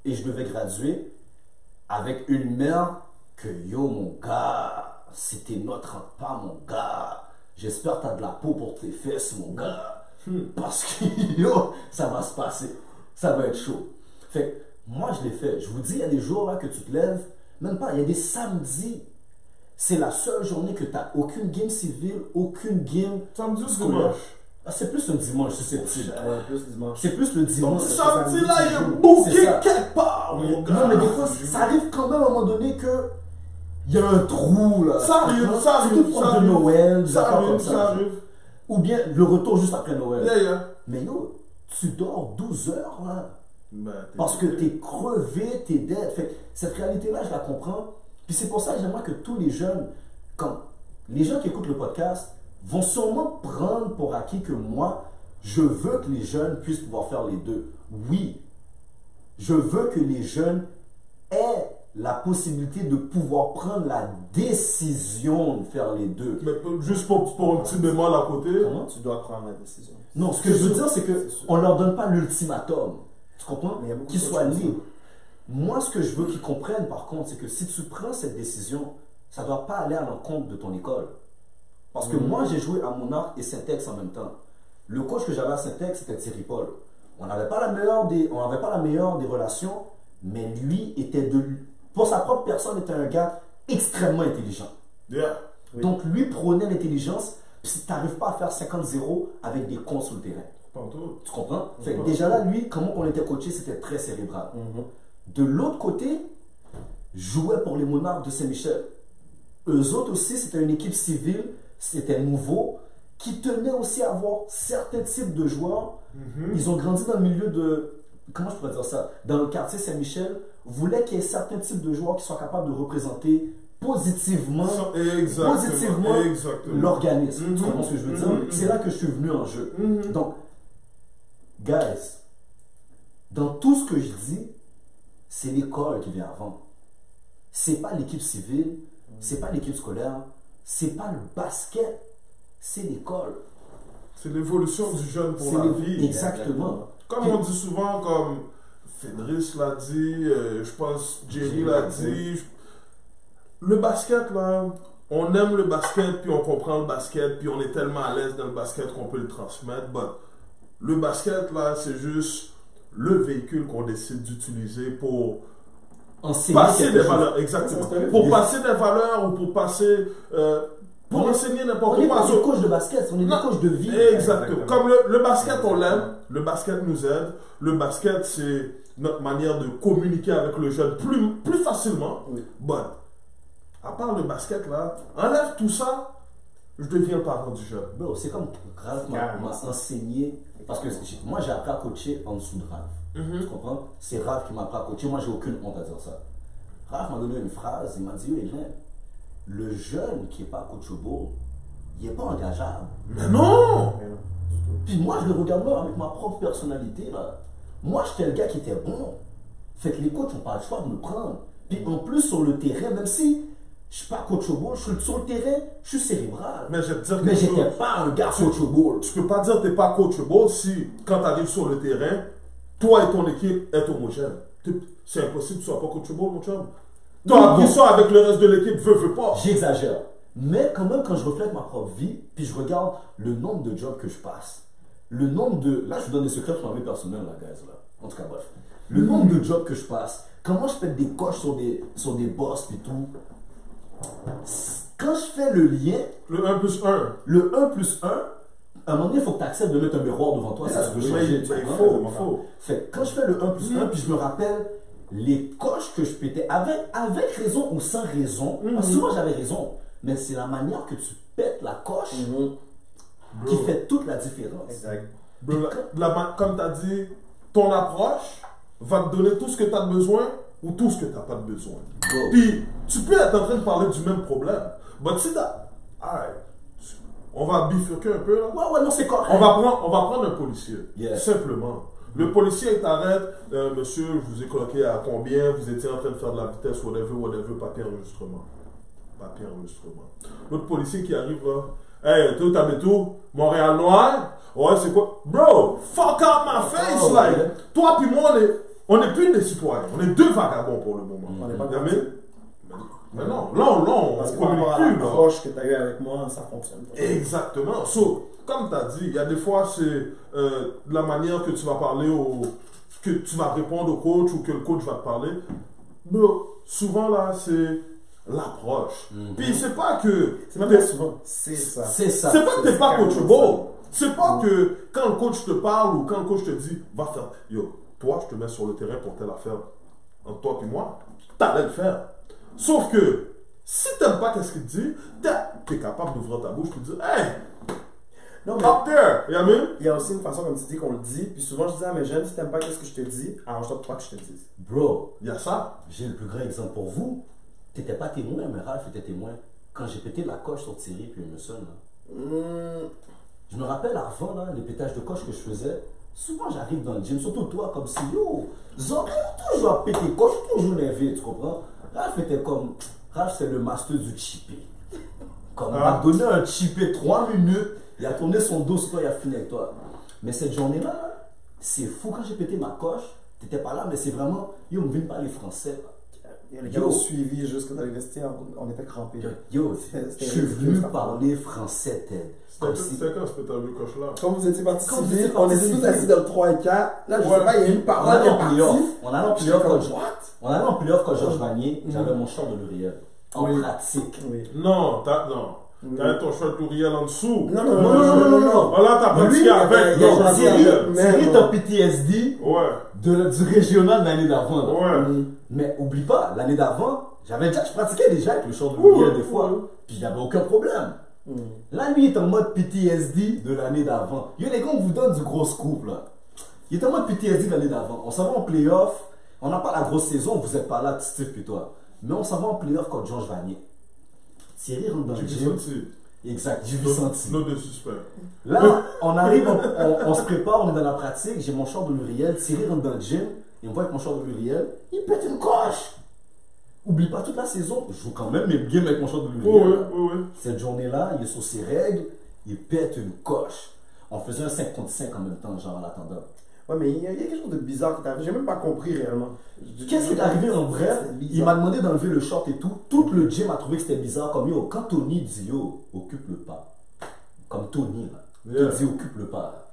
S1: et je devais graduer avec une mère que yo mon gars, C'était notre rentre pas, mon gars. J'espère que t'as de la peau pour tes fesses, mon gars. Parce que, yo, ça va se passer. Ça va être chaud. Fait que, moi, je l'ai fait. Je vous dis, il y a des jours là que tu te lèves, même pas, il y a des samedis. C'est la seule journée que t'as aucune game civile, aucune game.
S2: Samedi ou
S1: scolaire.
S2: dimanche?
S1: Ah, C'est plus un dimanche susceptible.
S3: Ouais, plus dimanche.
S1: C'est plus le dimanche.
S3: C'est
S2: Samedi
S3: samedi,
S2: là, il
S3: c'est
S2: est
S3: chaud.
S1: C'est
S2: bouqué
S1: ça.
S2: quelque part,
S1: Mais-
S2: mon
S1: Non,
S2: gars.
S1: mais des fois, ça arrive quand même à un moment donné que. Il y a un trou là.
S2: Ça arrive, ça arrive,
S1: Surtout proche
S2: ça
S1: de
S2: arrive.
S1: Noël, des
S2: Ça
S1: affaires
S2: arrive,
S1: comme
S2: ça arrive.
S1: Ou bien le retour juste après Noël.
S2: Yeah, yeah.
S1: Mais yo, tu dors 12 heures là.
S2: Ben, t'es-
S1: Parce que t'es crevé, t'es dead. Fait que cette réalité-là, je la comprends. Puis c'est pour ça que j'aimerais que tous les jeunes, quand les gens qui écoutent le podcast, vont sûrement prendre pour acquis que moi, je veux que les jeunes puissent pouvoir faire les deux. Oui, je veux que les jeunes aient la possibilité de pouvoir prendre la décision de faire les deux.
S2: Mais pour- juste pour, pour un petit bémol à côté.
S1: Comment?
S3: Tu dois prendre la décision.
S1: Non, ce que je veux dire, c'est
S3: C'est sûr.
S1: qu'on ne leur donne pas l'ultimatum. Tu comprends?
S3: Mais il y a beaucoup
S1: Qu'ils
S3: de
S1: soient
S3: choses comme ça.
S1: libres. Moi, ce que je veux qu'ils comprennent, par contre, c'est que si tu prends cette décision, ça ne doit pas aller à l'encontre de ton école. Parce que moi, j'ai joué à Monarch et Syntex en même temps. Le coach que j'avais à Syntex, c'était Thierry Paul. On n'avait pas, la meilleure des- on n'avait pas la meilleure des relations, mais lui était de... Pour sa propre personne, était un gars extrêmement intelligent.
S2: Yeah.
S3: Oui.
S1: Donc, lui prônait l'intelligence, puis si tu n'arrives pas à faire 50-0 avec des cons sur le terrain.
S2: Pantoute.
S1: Tu comprends? Fait que déjà là, lui, comment on était coaché, c'était très cérébral.
S3: Mhm.
S1: De l'autre côté, jouait pour les monarques de Saint-Michel. Eux autres aussi, c'était une équipe civile, c'était nouveau, qui tenait aussi à avoir certains types de joueurs. Ils ont grandi dans le milieu de. Comment je pourrais dire ça Dans le quartier Saint-Michel, voulaient qu'il y ait certains types de joueurs qui soient capables de représenter positivement
S2: Exactement.
S1: positivement
S2: Exactement.
S1: l'organisme.
S2: Mhm.
S1: Tu comprends ce que je veux dire?
S2: Mhm.
S1: C'est là que je suis venu en jeu.
S2: Mhm.
S1: Donc, guys, dans tout ce que je dis, c'est l'école qui vient avant. C'est pas l'équipe civile, c'est pas l'équipe scolaire, c'est pas le basket, c'est l'école.
S2: C'est l'évolution du jeune pour
S1: C'est
S2: la
S1: le-
S2: vie.
S1: Exactement.
S2: Comme on dit souvent, comme Fedris l'a dit, euh, je pense Jerry l'a dit. je- Le basket, là, on aime le basket, puis on comprend le basket, puis on est tellement à l'aise dans le basket qu'on peut le transmettre. But le basket, là, c'est juste le véhicule qu'on décide d'utiliser pour
S1: Enseigner
S2: passer
S1: quelque
S2: des
S1: chose.
S2: valeurs, exactement.
S3: C'est vrai.
S2: Pour passer des valeurs ou pour passer. euh, pour
S1: On est-
S2: enseigner
S1: On
S2: n'importe
S1: n'est
S2: quoi.
S1: pas
S2: So-
S1: des coachs de basket, on est
S2: Non. Eh,
S1: des coachs de vie.
S2: Exactement. Comme le, le basket, on l'aime. Le basket nous aide. Le basket, c'est notre manière de communiquer avec le jeune plus, plus facilement.
S3: Oui.
S2: Bon. À part le basket, là, enlève tout ça, je deviens le parent du jeune.
S1: Bro, c'est comme Ralph m'a
S3: Carrément.
S1: m'a enseigné. Parce que j'ai- moi, j'ai appris à coacher en dessous de Ralph. Tu comprends C'est Ralph qui m'a appris à coacher. Moi, j'ai aucune honte à dire ça. Ralph m'a donné une phrase. Il m'a dit Yo, Hélène, le jeune qui n'est pas coachable, il n'est pas engageable.
S2: Mais non
S3: Mais non, du tout.
S1: Puis moi, je le regarde moi avec ma propre personnalité. Là. Moi, j'étais le gars qui était bon. Fait que les coachs n'ont pas le choix de me prendre. Puis en plus, sur le terrain, même si je suis pas coachable, je suis sur le terrain, je suis cérébral.
S2: Mais je vais te dire
S1: Mais
S2: quelque
S1: j'étais
S2: chose.
S1: pas un gars coachable.
S2: Tu peux pas dire que t'es pas coachable si, quand tu arrives sur le terrain, toi et ton équipe est homogène. T'es- C'est impossible que tu sois pas coachable, mon chum.
S1: Non,
S2: Toi, appris
S1: non.
S2: ça avec le reste de l'équipe, veux, veux pas.
S1: J'exagère. Mais quand même, quand je reflète ma propre vie, puis je regarde le nombre de jobs que je passe, le nombre de. Là, je vous donne des secrets sur ma vie personnelle, la guys, là. En tout cas, bref.
S2: Mm-hmm.
S1: Le nombre de jobs que je passe, comment je pète des coches sur des, sur des boss, puis tout. Quand je fais le lien,
S2: Le 1 plus 1.
S1: le 1 plus 1, à un moment donné, il faut que tu acceptes de mettre un miroir devant toi, ça se peut
S2: Oui,
S1: changer.
S2: mais
S1: tu
S2: il
S1: comprends?
S2: faut, il faut.
S1: Fait que quand je fais le 1 plus
S2: Mm.
S1: 1, puis je me rappelle les coches que je pétais, avec, avec raison ou sans raison,
S2: Mm-hmm.
S1: parce que souvent j'avais raison, mais c'est la manière que tu pètes la coche qui
S2: Mm. Bro.
S1: fait toute la différence.
S3: Exact.
S2: Bro, la- la ma- comme tu as dit, ton approche va te donner tout ce que tu as besoin ou tout ce que tu n'as pas de besoin.
S1: Bro.
S2: Puis, tu peux être en train de parler du même problème. But si t'as- alright, on va bifurquer un peu. là.
S1: Ouais, ouais, non, c'est correct.
S2: On va prendre, on va prendre un policier.
S1: Yeah.
S2: Simplement. Le policier il t'arrête, Euh, monsieur, je vous ai cloqué à combien, vous étiez en train de faire de la vitesse, whatever, whatever, papier enregistrement. Papier enregistrement. L'autre policier qui arrive là, hey, toi t'habites où Montréal Noir Ouais, c'est quoi Bro, fuck out my face,
S1: Oh,
S2: like.
S1: yeah.
S2: Toi
S1: Mm.
S2: puis moi, on est, on est plus des citoyens, on est deux vagabonds pour le moment.
S3: Mm. On est pas
S2: Y'a
S3: grandi.
S2: mille- Mais non, là, on- là, on
S3: Parce que par
S2: communique
S3: rapport à
S2: plus, là.
S3: l'approche que tu as eue avec moi, ça fonctionne pas.
S1: Eh.
S2: Exactement. So, comme tu as dit, il y a des fois, c'est euh, la manière que tu vas parler au. que tu vas répondre au coach ou que le coach va te parler. Bro, souvent, là, c'est l'approche.
S1: Mhm.
S2: Puis, c'est pas que.
S3: C'est même pas souvent. C'est ça.
S1: C'est Mhm. ça.
S2: C'est pas que t'es
S3: c'est
S2: pas
S3: quand même
S2: coachable. C'est pas que quand le coach te parle ou quand le coach te dit, va faire. Yo, toi, je te mets sur le terrain pour telle affaire. Entre toi et moi, t'allais le faire. Sauf que, si t'aimes pas qu'est-ce qu'il te dit, t'es t'es capable d'ouvrir ta bouche et de dire, hey,
S3: Non, mais
S2: Up there, you know what I mean?
S3: il y a aussi une façon, comme tu dis, qu'on le dit. Puis souvent, je dis à mes jeunes, si t'aimes pas qu'est-ce que je te dis, arrange-toi pour pas que je te le dise.
S1: Bro,
S2: Il y a ça.
S1: j'ai le plus grand exemple pour vous. T'étais pas témoin, mais Ralph était témoin. Quand j'ai pété la coche sur Thierry puis Emerson, là,
S3: Hum,
S1: Je me rappelle avant, là, les pétages de coche que je faisais, souvent j'arrive dans le gym, surtout toi, comme si yo, Zan, toujours à péter coche, toujours nerveux, tu comprends? Ralph était comme, Ralph c'est le master du chippé. Comme, on m'a
S2: Ah.
S1: donné un chippé 3 minutes, il a tourné son dos sur toi, il a fini avec toi. Mais cette journée-là, là, c'est fou, quand j'ai pété ma coche, t'étais pas là, mais c'est vraiment, yo, on ne pas les Français.
S3: il y a les
S1: Yo.
S3: gars ont suivi jusque dans les vestiaires, on, on était crampés.
S1: Yo,
S3: C'était-
S1: je
S3: c'était
S1: suis
S3: ridicule,
S1: venu
S3: ça.
S1: parler français, Ted. Comme si-
S2: C'était quand ce pétage de coche-là?
S3: Quand vous étiez
S1: Quand vous
S3: participé,
S1: étiez
S3: on était tous
S1: participé.
S3: assis dans le 3 et 4. Là, je
S2: Ouais.
S3: sais pas, il y a une
S1: On
S3: parole
S1: allait
S3: qui est
S1: en playoff.
S3: partie.
S1: On allait en
S3: Puis j'étais
S1: playoff
S3: comme,
S1: quand-
S3: what?
S1: On allait en playoff quand Georges Vanier, j'avais mon short de l'Uriel. En
S3: Mm-hmm. Oui.
S1: pratique.
S3: Oui.
S2: Non, t'as, non. T'as ton choix de courriel en dessous.
S3: Non,
S1: Non,
S3: non,
S1: non, non, non, non.
S2: Oh là, t'as
S1: Lui,
S2: pratiqué avec.
S1: il y a-
S2: Non,
S1: il y a-
S2: courriel.
S3: Thierry. Mais
S1: Thierry
S3: non.
S1: est en PTSD
S2: Ouais,
S1: de, du régional de l'année d'avant. là.
S2: ouais.
S1: Mais oublie pas, l'année d'avant, j'avais déjà, je pratiquais déjà avec le short de
S2: Ouh,
S1: l'Uriel des fois.
S2: ouh.
S1: Puis j'avais aucun problème.
S3: Mm.
S1: Là, lui, il est en mode PTSD de l'année d'avant. Yo, les gars, on vous donne du gros scoop, là. Il est en mode PTSD de l'année d'avant. On s'en va en playoff. On n'a pas la grosse saison, vous êtes pas là, Steve et toi. Mais on s'en va en playoff contre Georges Vanier. Thierry rentre dans le
S2: J'ai vu
S1: gym.
S2: senti.
S1: Exact, j'ai vu senti.
S2: Nos deux suspects.
S1: Là, on arrive, on, on- on se prépare, on est dans la pratique, j'ai mon short de Muriel, Thierry rentre dans le gym, il me voit avec mon short de Muriel, il pète une coche Oublie pas toute la saison, je joue quand même mes games avec mon short de
S2: Oui,
S1: Muriel.
S2: oui,
S1: là.
S2: oui.
S1: Cette journée-là, il est sur ses règles, il pète une coche. On faisait un 5 contre 5 en même temps, genre en attendant.
S3: Ouais, mais il y, a, il y a quelque chose de bizarre qui est arrivé. J'ai même pas compris réellement. Je-
S1: Qu'est-ce qui est arrivé en bref
S3: C'est
S1: Il m'a
S3: bizarre.
S1: demandé d'enlever le short et tout. Tout le gym a trouvé que c'était bizarre. Comme yo, quand Tony dit yo, occupe le pas. Comme Tony, là.
S2: Yeah.
S1: Te dit occupe le pas. là.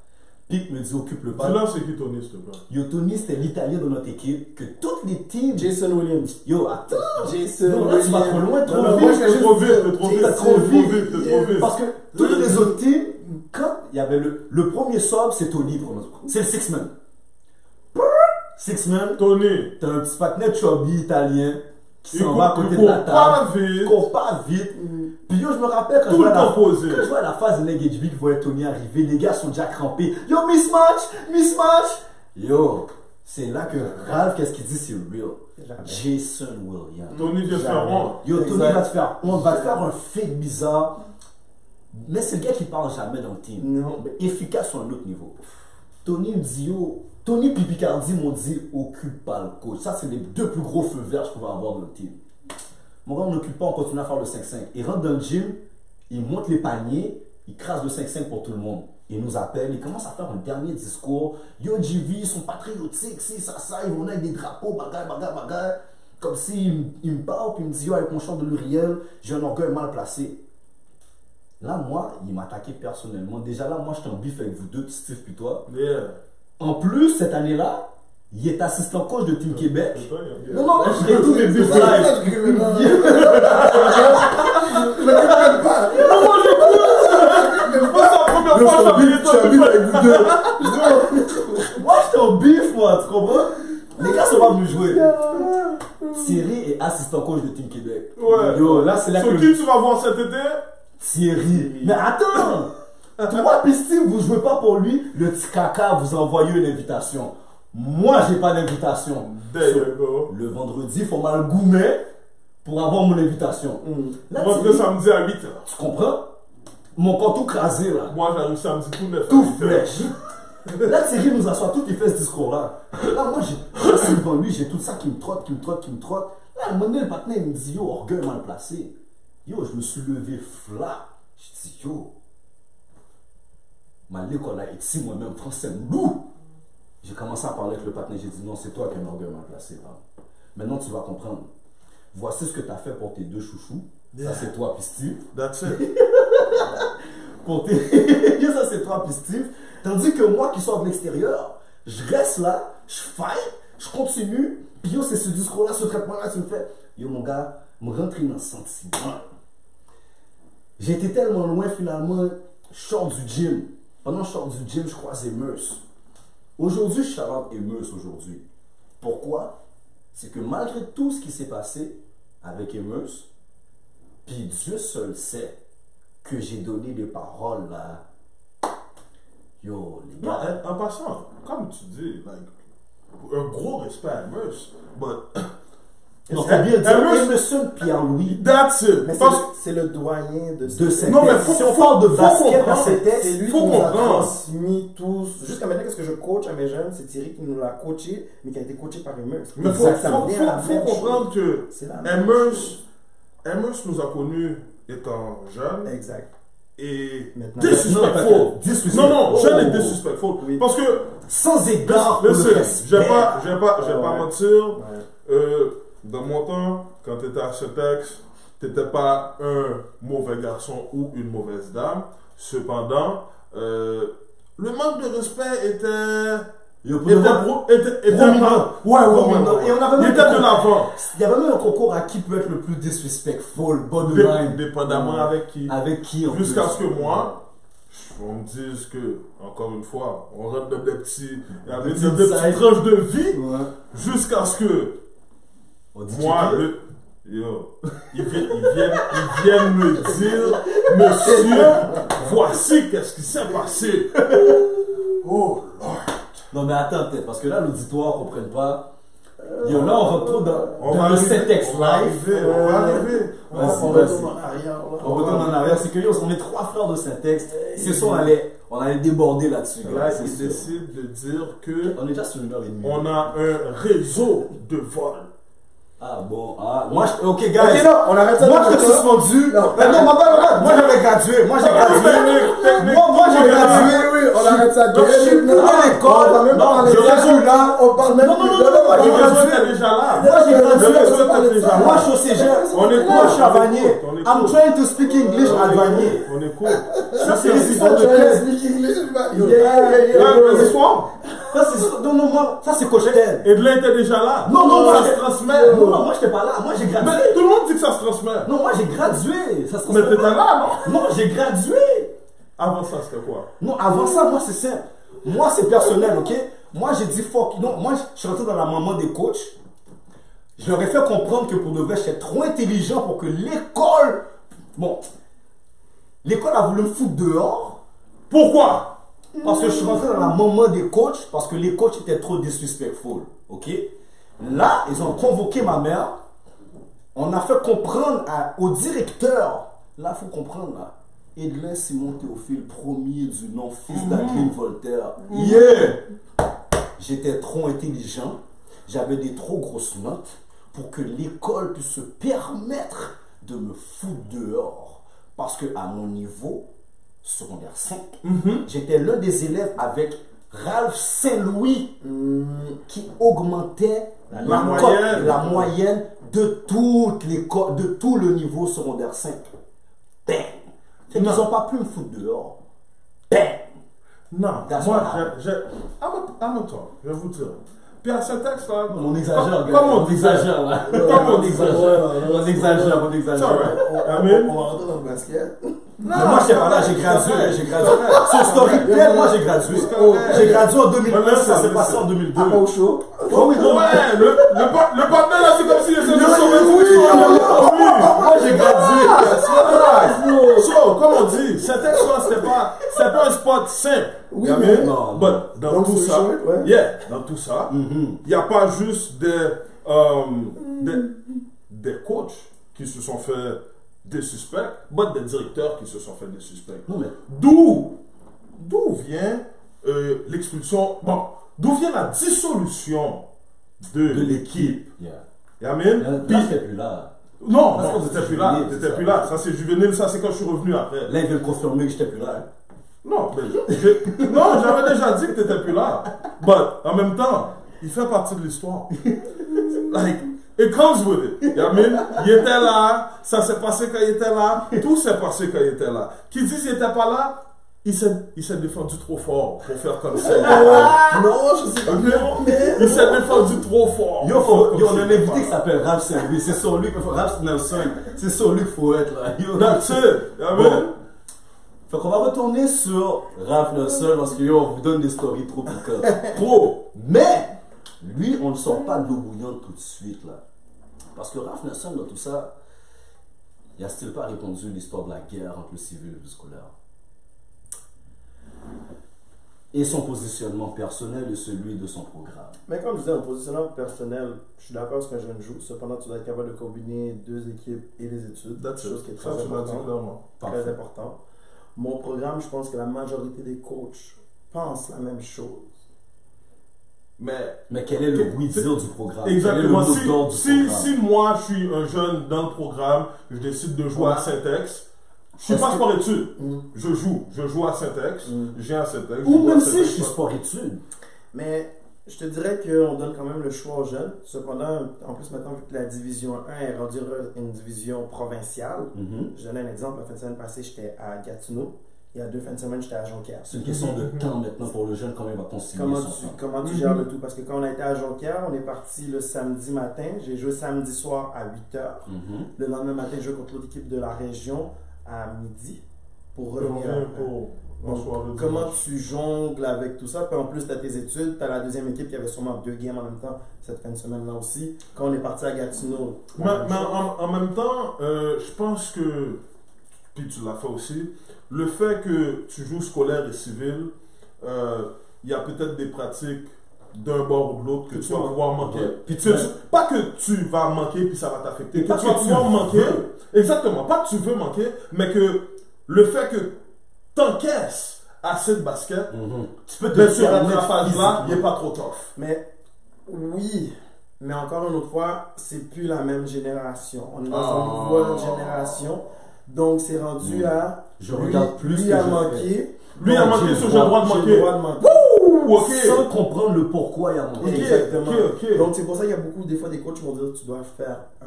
S1: Pique me dit occupe le pas.
S2: Dis-là, c'est qui Tony, s'il te plaît?
S1: Yo, Tony, c'était l'italien de notre équipe que toutes les teams.
S3: Jason Williams.
S1: Yo, attends!
S3: Jason
S1: Non, là, tu vas trop loin, trop
S3: Non, non,
S1: vite.
S3: moi, je vais
S2: T'es trop
S3: juste
S2: vite,
S3: dire-
S2: t'es trop
S1: T'es
S2: vite,
S1: trop
S2: t'es trop
S1: vite.
S2: vite, t'es trop vite.
S1: Parce que toutes les autres teams, quand il y avait le, le premier sub, c'est Tony, pour moi. C'est le Six-Man. Six-Man,
S2: Tony,
S1: t'as un petit patinet chubby italien qui
S2: il
S1: s'en va à
S2: court
S1: côté
S2: il
S1: de la
S2: court
S1: table.
S2: pas vite.
S1: Il court pas vite. Puis yo, je me rappelle quand je
S2: Tout
S1: vois
S2: le
S1: la-
S2: temps posé.
S1: Quand je vois la phase de Nagage qui voyait Tony arriver, les gars sont déjà crampés. Yo, Miss Match, Miss Match. Yo, c'est là que Ralph, qu'est-ce qu'il dit, c'est real.
S3: Jamais.
S1: Jason Williams.
S2: Tony vient
S3: Jamais.
S2: faire rond.
S1: Yo, Tony
S3: Exact.
S1: va te faire, on va te faire un fake bizarre. Mais c'est le gars qui parle jamais dans le team.
S3: Non.
S1: Mais efficace sur un autre niveau. Tony me dit, yo, Tony puis Picardi m'ont dit, occupe pas le coach. Ça, c'est les deux plus gros feux verts que je pouvais avoir dans le team. Mon gars, on n'occupe pas, on continue à faire le 5-5. Il rentre dans le gym, il monte les paniers, il crase le 5-5 pour tout le monde. Il nous appelle, il commence à faire un dernier discours. Yo, JV, ils sont patriotiques, si, ça, ça, ils vont là avec des drapeaux, bagaille, bagaille, bagaille. Comme s'il me- il me parle, puis il me dit, yo, avec mon chant de l'Uriel, j'ai un orgueil mal placé. Là, moi, il m'attaquait personnellement. Déjà là, moi, je t'en bif avec vous deux, puis Steve, puis toi.
S2: Yeah.
S1: En plus, cette année-là, il est assistant coach de Team Québec.
S2: Putain, il y a- il y a-
S1: Non, non, je fais tous mes bifs live.
S2: Moi, c'est la première fois que ça me dit ça, tu vois.
S1: Moi, j'étais au bif, moi, tu comprends Les gars sont pas venus jouer. Thierry est assistant coach de Team Québec.
S2: Ouais.
S1: Yo, là, c'est là
S2: Sur
S1: que
S2: qui tu vas voir cet été?
S1: Thierry. Mais attends Toi, pis Steve, vous jouez pas pour lui, le petit caca vous envoyez une invitation. Moi, j'ai pas d'invitation.
S2: There you go.
S1: Le vendredi, faut mal goumer pour avoir mon invitation. Là,
S2: Votre
S1: Thierry,
S2: samedi à 8h.
S1: tu comprends Mon corps tout crasé, là.
S2: Moi, j'arrive samedi tout neuf.
S1: tout flèche. Là, Thierry nous assoit tout, il fait ce discours-là. Là, moi, j'ai- je suis devant lui, j'ai tout ça qui me trotte, qui me trotte, qui me trotte. Là, à un moment donné, le patin, il me dit, yo, orgueil mal placé. Yo, je me suis levé flat. J'ai dit, yo, malgré qu'on a ici, moi-même, français, loup. J'ai commencé à parler avec le patin, j'ai dit, non, c'est toi qui as un orgueil mal placé. là. Maintenant, tu vas comprendre. voici ce que tu as fait pour tes deux chouchous. Ça, c'est toi, puis Steve.
S2: That's it.
S1: Pour tes- ça, c'est toi, puis Steve. Tandis que moi qui sors de l'extérieur, je reste là, je fight, je continue. Puis yo, c'est ce discours-là, ce traitement-là, tu me fais. Yo, mon gars, me rentrer dans ce sentiment. J'ai été tellement loin, finalement, je sors du gym. Pendant que je sors du gym, je croise Emeus. Aujourd'hui, je charante Emeus aujourd'hui. Pourquoi? C'est que malgré tout ce qui s'est passé avec Emeus, puis Dieu seul sait que j'ai donné des paroles là. Yo, les
S2: Non,
S1: gars.
S2: en, en passant, comme tu dis, like, un gros respect à Merce, but
S1: Non,
S2: Eh,
S1: faut bien
S2: Emeus-
S1: dire Emerson Pierre-Louis
S2: that's it.
S3: Mais c'est
S2: Parce-
S3: le- c'est le, doyen de
S1: de cette
S2: Non, mais
S1: tête.
S2: faut-
S1: Si on
S2: faut-
S1: parle de
S2: faut
S1: basket dans
S2: comprendre.
S1: cette tête,
S3: C'est lui
S2: Faut
S3: qui nous a
S2: comprendre.
S3: transmis tous. Jusqu'à maintenant, qu'est-ce que je coach à mes jeunes C'est Thierry qui nous l'a coaché, mais qui a été coaché par Emeus.
S2: mais faut,
S3: Exactement.
S2: faut-
S3: C'est la
S2: faut- faut
S3: même chose.
S2: comprendre que
S3: C'est la même
S2: Emerce
S3: chose.
S2: Emerce nous a connus étant jeunes
S3: Exact.
S2: et
S3: Maintenant.
S2: disrespectful.
S1: disrespectful.
S2: Non, non,
S1: Oh.
S2: jeune et disrespectful.
S3: Oui.
S2: Parce que,
S1: Sans égard pour le
S2: listen, je
S1: respect.
S2: vais pas, je vais pas, je vais pas
S3: Ouais.
S2: mentir,
S3: Ouais.
S2: Euh, dans mon temps, quand tu étais à Cetex, tu n'étais pas un mauvais garçon ou une mauvaise dame. Cependant, euh, le manque de respect était.
S1: Yo, pour
S2: était,
S1: le voir,
S2: pro- était, était
S1: Prominent. Ouais, ouais, prominent. Et on avait
S2: Il
S1: même
S2: était
S1: pas-
S2: de l'avant.
S1: Il y avait même un concours à qui peut être le plus disrespectful,
S2: Dé-
S1: borderline.
S2: Dépendamment
S1: Ouais.
S2: avec qui.
S1: Avec qui en
S2: Jusqu'à
S1: plus.
S2: ce que moi, je- on me dise que, encore une fois, on rentre dans des petits. Avec
S1: Des
S2: des,
S1: petites
S2: petites
S1: sides.
S2: tranches de vie.
S1: Ouais.
S2: Jusqu'à ce que
S1: On dit
S2: Moi,
S1: checker.
S2: le. Yo. Ils vi- ils viennent, ils viennent me dire, monsieur, voici qu'est-ce qui s'est passé. Oh, Lord.
S1: Non, mais attends, peut-être, parce que là, l'auditoire ne comprenne pas. Yo, là, Euh, on retrouve dans,
S2: On
S1: dans
S2: va
S1: le
S2: arriver,
S1: Cetex
S2: on va
S1: Live.
S2: arriver, On va arriver.
S3: On va-
S1: Vas-y,
S3: on
S1: vas-y.
S3: retourne en arrière. là.
S1: On retourne en arrière, c'est que yo, on est trois frères de Syntex. C'est ça, on allait, on allait déborder là-dessus. gars,
S2: Là,
S1: c'est
S2: ils
S1: sûr.
S2: décident de dire que
S1: On est déjà sur une heure et demie.
S2: on a un réseau de vol.
S1: Ah bon, ah, moi, je- ok, gars.
S3: Ok, non, on arrête ça.
S1: Moi,
S3: là,
S1: je suis
S3: comme ça.
S1: suspendu.
S3: Non.
S1: Mais non, ma balle, regarde, moi, j'avais gradué. Moi, j'ai gradué. Ah, Moi, moi, j'ai gradué.
S3: Oui, oui, on arrête ça.
S1: Donc, je suis plus à l'école.
S3: On va même
S1: Non,
S3: pas parler
S1: je
S3: de ça.
S1: résume là.
S3: On parle même
S1: Non,
S3: plus
S1: non,
S3: de-
S1: non, non,
S2: Le
S1: non, non,
S2: réseau était déjà là.
S1: Moi, j'ai gradué.
S2: Le réseau était déjà là.
S1: Moi, je suis au cégep.
S2: On est
S1: Moi, je suis à
S2: cool, on est
S1: Vanier.
S2: cool, on est
S1: I'm
S2: cool.
S1: trying to speak English à Vanier.
S2: On est cool. Ça,
S1: Ça,
S2: c'est
S1: c'est les
S2: les
S1: histoires de
S3: Yes,
S1: classe.
S3: speak English, man.
S1: Yeah,
S3: Yeah, yeah,
S2: Ouais,
S3: yeah.
S2: mais c'est soir.
S1: Ça, c'est, non, non, moi, ça, c'est Cochetel.
S2: Et de là, il était déjà là.
S1: Non, non, moi,
S2: ça se
S1: je-
S2: transmet.
S1: Non, non, moi, j'étais pas là. Moi, j'ai gradué.
S2: Mais tout le monde dit que ça se transmet.
S1: Non, moi, j'ai gradué. Ça se
S2: Mais
S1: transmet
S2: t'étais
S1: pas.
S2: là, non
S1: Non, j'ai gradué.
S2: hein. Avant ça, c'était quoi
S1: Non, avant ça, moi, c'est simple. Moi, c'est personnel, ok? Moi, j'ai dit fuck. Non, moi, je suis rentré dans la maman des coachs. Je leur ai fait comprendre que pour de vrai, j'étais trop intelligent pour que l'école. Bon. L'école a voulu me foutre dehors
S2: Pourquoi
S1: parce que je suis rentré dans la maman des coachs parce que les coachs étaient trop disrespectful, ok? Là, ils ont convoqué ma mère. On a fait comprendre à- au directeur. Là, faut comprendre, là. Edlin Simon Théophile, premier du nom, fils d'Adeline Voltaire. Yeah! J'étais trop intelligent. J'avais des trop grosses notes pour que l'école puisse se permettre de me foutre dehors. Parce que à mon niveau, secondaire 5,
S2: Mhm.
S1: j'étais l'un des élèves avec Ralph Saint-Louis mm, qui augmentait la,
S2: moyenne.
S1: cote, la moyenne de toute l'école, de tout le niveau secondaire 5. Bang! Fait qu'ils
S2: Non.
S1: n'ont pas pu me foutre dehors. Bang!
S2: Non,
S1: That's
S2: moi,
S1: what happened.
S2: j'ai. Amoton, je vais vous dire. Puis à ce texte-là.
S1: On exagère,
S2: Comme-
S1: gars.
S2: Comme on
S1: on exagère, là.
S2: Comme on
S1: On
S2: exagère.
S1: exagère, on exagère, on
S2: C'est
S1: exagère.
S2: alright.
S3: On- on-
S2: Amen.
S3: on va rentrer dans le basket.
S2: Non,
S1: Mais moi, j'étais pas là,
S2: c'est
S1: j'ai gradué,
S2: correct.
S1: j'ai gradué. Sur Storytel, moi, j'ai gradué. Oh,
S2: C'est correct.
S1: J'ai gradué en 2001,
S2: Voilà,
S1: ça s'est
S2: c'est-
S1: passé en 2002.
S3: Après, au show.
S1: Oh oui, donc-
S2: Ouais, le, le, pa- le partenaire a fait comme s'il essayait de sauver tout.
S1: Moi, j'ai gradué.
S2: So, comme on dit, ce texte-là, c'était pas, c'était pas un spot simple.
S3: Oui,
S2: Amen.
S3: mais-
S1: Non, non.
S2: But dans
S3: Donc,
S2: tout
S3: c'est
S2: ça,
S3: chouette, ouais.
S2: yeah, dans tout ça, il
S1: Mhm.
S2: n'y a pas juste des, euh, des, des coachs qui se sont fait des suspects, mais des directeurs qui se sont fait des suspects.
S1: Non, mais
S2: D'où, d'où vient euh, l'expulsion, bon, d'où vient la dissolution de,
S1: de
S2: l'équipe.
S1: l'équipe. Yeah.
S2: Amen.
S1: Là,
S2: Puis-
S1: là, c'était plus là.
S2: non,
S1: Parce
S2: non,
S1: que
S2: t'étais
S1: c'est
S2: plus là,
S1: juvénile,
S2: t'étais
S1: c'est
S2: plus
S1: ça.
S2: là. Ça c'est juvénile, ça c'est quand je suis revenu après.
S1: Là, ils veulent confirmer que j'étais plus là. hein.
S2: Non, mais je- non, j'avais déjà dit que t'étais plus là. Mais en même temps, il fait partie de l'histoire. Like, It comes with it. You know what I mean? Il était là, ça s'est passé quand il était là, tout s'est passé quand il était là. Qui disent qu'il n'était pas là, il s'est, il s'est défendu trop fort pour faire comme ça.
S3: Non, je sais pas.
S2: Ok?
S3: Non, mais.
S2: Il s'est défendu trop fort.
S1: Yo, faut- yo, on a un
S2: l'invité
S1: invité qui s'appelle Rap Service. C'est sur lui qu'il faut. Rap Nelson. C'est sur lui qu'il faut être là. Yo.
S2: That's it. You know what I mean?
S1: Bon. Fait qu'on va retourner sur Rap Nelson parce que yo, on vous donne des stories trop piquantes.
S2: Trop.
S1: Mais lui, on ne sort pas de l'eau bouillante tout de suite là. Parce que Ralph Nelson, dans tout ça, il a t pas répondu l'histoire de la guerre entre le civil et le scolaire. Et son positionnement personnel et celui de son programme.
S3: Mais comme je disais, en positionnant personnel, je suis d'accord avec ce qu'un jeune joue. Cependant, tu dois être capable de combiner deux équipes et les études.
S2: That's it.
S3: chose qui est
S2: Ça,
S3: très
S2: tu l'as dit
S3: importante.
S2: clairement.
S3: Très important. Mon programme, je pense que la majorité des coachs pensent la même chose.
S2: Mais
S1: Mais quel est le
S2: Ok,
S1: oui
S2: c'est-
S1: dire du programme Quel est
S2: Exactement.
S1: le mot d'ordre du
S2: Si, si,
S1: programme
S2: si moi, je suis un jeune dans le programme, je décide de jouer à Syntex, je suis
S1: Parce
S2: pas
S1: que-
S2: sport études.
S3: Mm.
S2: Je joue. Je joue à Syntex.
S3: Mm.
S2: J'ai un Syntex.
S1: Ou
S2: joue à
S1: même si je
S2: Syntex.
S1: suis sport-études.
S3: Mais je te dirais qu'on donne quand même le choix aux jeunes. Cependant, en plus, maintenant, vu que la division 1 est rendue une division provinciale,
S1: Mhm.
S3: je donne un exemple. La fin de semaine passée, j'étais à Gatineau. Il y a deux fins de semaine, j'étais à Jonquière.
S1: C'est une question de temps maintenant pour le jeune, comment il va concilier
S3: Comment
S1: son
S3: tu,
S1: temps.
S3: comment tu
S2: Mhm.
S3: gères le tout? Parce que quand on a été à Jonquière, on est parti le samedi matin. J'ai joué samedi soir à 8h.
S1: Mhm.
S3: Le lendemain matin, je joue contre l'autre équipe de la région à midi pour
S2: Je
S3: revenir.
S2: reviens
S3: après.
S2: pour
S3: Donc,
S2: bonsoir le
S3: Comment
S2: dimanche.
S3: tu jongles avec tout ça? Puis en plus, tu as tes études, tu as la deuxième équipe qui avait sûrement deux games en même temps cette fin de semaine-là aussi. Quand on est parti à Gatineau. la
S2: Mais,
S3: même
S2: mais
S3: chose.
S2: en, en même temps, euh, je pense que, puis tu l'as fait aussi, le fait que tu joues scolaire et civil, euh, il y a peut-être des pratiques d'un bord ou de l'autre que
S3: Que
S2: tu
S3: tu
S2: vas
S3: manques.
S2: pouvoir manquer.
S1: Ouais.
S2: Puis tu-
S1: Ouais.
S2: Pas que tu vas manquer puis ça va t'affecter. Que
S1: Pas
S2: tu
S1: que
S2: vas
S1: tu
S2: pouvoir manquer.
S1: veux.
S2: Exactement. Pas que tu veux manquer, mais que le fait que t'encaisses assez de basket,
S1: Mhm. Tu peux
S2: ben, ce
S1: permettre
S2: rattrapage-là, il
S1: physiquement.
S2: n'est pas trop tough.
S3: Mais oui, mais encore une autre fois, c'est plus la même génération. On est dans
S2: Ah.
S3: une nouvelle génération. Donc, c'est rendu
S1: Oh. Mm.
S3: à.
S1: Je
S3: lui-
S1: regarde plus
S3: lui
S1: que
S3: a
S1: je fais.
S3: manqué.
S2: Lui a
S1: Donc,
S2: manqué,
S1: j'ai
S2: ce
S1: le
S2: j'ai le droit de
S3: J'ai le
S2: manquer.
S3: droit de manquer.
S2: Ouh, ok.
S1: sans comprendre le pourquoi il y a mon
S2: Ok,
S3: Exactement.
S2: ok, ok.
S3: Donc, c'est pour ça qu'il y a beaucoup, des fois, des coachs qui vont dire tu dois faire un.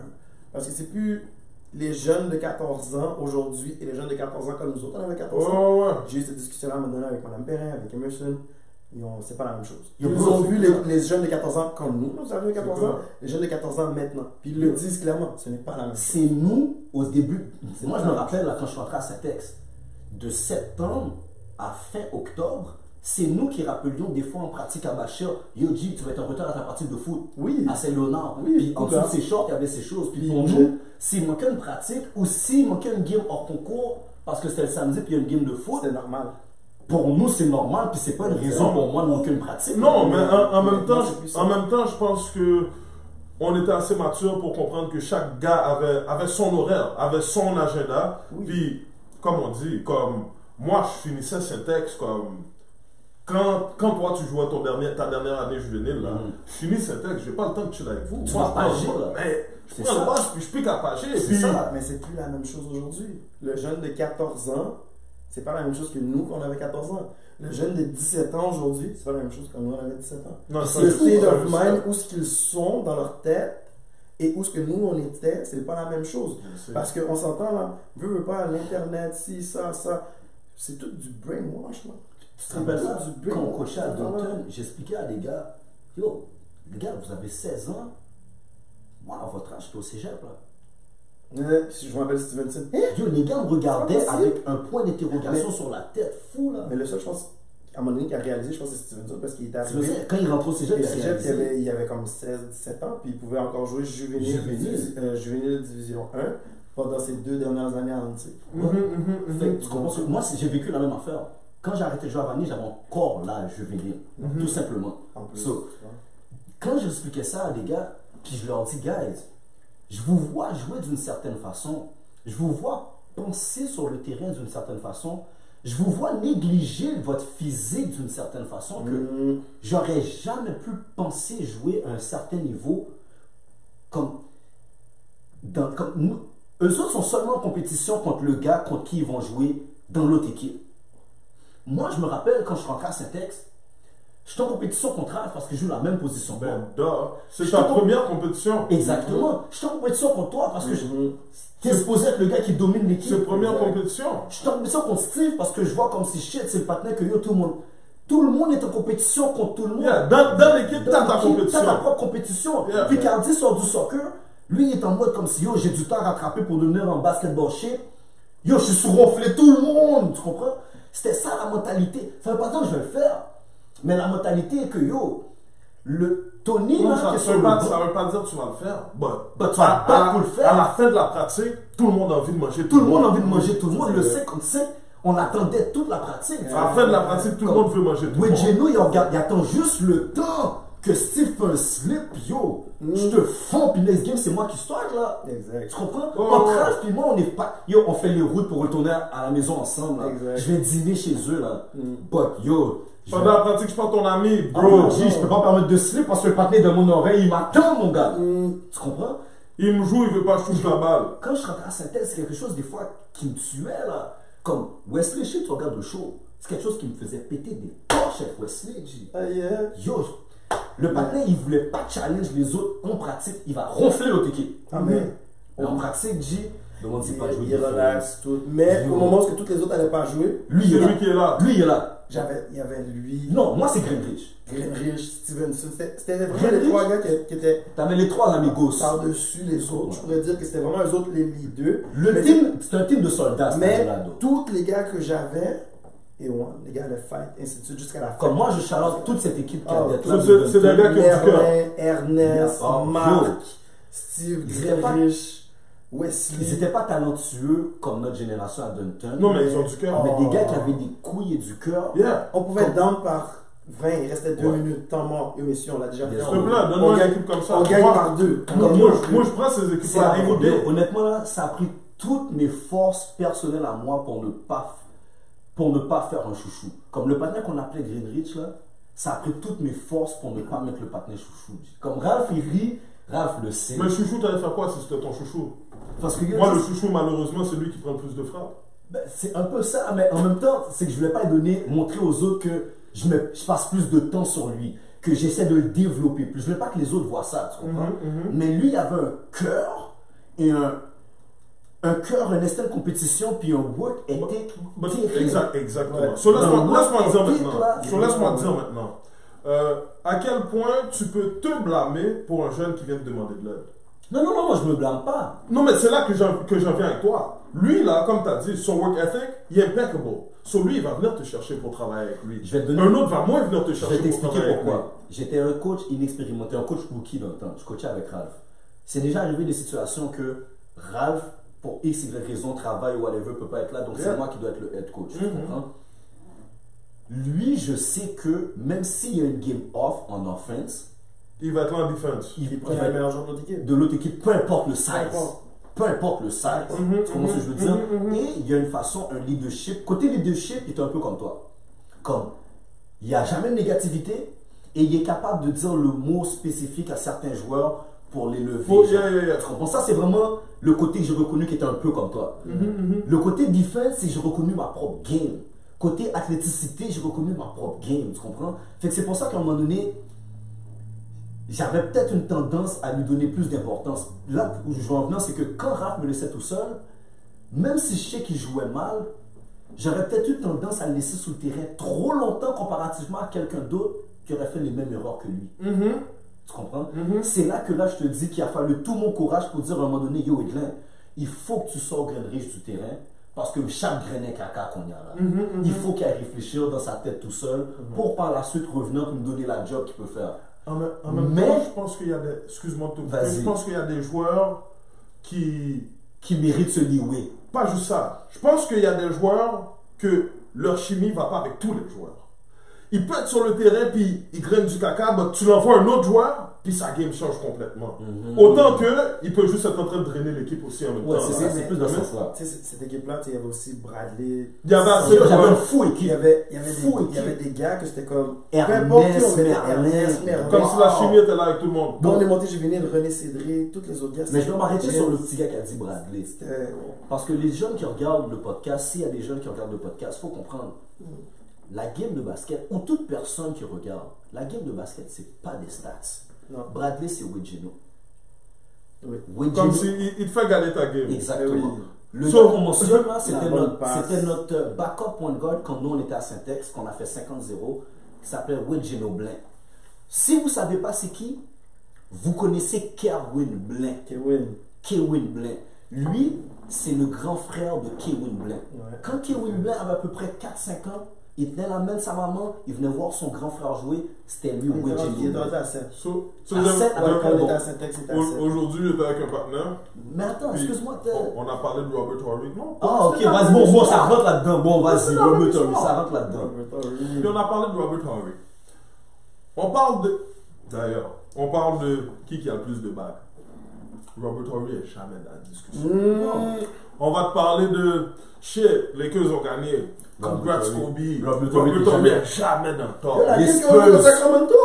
S3: Parce que c'est plus les jeunes de 14 ans aujourd'hui et les jeunes de 14 ans comme nous autres, on avait 14 ans.
S2: Ouais, ouais.
S3: J'ai eu cette discussion-là maintenant avec Mme Perrin, avec Emerson. Ils ont- C'est pas la même chose.
S1: Yo,
S3: Ils
S1: bro,
S3: ont
S1: c'est
S3: vu
S1: ça.
S3: les, les jeunes de 14 ans comme nous, nous avions 14 ans,
S2: quoi?
S3: les jeunes de 14 ans maintenant. Puis ils le disent clairement, ce n'est pas la même chose.
S1: C'est nous, au début, c'est moi je me rappelle là, quand je suis entré à Satex, de septembre à fin octobre, c'est nous qui rappelions des fois en pratique à Bachir, Yo G, tu vas être en retard à ta pratique de foot.
S3: Oui.
S1: À Saint-Léonard.
S3: Oui,
S1: puis en
S3: tout
S1: dessous
S3: à
S1: de ses shorts, il y avait ces choses. Puis
S3: Puis
S1: pour
S3: je-
S1: nous, s'il manquait une pratique ou s'il manquait une game hors concours, parce que c'était le samedi puis il y a une game de foot,
S3: C'est normal.
S1: pour nous c'est normal, puis c'est pas une raison pour moi de manquer une pratique.
S2: Non, mais en, en même
S3: Maintenant,
S2: temps,
S3: c'est plus
S2: je-
S3: ça.
S2: en même temps, je pense que on était assez mature pour comprendre que chaque gars avait, avait son horaire, avait son agenda.
S3: Oui.
S2: Puis, comme on dit, comme moi, je finissais Syntex, comme quand, quand toi tu jouais ton dernier, ta dernière année juvénile, là,
S1: Mhm.
S2: je finis Syntex, j'ai pas le temps de chiller avec vous.
S1: Tu
S2: Moi,
S1: vas
S2: je prends-
S1: pager, là.
S2: Mais je
S1: C'est
S2: prends
S1: ça.
S2: le bus, puis je pique à pager.
S1: C'est
S2: puis-
S1: ça.
S3: Mais c'est plus la même chose aujourd'hui. Le jeune de 14 ans, c'est pas la même chose que nous quand on avait 14 ans. Le jeune de 17 ans aujourd'hui, c'est pas la même chose que nous on avait 17 ans.
S2: Non, ça,
S3: Le
S2: je-
S3: state
S2: ça,
S3: of
S2: je-
S3: mind, où ce qu'ils sont dans leur tête et où ce que nous on était, c'est pas la même chose.
S2: c'est-
S1: Bah,
S3: Parce qu'on s'entend là, veut, veut pas, l'internet, si, ça, ça. C'est tout du brainwash là.
S1: Tu te rappelles
S3: Ça,
S1: ça,
S3: du Ah,
S1: quand on
S3: brain.
S1: coachait à
S3: Ça, ouais.
S1: Dalton, j'expliquais à des gars, yo, les gars, vous avez 16 ans, moi, à votre âge, j'étais au cégep, là.
S3: Euh, si je m'appelle Stevenson.
S1: Yo, les gars me regardaient
S3: C'est pas possible.
S1: avec un point d'interrogation sur la tête, fou, là.
S3: Mais le seul, je pense, à un moment donné, qui a réalisé, je pense, c'est Stevenson parce qu'il était
S1: Tu me
S3: arrivé.
S1: dis, quand ils rentrent au cégep,
S3: Et
S1: ils
S3: Cégep, il,
S1: réalisaient.
S3: avait, il avait comme 16-17 ans, puis il pouvait encore jouer juvénile,
S1: Juvénile.
S3: divi- euh, juvénile division 1 pendant ses deux dernières années à Antique.
S2: Mhm,
S1: mm-hmm,
S2: mhm, mhm.
S1: Fait que tu comprends ce que- moi, c'est- j'ai vécu la même affaire. Quand j'ai arrêté de jouer à Vanille, j'avais encore l'âge juvénile,
S3: Mhm.
S1: tout simplement.
S3: En plus.
S1: So,
S3: tu vois.
S1: quand j'expliquais ça à des gars, puis je leur dis, guys, je vous vois jouer d'une certaine façon, je vous vois penser sur le terrain d'une certaine façon, je vous vois négliger votre physique d'une certaine façon, que
S3: Mm,
S1: j'aurais jamais pu penser jouer à un certain niveau comme. Dans, comme nous. Eux autres sont seulement en compétition contre le gars contre qui ils vont jouer dans l'autre équipe. Moi, je me rappelle quand je rentre à Saint-Ex, Je suis en compétition contre Ralph parce que je joue la même position. que moi.
S2: Ben, d'or. C'est
S1: Je
S2: ta
S1: comprends.
S2: première compétition.
S1: Exactement. Je suis en compétition contre toi parce que je
S2: Mhm.
S1: t'es supposé être le gars qui domine l'équipe.
S2: C'est première
S1: Exact.
S2: compétition.
S1: Je suis en compétition contre Steve parce que je vois comme si shit, c'est le partenaire que yo, tout le monde. Tout le monde est en compétition contre tout le monde.
S2: Yeah, Dans, dans l'équipe,
S1: Dans
S2: t'as ta
S1: l'équipe,
S2: compétition.
S1: T'as ta propre compétition.
S2: Yeah.
S1: Puis Cardi sort du soccer, lui il est en mode comme si yo, j'ai du temps à rattraper pour devenir un basketball shit. Yo, je suis sous-ronflé tout le monde, tu comprends? C'était ça la mentalité. Ça fait pas tant que je vais le faire. Mais la mentalité est que yo, le Tony,
S2: Non,
S1: là,
S2: Ça
S1: qui est
S2: ne
S1: sur
S2: veut,
S1: le
S2: pas-
S1: banc-
S2: ça veut pas dire que tu vas le faire. Bon,
S1: Bah, tu vas
S2: à-
S1: te battre
S2: à-
S1: pour le faire.
S2: À la fin de la pratique, tout le monde a envie de manger.
S1: tout le monde a envie de manger, tout le monde le sait comme ça. On attendait toute la pratique.
S2: À la fin de la pratique, tout le monde veut manger. Tout le
S1: Oui,
S2: monde.
S1: Geno, il, regarde- il attend juste le temps que Steve fait un slip, yo. Je te fonds, puis next game, c'est moi qui start, là.
S3: Mm. Exact.
S1: Tu comprends?
S2: Oh,
S1: Entre
S2: ouais.
S1: Ralph puis moi, on est pas. Yo, on fait les routes pour retourner à la maison ensemble, là.
S3: Exact. Mm.
S1: Je vais dîner chez eux, là. But, yo. Je
S2: Pendant la pratique, je suis pas ton ami,
S1: Bro,
S2: bro.
S1: G, je peux pas me permettre de slip parce que le partenaire de mon oreille, il m'attend, mon gars.
S3: Mm.
S1: Tu comprends?
S2: Il me joue, il veut pas que je touche la balle.
S1: quand je rentrais à Saint-Thèse, c'est quelque chose des fois qui me tuait là. Comme Wesley, je sais, tu regardes le show. C'est quelque chose qui me faisait péter des poches avec Wesley. G.
S3: Ah, yeah.
S1: Yo, le patin, il voulait pas challenge les autres. En pratique, il va ronfler l'autre équipe.
S3: Ah, mais-
S1: Mais En pratique, J, demande s'il
S3: Il,
S1: Mm-hmm. pas jouer
S3: il relaxe tout. Mais
S1: Yo.
S3: au moment où toutes les autres n'allaient pas jouer,
S1: Lui, il
S2: C'est
S1: est là.
S2: lui qui est là.
S1: Lui, il est là.
S3: j'avais, il y avait lui,
S1: Non, moi, c'est Greenwich.
S3: Greenrich, Stevenson. C'était c'était vraiment
S1: Greenwich?
S3: les trois gars qui, qui étaient
S1: T'avais les trois amigos.
S3: par-dessus les autres. Je pourrais dire que c'était vraiment eux autres les leaders.
S1: Le
S3: Mais-
S1: team, c'est un team de soldats,
S3: Mais
S1: c'est
S3: tous les gars que j'avais, et on, les gars de fight, ainsi de suite, jusqu'à la fin.
S1: Comme moi, je challenge toute cette équipe qui a
S3: Ah,
S1: d'être
S2: c'est- c'est- c'est le gars qui-
S3: Merlin, Ernest,
S1: Ah,
S3: Marc,
S1: yo.
S3: Steve,
S1: Ils étaient pas-
S3: Greenrich,
S1: Ils
S3: Wesley.
S1: étaient pas talentueux comme notre génération à Dunton.
S2: Non, mais ils ont du cœur.
S1: Mais des gars qui avaient des couilles et du cœur.
S2: Yeah.
S3: On pouvait être down par 20, il restait 2
S1: Ouais.
S3: minutes, temps mort, et messieurs, on l'a déjà
S1: Bien
S3: fait.
S1: sûr.
S2: S'il te plaît,
S3: on
S2: donne-moi une
S3: gagne,
S2: équipe comme ça.
S3: on
S2: Tu
S3: gagne
S2: vois,
S3: par deux.
S2: Moi,
S3: Comme
S2: moi,
S3: nous,
S2: je, moi, je prends ces
S1: C'est
S2: équipes-là
S1: la
S2: every
S1: vérité.
S2: day.
S1: Honnêtement, là, ça a pris toutes mes forces personnelles à moi pour ne pas, pour ne pas faire un chouchou. Comme le partenaire qu'on appelait Greenrich, là, ça a pris toutes mes forces pour ne pas mettre le partenaire chouchou. Comme Ralph, il rit, Ralph le sait.
S2: Mais chouchou, t'allais faire quoi si c'était ton chouchou
S1: Parce que yo,
S2: Moi, le
S1: c'est-
S2: chouchou, malheureusement, c'est lui qui prend le plus de frappes.
S1: ben, c'est un peu ça, mais en même temps, c'est que je voulais pas donner, montrer aux autres que je, me, je passe plus de temps sur lui, que j'essaie de le développer plus. Je voulais pas que les autres voient ça, tu
S2: Mhm.
S1: comprends? Mais lui, il avait un cœur et un, un cœur, un instinct de compétition, puis un work ethic
S2: Bah,
S1: terrible.
S2: exact, exactement.
S3: Ouais.
S2: So, laisse-moi
S1: Non,
S2: laisse-moi
S1: moi,
S2: dire
S1: t'es là.
S2: maintenant. So, laisse-moi
S3: Ouais.
S2: dire maintenant. Euh, à quel point tu peux te blâmer pour un jeune qui vient te demander de l'aide
S1: Non, non, non, moi, je me blâme pas.
S2: Non, mais c'est là que j'en que j'en viens avec toi. Lui, là, comme tu as dit, son work ethic, il est impeccable. So, lui, il va venir te chercher pour travailler avec lui.
S1: Je vais te donner-
S2: Un autre va moins venir te
S1: Je
S2: chercher
S1: vais
S2: pour
S1: t'expliquer
S2: travailler avec lui.
S1: pourquoi. J'étais un coach inexpérimenté, un coach rookie dans le temps. Je coachais avec Ralph. C'est déjà arrivé des situations que Ralph, pour X, Y raison, travail ou whatever, peut pas être là, donc
S2: Yeah.
S1: c'est moi qui dois être le head coach. tu
S2: Mhm.
S1: comprends? Lui, je sais que même s'il y a une game off en offense,
S2: Il va être là en défense.
S1: il, il
S3: Prenez
S1: va
S3: le meilleur joueur de l'autre équipe.
S1: de l'autre équipe, peu importe le size.
S3: Peu importe. Mm-hmm,
S1: Peu importe le size.
S2: Mhm,
S1: tu comprends ce que je veux
S2: mhm,
S1: dire?
S2: mhm, mhm.
S1: Et il y a une façon, un leadership. Côté leadership, il est un peu comme toi. Comme, il n'y a jamais de négativité et il est capable de dire le mot spécifique à certains joueurs pour les lever.
S2: Oh, yeah, yeah, yeah.
S1: Tu comprends? Ça, c'est vraiment le côté que j'ai reconnu qui était un peu comme toi. Le côté defense, c'est que j'ai reconnu ma propre game. Côté athléticité, j'ai reconnu ma propre game, tu comprends? Fait que c'est pour ça qu'à un moment donné, j'avais peut-être une tendance à lui donner plus d'importance. Là où je veux en venir, c'est que quand Raph me laissait tout seul, même si je sais qu'il jouait mal, j'aurais peut-être eu tendance à le laisser sous le terrain trop longtemps comparativement à quelqu'un d'autre qui aurait fait les mêmes erreurs que lui.
S2: Mhm.
S1: Tu comprends?
S2: Mhm.
S1: C'est là que là, je te dis qu'il a fallu tout mon courage pour dire à un moment donné, yo, Edlin, il faut que tu sors riche du terrain parce que chaque grain est caca qu'on y a là.
S2: Mhm,
S3: Mm-hmm.
S2: mhm.
S1: Il faut qu'il aille réfléchir dans sa tête tout seul pour par la suite revenir et me donner la job qu'il peut faire.
S2: En même, en même
S1: Mais-
S2: temps, je pense qu'il y a des. Excuse-moi de te couper,
S1: Vas-y.
S2: Je pense qu'il y a des joueurs qui.
S1: Qui mérite ce leeway.
S2: Pas juste ça. Je pense qu'il y a des joueurs que leur chimie va pas avec tous les joueurs. Il peut être sur le terrain puis il graine du caca, mais tu l'envoies à un autre joueur puis sa game change complètement.
S3: Mm-hmm.
S2: Autant que il peut juste être en train de drainer l'équipe aussi en même
S1: Mm. Ouais,
S2: temps.
S1: c'est
S2: là.
S1: ça, c'est plus dans ce sens-là.
S3: Tu sais, c- cette équipe-là, tu sais, il y avait aussi Bradley.
S2: Il y avait assez de
S1: J'avais une
S2: joueurs.
S1: fou
S3: Il
S1: équipe.
S3: y avait, il y avait,
S1: Fou
S3: des, il y
S1: équipe.
S3: avait des gars que c'était comme.
S1: Ernest,
S3: qui on mettait,
S1: Merlin.
S3: Ernest, Merlin.
S2: Comme si la chimie était là avec tout le monde.
S3: Bon, on est monté, j'ai venu René Cédric, tous les autres gars.
S1: Mais je
S3: c'était-
S1: dois m'arrêter sur le petit gars qui a dit Bradley.
S3: Euh, Mm.
S1: Parce que les jeunes qui regardent le podcast, s'il y a des jeunes qui regardent le podcast, il faut comprendre. la game de basket, ou toute personne qui regarde, la game de basket, c'est pas des stats.
S3: Non.
S1: Bradley, c'est Wigeno.
S3: Oui.
S2: Comme si il, il te fait gagner ta game.
S1: Exactement.
S3: Eh oui.
S1: Le
S2: So-
S1: gars qu'on mentionne, là,
S3: La
S1: c'était
S3: bonne
S1: notre,
S3: passe.
S1: c'était notre, euh, backup point guard quand nous on était à Saint-Ex, qu'on a fait 50-0, qui s'appelait Will Blain. Si vous savez pas c'est qui, vous connaissez Kerwin Blain.
S3: Kevin.
S1: Kevin Blain. Lui, c'est le grand frère de Kevin Blain.
S3: Ouais.
S1: Quand Kevin Blain avait à peu près 4-5 ans, il venait la main de sa maman, il venait voir son grand frère jouer, c'était lui,
S3: Il est
S1: Will
S3: rendu- il est
S1: Blain.
S3: rendu à 7.
S2: So, so
S1: À
S2: de-
S1: sept,
S2: de-
S1: ouais,
S3: Quand on
S1: bon.
S3: était à Saint-Ex, c'était à
S2: au-
S3: 7.
S2: Aujourd'hui, j'étais avec un partenaire.
S1: Mais attends,
S2: puis
S1: excuse-moi, t'es-
S2: on, on a parlé de Robert Horry. Non.
S1: Oh. Ah, ok,
S2: c'était dans
S1: vas-y,
S2: le
S1: bon,
S2: même
S1: bon, ça
S2: soir.
S1: rentre là-dedans. Bon, vas-y,
S2: C'est dans
S1: Robert
S2: le
S1: Tommy,
S2: soir.
S1: ça rentre là-dedans.
S3: Hmm.
S2: Puis on a parlé de Robert Horry. On parle de. D'ailleurs, on parle de qui qui a le plus de bagues. Robert Horry est jamais dans la discussion.
S1: Non.
S2: On va te parler de shit, les Lakers ont gagné. Congrats
S1: Robert
S2: Kobe.
S1: Horry.
S2: Robert
S1: Robert
S2: Horry
S1: Horry
S2: est jamais dans le top.
S3: La
S1: Les
S3: game qu'on a eu contre
S1: Spurs.
S3: Sacramento,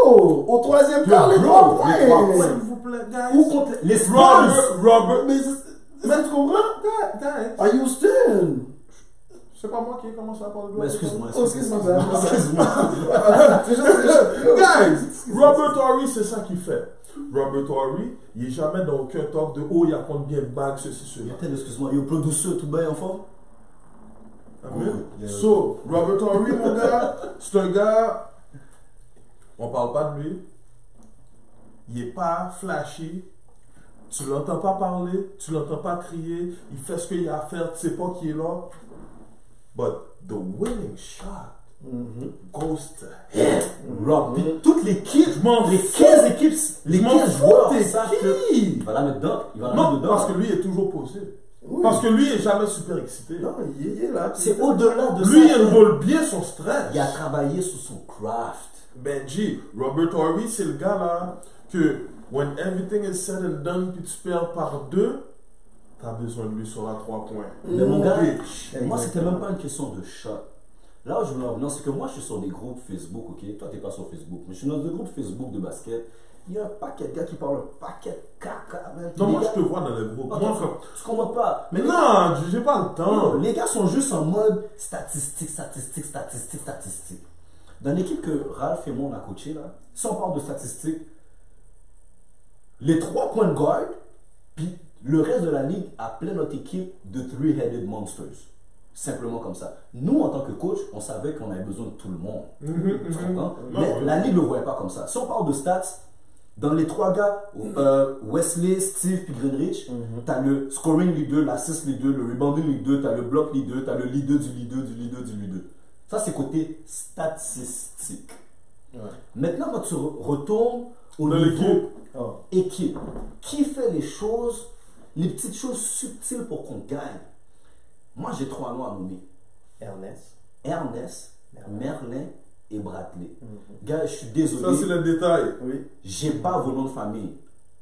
S3: au troisième
S1: Yo,
S3: quart, les
S1: bro,
S3: trois
S1: les trois
S3: points.
S1: points.
S2: S'il vous plaît,
S1: Ou
S2: guys.
S1: contre les Spurs.
S2: Robert, Robert, mais
S3: Mais tu comprends?
S2: guys, guys,
S3: À Houston.
S2: c'est pas moi qui ai commencé à parler de
S1: Mais
S2: Robert
S1: excuse-moi. ben,
S3: Oh, excuse-moi.
S1: Excuse-moi.
S3: Ah, C'est juste- c'est juste-
S2: Guys, Robert Horry, c'est ça qu'il fait. Robert Horry, il est jamais dans aucun talk de oh, il a combien de bagues, ceci, cela.
S1: Attends, excuse-moi, yo, plus douceur, tout bien en forme?
S2: Amen.
S1: Yeah.
S2: So, Robert Horry, mon gars, c'est un gars, on parle pas de lui. Il est pas flashy. Tu l'entends pas parler, tu l'entends pas crier. Il fait ce qu'il a à faire, tu sais pas qui est là. But the winning shot
S3: Mm-hmm.
S2: goes to him.
S1: Rob, puis toutes les équipes,
S2: Je m'en
S1: les
S2: fous.
S1: 15 équipes, les
S2: Je m'en
S1: 15
S2: fous,
S1: joueurs,
S2: t'es
S1: savent
S2: qui?
S1: que. Il va la mettre dedans. Il va la mettre
S2: Non,
S1: dedans.
S2: parce que lui est toujours posé.
S3: Oui.
S2: Parce que lui est jamais super excité.
S3: Non, il est- il est là. puis-
S1: C'est au-delà de
S2: Lui,
S1: ça.
S2: il vole bien son stress.
S1: Il a travaillé sur son craft.
S2: Benji, Ben, Robert Horry, c'est le gars là que when everything is said and done, puis tu perds par deux, t'as besoin de lui sur la trois points.
S1: Mais mon gars,
S2: Bitch.
S1: moi, c'était même pas une question de shot. Là où je voulais en venir, c'est que moi, je suis sur des groupes Facebook, ok? Toi, t'es pas sur Facebook, mais je suis dans des groupes Facebook de basket. Il y a un paquet de gars qui parlent un paquet de caca, man.
S2: Non,
S1: Les
S2: moi
S1: gars-
S2: je te vois dans les groupes.
S1: Attends,
S2: Moi, comme-
S1: tu comprends pas.
S2: Mais
S1: Mais
S2: non, j'ai pas le temps.
S1: non, Oh, les gars sont juste en mode statistique, statistique, statistique, statistique. Dans l'équipe que Ralph et moi on a coaché, là, si on parle de statistiques, les trois points de guard, puis le reste de la ligue appelait notre équipe de three-headed monsters. Simplement comme ça. Nous, en tant que coach, on savait qu'on avait besoin de tout le monde. Tu comprends?
S2: Mm-hmm, Non,
S1: Mais
S2: oui.
S1: la ligue ne le voyait pas comme ça. Si on parle de stats, dans les trois gars, euh, Wesley, Steve puis Greenrich,
S3: Mm-hmm.
S1: t'as le scoring leader, l'assist leader, le rebounding leader, t'as le block leader, t'as le leader du leader, du leader, du leader. Ça, c'est côté statistique. Maintenant, quand tu re- retournes au
S2: Dans l'équipe.
S1: niveau
S3: Oh.
S1: équipe, qui fait les choses, les petites choses subtiles pour qu'on gagne Moi, j'ai trois noms à nommer.
S3: Ernest.
S1: Ernest, Merlin et Bradley. Gars, je suis
S2: Ça,
S1: désolé,
S2: c'est le détail.
S3: Oui.
S1: j'ai pas vos noms de famille.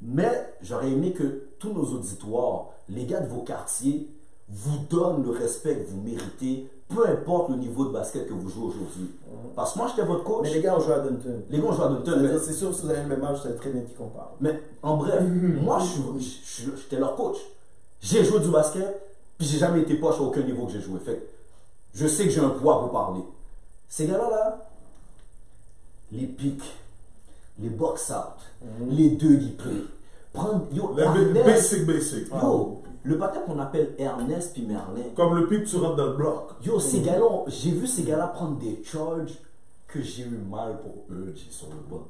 S1: Mais j'aurais aimé que tous nos auditoires, les gars de vos quartiers, vous donnent le respect que vous méritez, peu importe le niveau de basket que vous jouez aujourd'hui. Parce que moi, j'étais votre coach.
S3: Mhm. Mais les gars ont joué à Dunton.
S1: Les gars, je vais donner
S3: C'est-à-dire, C'est sûr que si vous avez le même âge, vous savez très bien de qui qu'on parle.
S1: Mais en bref, moi, je suis- je suis- j'étais leur coach. J'ai joué du basket, puis j'ai jamais été poche à aucun niveau que j'ai joué. Fait que je sais que j'ai un poids pour parler. Ces gars-là, là, les pics, les box-out, les deux play, prendre. Yo,
S2: Les ba-
S1: Ernest,
S2: basic, basic.
S1: yo, le patin qu'on appelle Ernest puis Merlin.
S2: Comme le pic, tu rentres dans le bloc.
S1: Yo, ces gars-là, ont- j'ai vu ces gars-là prendre des charges que j'ai eu mal pour eux, j'ai sur le banc.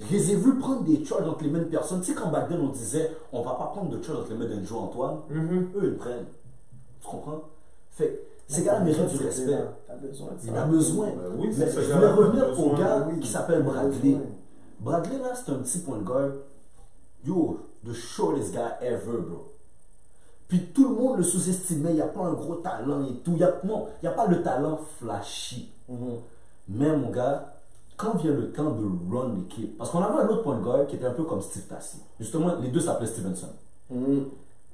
S1: Je les ai vus prendre des charges entre les mêmes personnes. Tu sais, quand back then, on disait, on va pas prendre de charges entre les mains d'un Joe Antoine,
S2: Mm-hmm.
S1: eux, ils prennent. Tu comprends? Fait que ces gars-là méritent du respect.
S3: T'as besoin de ça. Ah
S1: Il a besoin.
S2: Ben oui, c'est
S1: Mais
S2: ce
S1: je
S2: gars-là
S1: voulais
S2: qui a
S1: revenir au
S2: besoin,
S1: gars
S3: oui.
S1: qui s'appelle
S3: Il a
S1: Bradley.
S3: besoin.
S1: Bradley, là, c'est un petit point guard. Yo, the shortest guy ever, bro. Puis tout le monde le sous-estimait. Il n'y a pas un gros talent et tout. Il n'y a, non, il y a pas le talent flashy.
S3: Mhm.
S1: Mais mon gars, quand vient le temps de run l'équipe, parce qu'on avait un autre point guard qui était un peu comme Steve Tassi. Justement, les deux s'appelaient Stevenson.
S3: Mhm.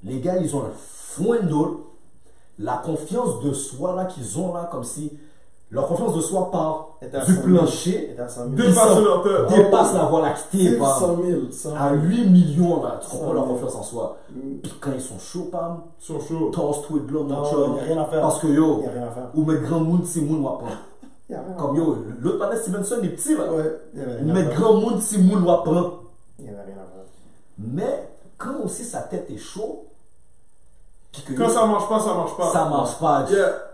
S1: Les gars, ils ont un foin d'eau. La confiance de soi là qu'ils ont là, comme si leur confiance de soi part
S3: Est à
S1: du
S3: 100 000.
S1: plancher,
S3: Est à 100 000.
S2: Deux passes de leur peur.
S1: dépasse la voie lactée,
S3: Steve,
S1: par
S3: 100 000. 100
S1: à
S3: 000.
S1: 8 millions là, tu comprends
S3: 100
S1: leur
S3: 000.
S1: confiance en soi. Puis quand ils sont chauds, pam,
S2: Ils sont chauds.
S1: toss tout et de l'autre,
S3: Non,
S1: mon chum.
S3: y a rien à faire.
S1: Parce que yo,
S3: Y a rien à faire.
S1: ou mettre grand monde, c'est monde, on va prendre.
S3: Il y a
S1: Comme yo, l'autre panel Stevenson est petit, là.
S3: Ouais, il y avait rien à
S1: Mais
S3: faire.
S1: grand monde, petit monde, va prendre.
S3: Il y avait rien à faire.
S1: Mais quand aussi sa tête est chaude, puis que
S2: Quand ça marche pas, ça marche pas.
S1: ça marche pas,
S2: Yeah.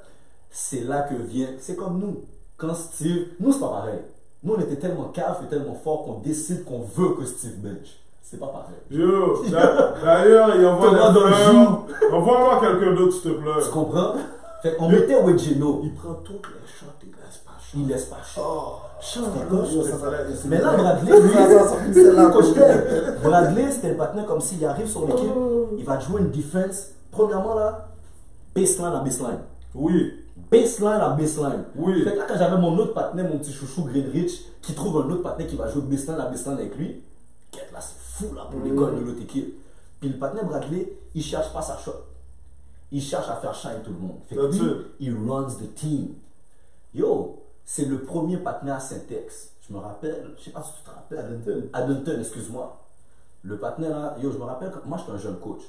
S1: c'est là que vient. C'est comme nous. Quand Steve. Nous, c'est pas pareil. Nous, on était tellement caf et tellement fort qu'on décide qu'on veut que Steve bench. C'est pas pareil.
S2: Yo, d'a- d'ailleurs, il envoie
S1: Thomas
S2: des
S1: dans le
S2: fleurs. Envoie-moi quelqu'un d'autre, s'il te
S1: Tu
S2: plaît.
S1: comprends? Fait qu'on mettait Wedgeno.
S2: Il prend toutes les shots, il laisse pas shot.
S1: Il laisse pas chaud.
S2: Oh,
S3: Yo, ça, ça, ça,
S1: Mais là,
S3: c'est-
S1: Bradley, lui,
S3: Ça, ça, c'est
S1: c'est
S3: là
S1: lui,
S3: qu'on-
S1: coach-tel. Bradley, c'était le partenaire comme s'il arrive sur l'équipe, il va te jouer une defense. Premièrement, là, baseline à baseline.
S2: Oui,
S1: Baseline à baseline.
S2: oui.
S1: Fait que là, quand j'avais mon autre partenaire, mon petit chouchou Greenrich, qui trouve un autre partenaire qui va jouer baseline à baseline avec lui, quête là, c'est fou là pour l'école de l'autre équipe. Puis le partenaire Bradley, il cherche pas sa shot. Il cherche à faire shine tout le monde. Fait que
S2: That's
S1: lui,
S2: it.
S1: il runs the team. Yo, c'est le premier partenaire à Syntex. Je me rappelle, je sais pas si tu te rappelles,
S3: Addington.
S1: Addington, excuse-moi. Le partenaire là, yo, je me rappelle, quand- moi j'étais un jeune coach.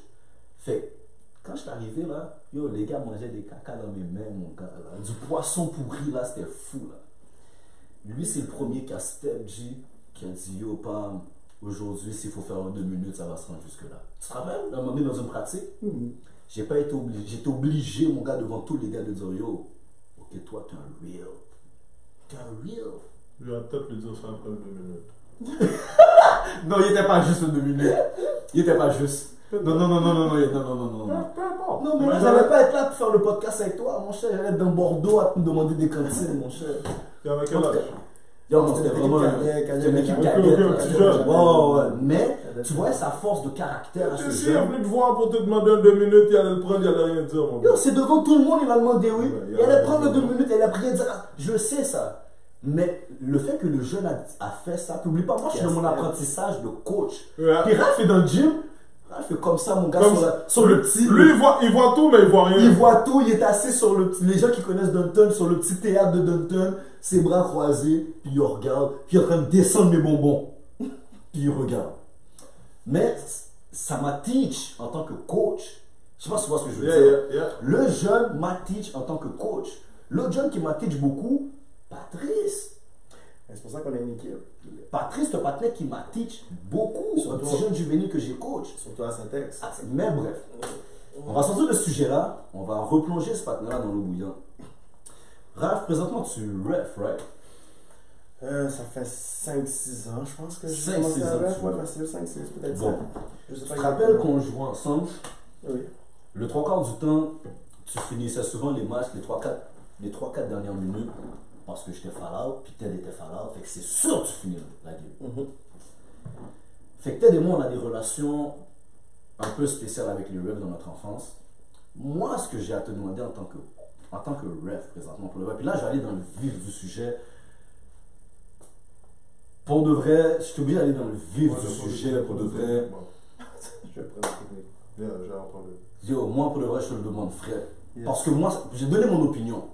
S1: Fait que, quand je suis arrivé là, yo, les gars mangeaient des caca dans mes mains, mon gars. là. Du poisson pourri là, c'était fou là. Lui, c'est le premier qui a step G, qui a dit yo, pam, aujourd'hui, s'il faut faire deux minutes, ça va se rendre jusque-là. Tu te rappelles, à un moment donné, dans une pratique,
S3: Mhm.
S1: j'ai pas été obligé, j'étais obligé, mon gars, devant tous les gars de dire yo, ok, toi, t'es un real. T'es un real.
S2: Je vais peut-être lui dire ça après deux minutes.
S1: Non, il était pas juste le deux minutes. Il était pas juste. Non, non, non, non, non, non, il- non, non, non, non, non.
S2: Peu importe.
S1: Non, mais là, j'allais pas être là pour faire le podcast avec toi, mon cher. J'allais être dans Bordeaux à te demander des cantines, mon cher.
S2: Il avait quel âge
S1: Yo, non,
S3: C'était
S1: c'était
S3: une
S1: vraiment
S3: équipe
S1: un-
S3: cadette,
S1: c'était une équipe
S2: cadette,
S1: cadette.
S2: ok,
S1: là,
S2: ok,
S1: euh, tu
S2: petit
S1: vois.
S2: jeune.
S1: Ouais, ouais, ouais. Mais
S3: Cadette.
S1: tu vois sa force de caractère à ce
S2: Si il est
S1: jeune.
S2: venu te voir pour te demander un deux minutes, il allait le prendre, il allait rien dire, mon gars.
S1: Yo, c'est devant tout le monde, il a demandé oui.
S2: Ouais, il y
S1: Et
S2: a-
S1: elle a prendre deux minutes, elle a prié, dire Ah, Je sais ça. Mais le fait que le jeune a, a fait ça, t'oublies pas, moi je suis dans mon
S3: Yes.
S1: apprentissage de coach.
S2: Ouais.
S1: Puis Ralph est dans le gym, Ralph est comme ça, mon gars,
S2: Comme
S1: sur, la-
S2: ça.
S1: sur le petit.
S2: Lui, il voit, il voit tout, mais il voit rien.
S1: Il voit tout, il est assis sur le petit. Les gens qui connaissent Dunton, sur le petit théâtre de Dunton, ses bras croisés, puis il regarde, puis il est en train de descendre mes bonbons. puis il regarde. Mais ça m'a teach en tant que coach. Je sais pas si tu vois ce que je veux
S2: Yeah,
S1: dire.
S2: yeah, yeah.
S1: Le jeune m'a teach en tant que coach. L'autre jeune qui m'a teach beaucoup, Patrice.
S3: Mais C'est pour ça qu'on a une équipe.
S1: Patrice, le partenaire qui m'a teach beaucoup. Un
S3: Surtout.
S1: petit jeune juvénile que j'ai coach.
S3: Surtout à Saint-Ex.
S1: Ah, c'est- Mais bref, on va sortir de ce sujet-là. On va replonger ce partenaire-là dans l'eau bouillante. Raph, présentement, tu ref, right?
S3: Euh, ça fait 5-6 ans, je pense que j'ai
S1: Cinq,
S3: commencé
S1: six
S3: à
S1: ans,
S3: ref.
S1: tu
S3: Ouais,
S1: vois.
S3: facile, 5-6, peut-être
S1: Bon.
S3: ça. Je sais
S1: Tu
S3: pas
S1: te rappelles
S3: exactement.
S1: qu'on jouait ensemble.
S3: Oui.
S1: Le trois quarts du temps, tu finissais souvent les matchs, les trois, quatre, les trois, quatre dernières minutes, parce que j'étais fallout, puis tel était fallout. Fait que c'est sûr que tu finis la game.
S3: Mhm.
S1: Fait que Ted et moi, on a des relations un peu spéciales avec les refs dans notre enfance. Moi, ce que j'ai à te demander en tant que, en tant que ref présentement pour le ref, puis là, je vais aller dans le vif du sujet. Pour de vrai, je suis obligé d'aller dans le vif du sujet, pour de vrai.
S3: Je vais prendre le technique.
S2: Yeah, j'ai entendu.
S1: Yo, moi, pour de vrai, je te le demande, frère.
S3: Yes.
S1: Parce que moi, j'ai donné mon opinion.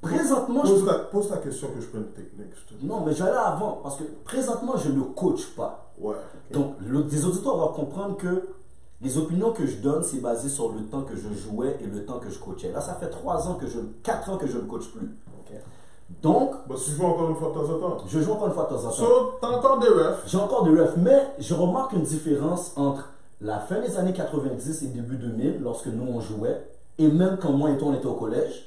S1: Présentement, je
S2: Pose ta, pose ta question que je prenne technique, je te dis.
S1: Non, mais je vais aller avant, parce que présentement, je ne coach pas.
S2: Ouais.
S1: Donc, le- les auditeurs vont comprendre que les opinions que je donne, c'est basé sur le temps que je jouais et le temps que je coachais. Là, ça fait trois ans que je, quatre ans que je ne coach plus.
S3: Ok.
S1: Donc,
S2: Bah, si je joue encore une fois de temps en temps.
S1: je joue encore une fois de temps en temps.
S2: So, t'entends des refs.
S1: J'ai encore des refs, mais je remarque une différence entre la fin des années 90 et début 2000, lorsque nous on jouait, et même quand moi et toi on était au collège,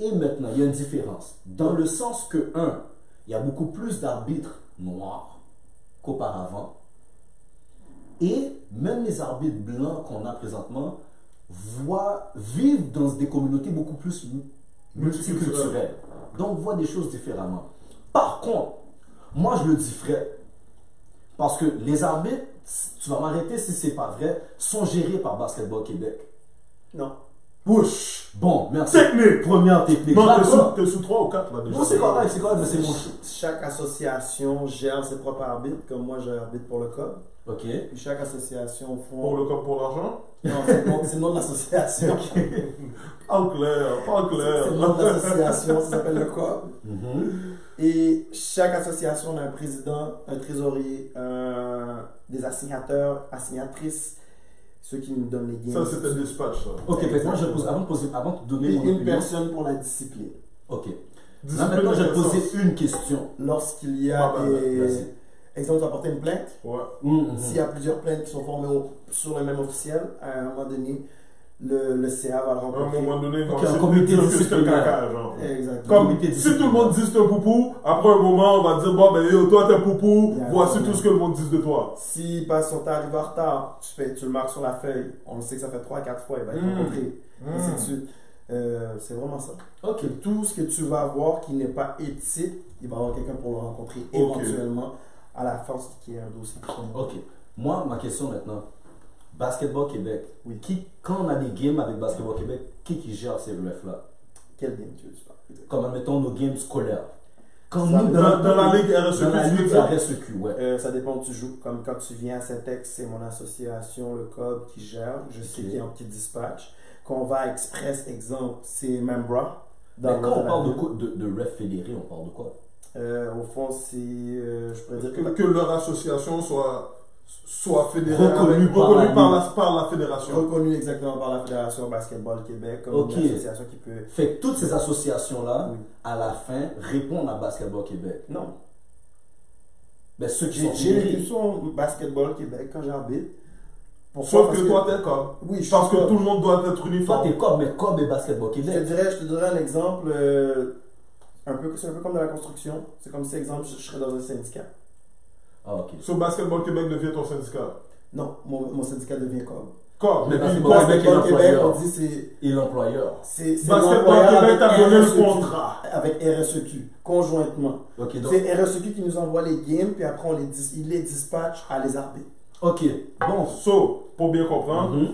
S1: et maintenant, il y a une différence. Dans le sens que, un, il y a beaucoup plus d'arbitres noirs qu'auparavant, et même les arbitres blancs qu'on a présentement voient, vivent dans des communautés beaucoup plus mu- multiculturelles. Donc, voient des choses différemment. Par contre, moi, je le dis frère, parce que les arbitres, tu vas m'arrêter si c'est pas vrai, sont gérés par Basketball Québec.
S3: Non.
S2: Push.
S1: Bon, merci.
S2: Technique.
S1: Première technique.
S2: Non, t'es
S1: J'apprends.
S2: sous, t'es sous 3 ou 4 là déjà.
S1: Non, c'est correct, c'est correct, mais c'est mon show.
S3: Ch- Chaque association gère ses propres arbitres, comme moi, j'arbitre pour le club.
S1: Ok.
S3: Puis chaque association font.
S2: Pour le corps, pour l'argent.
S3: Non, c'est le nom- c'est le nom de l'association.
S2: Pas en clair, pas en
S3: C'est le
S2: clair.
S3: nom de l'association, ça s'appelle le COB.
S1: Mhm.
S3: Et chaque association, on a un président, un trésorier, un- des assignateurs, assignatrices, ceux qui nous donnent les games.
S2: Ça, c'était dispatch, ça.
S1: Ok, fait que moi, je pose, avant de poser, avant de donner
S3: Et
S1: mon
S3: une
S1: opinion.
S3: personne pour la discipline.
S1: Ok. Là, maintenant, je vais te
S2: Discipline
S1: poser une question.
S3: Lorsqu'il y a
S2: Ouais, bah,
S3: des.
S1: merci.
S3: Exemple, tu vas porter une plainte.
S2: Ouais.
S1: Mhm.
S3: S'il Mm-hmm. y a plusieurs plaintes qui sont formées au- sur le même officiel, à un moment donné, le, le CA
S2: À
S3: va le
S2: un
S3: rencontrer.
S2: moment donné,
S1: Ok,
S2: on
S1: un
S2: sait
S1: comité
S2: plus que c'est le
S1: disciplinaire.
S2: caca, genre.
S3: Exactement.
S2: Comme si tout le monde dit c'est un poupou, après un moment, on va dire bon, ben yo, toi t'es un poupou,
S3: Yeah,
S2: voici
S3: yeah.
S2: tout ce que le monde dit de toi.
S3: S'il passe son temps à arriver en retard, tu, fais, tu le marques sur la feuille. On le sait que ça fait 3-4 fois, il va être
S2: Mm.
S3: rencontré. Ainsi de suite. Euh, c'est vraiment ça.
S1: Ok.
S3: Que tout ce que tu vas voir qui n'est pas éthique, il va y avoir quelqu'un pour le rencontrer éventuellement à la fin qui est un dossier.
S1: Ok. Moi, ma question maintenant. Basketball Québec.
S3: Oui.
S1: Qui, quand on a des games avec Basketball Québec, qui qui gère ces refs-là
S3: Quel game tu veux tu parles?
S1: Comme admettons nos games scolaires. Quand
S3: Ça-
S1: nous,
S2: Dans, dans la ligue
S1: dans la
S2: RSEQ, tu veux
S1: ligue
S2: dire
S1: RSEQ, ouais.
S3: Euh, ça dépend où tu joues. Comme quand tu viens à Saint-Ex, c'est mon association, le COB, qui gère. Je sais
S1: Ok.
S3: qu'il y a un petit dispatch. Qu'on va à Express, exemple, c'est Membra.
S1: Mais quand
S3: le nord de
S1: on
S3: la
S1: parle de,
S3: ville.
S1: co- de, de ref fédéré, on parle de quoi
S3: Euh, au fond, c'est. euh, je pourrais dire que.
S2: que, que leur association soit, soit fédérée,
S1: Reconnue
S2: avec-
S1: par
S2: reconnue
S1: la
S2: par, la, par la fédération.
S3: reconnu exactement par la Fédération Basketball Québec comme
S1: Ok.
S3: une association qui peut.
S1: Fait que toutes ces associations-là,
S3: Oui.
S1: à la fin, répondent à Basketball Québec.
S3: Non.
S1: Mais ceux qui
S3: J'ai
S1: sont
S3: j'ai vécu
S1: fédérés.
S3: ça en Basketball Québec quand j'arbitre.
S2: Sauf
S3: Parce
S2: que toi t'es comme.
S3: Oui, je
S2: Parce que
S3: suis-
S2: tout le monde doit être
S1: Toi,
S2: uniforme.
S1: t'es comme, mais comme et Basketball
S3: Je te
S1: Québec.
S3: dirais, je te donnerais un exemple. euh, un peu, c'est un peu comme dans la construction. C'est comme si, exemple, je, je serais dans un syndicat.
S1: Ah, ok.
S2: Sur Basketball Québec devient ton syndicat.
S3: Non, mon, mon syndicat devient comme.
S2: Comme.
S1: Mais
S2: Et puis,
S1: Basketball
S2: Bas-
S1: Québec est
S3: Basketball Québec,
S1: l'employeur.
S3: on dit c'est.
S1: Et l'employeur.
S3: c'est- c'est
S2: Basketball
S3: l'employeur
S2: Québec
S1: Ah,
S2: t'a
S3: avec
S2: donné le
S3: RSEQ,
S2: contrat.
S3: Avec RSEQ, conjointement.
S1: Ok, donc.
S3: C'est RSEQ qui nous envoie les games, puis après, on les, dis- il les dispatche à les arbitres.
S1: Ok.
S2: Bon, so, pour bien comprendre,
S1: Mhm.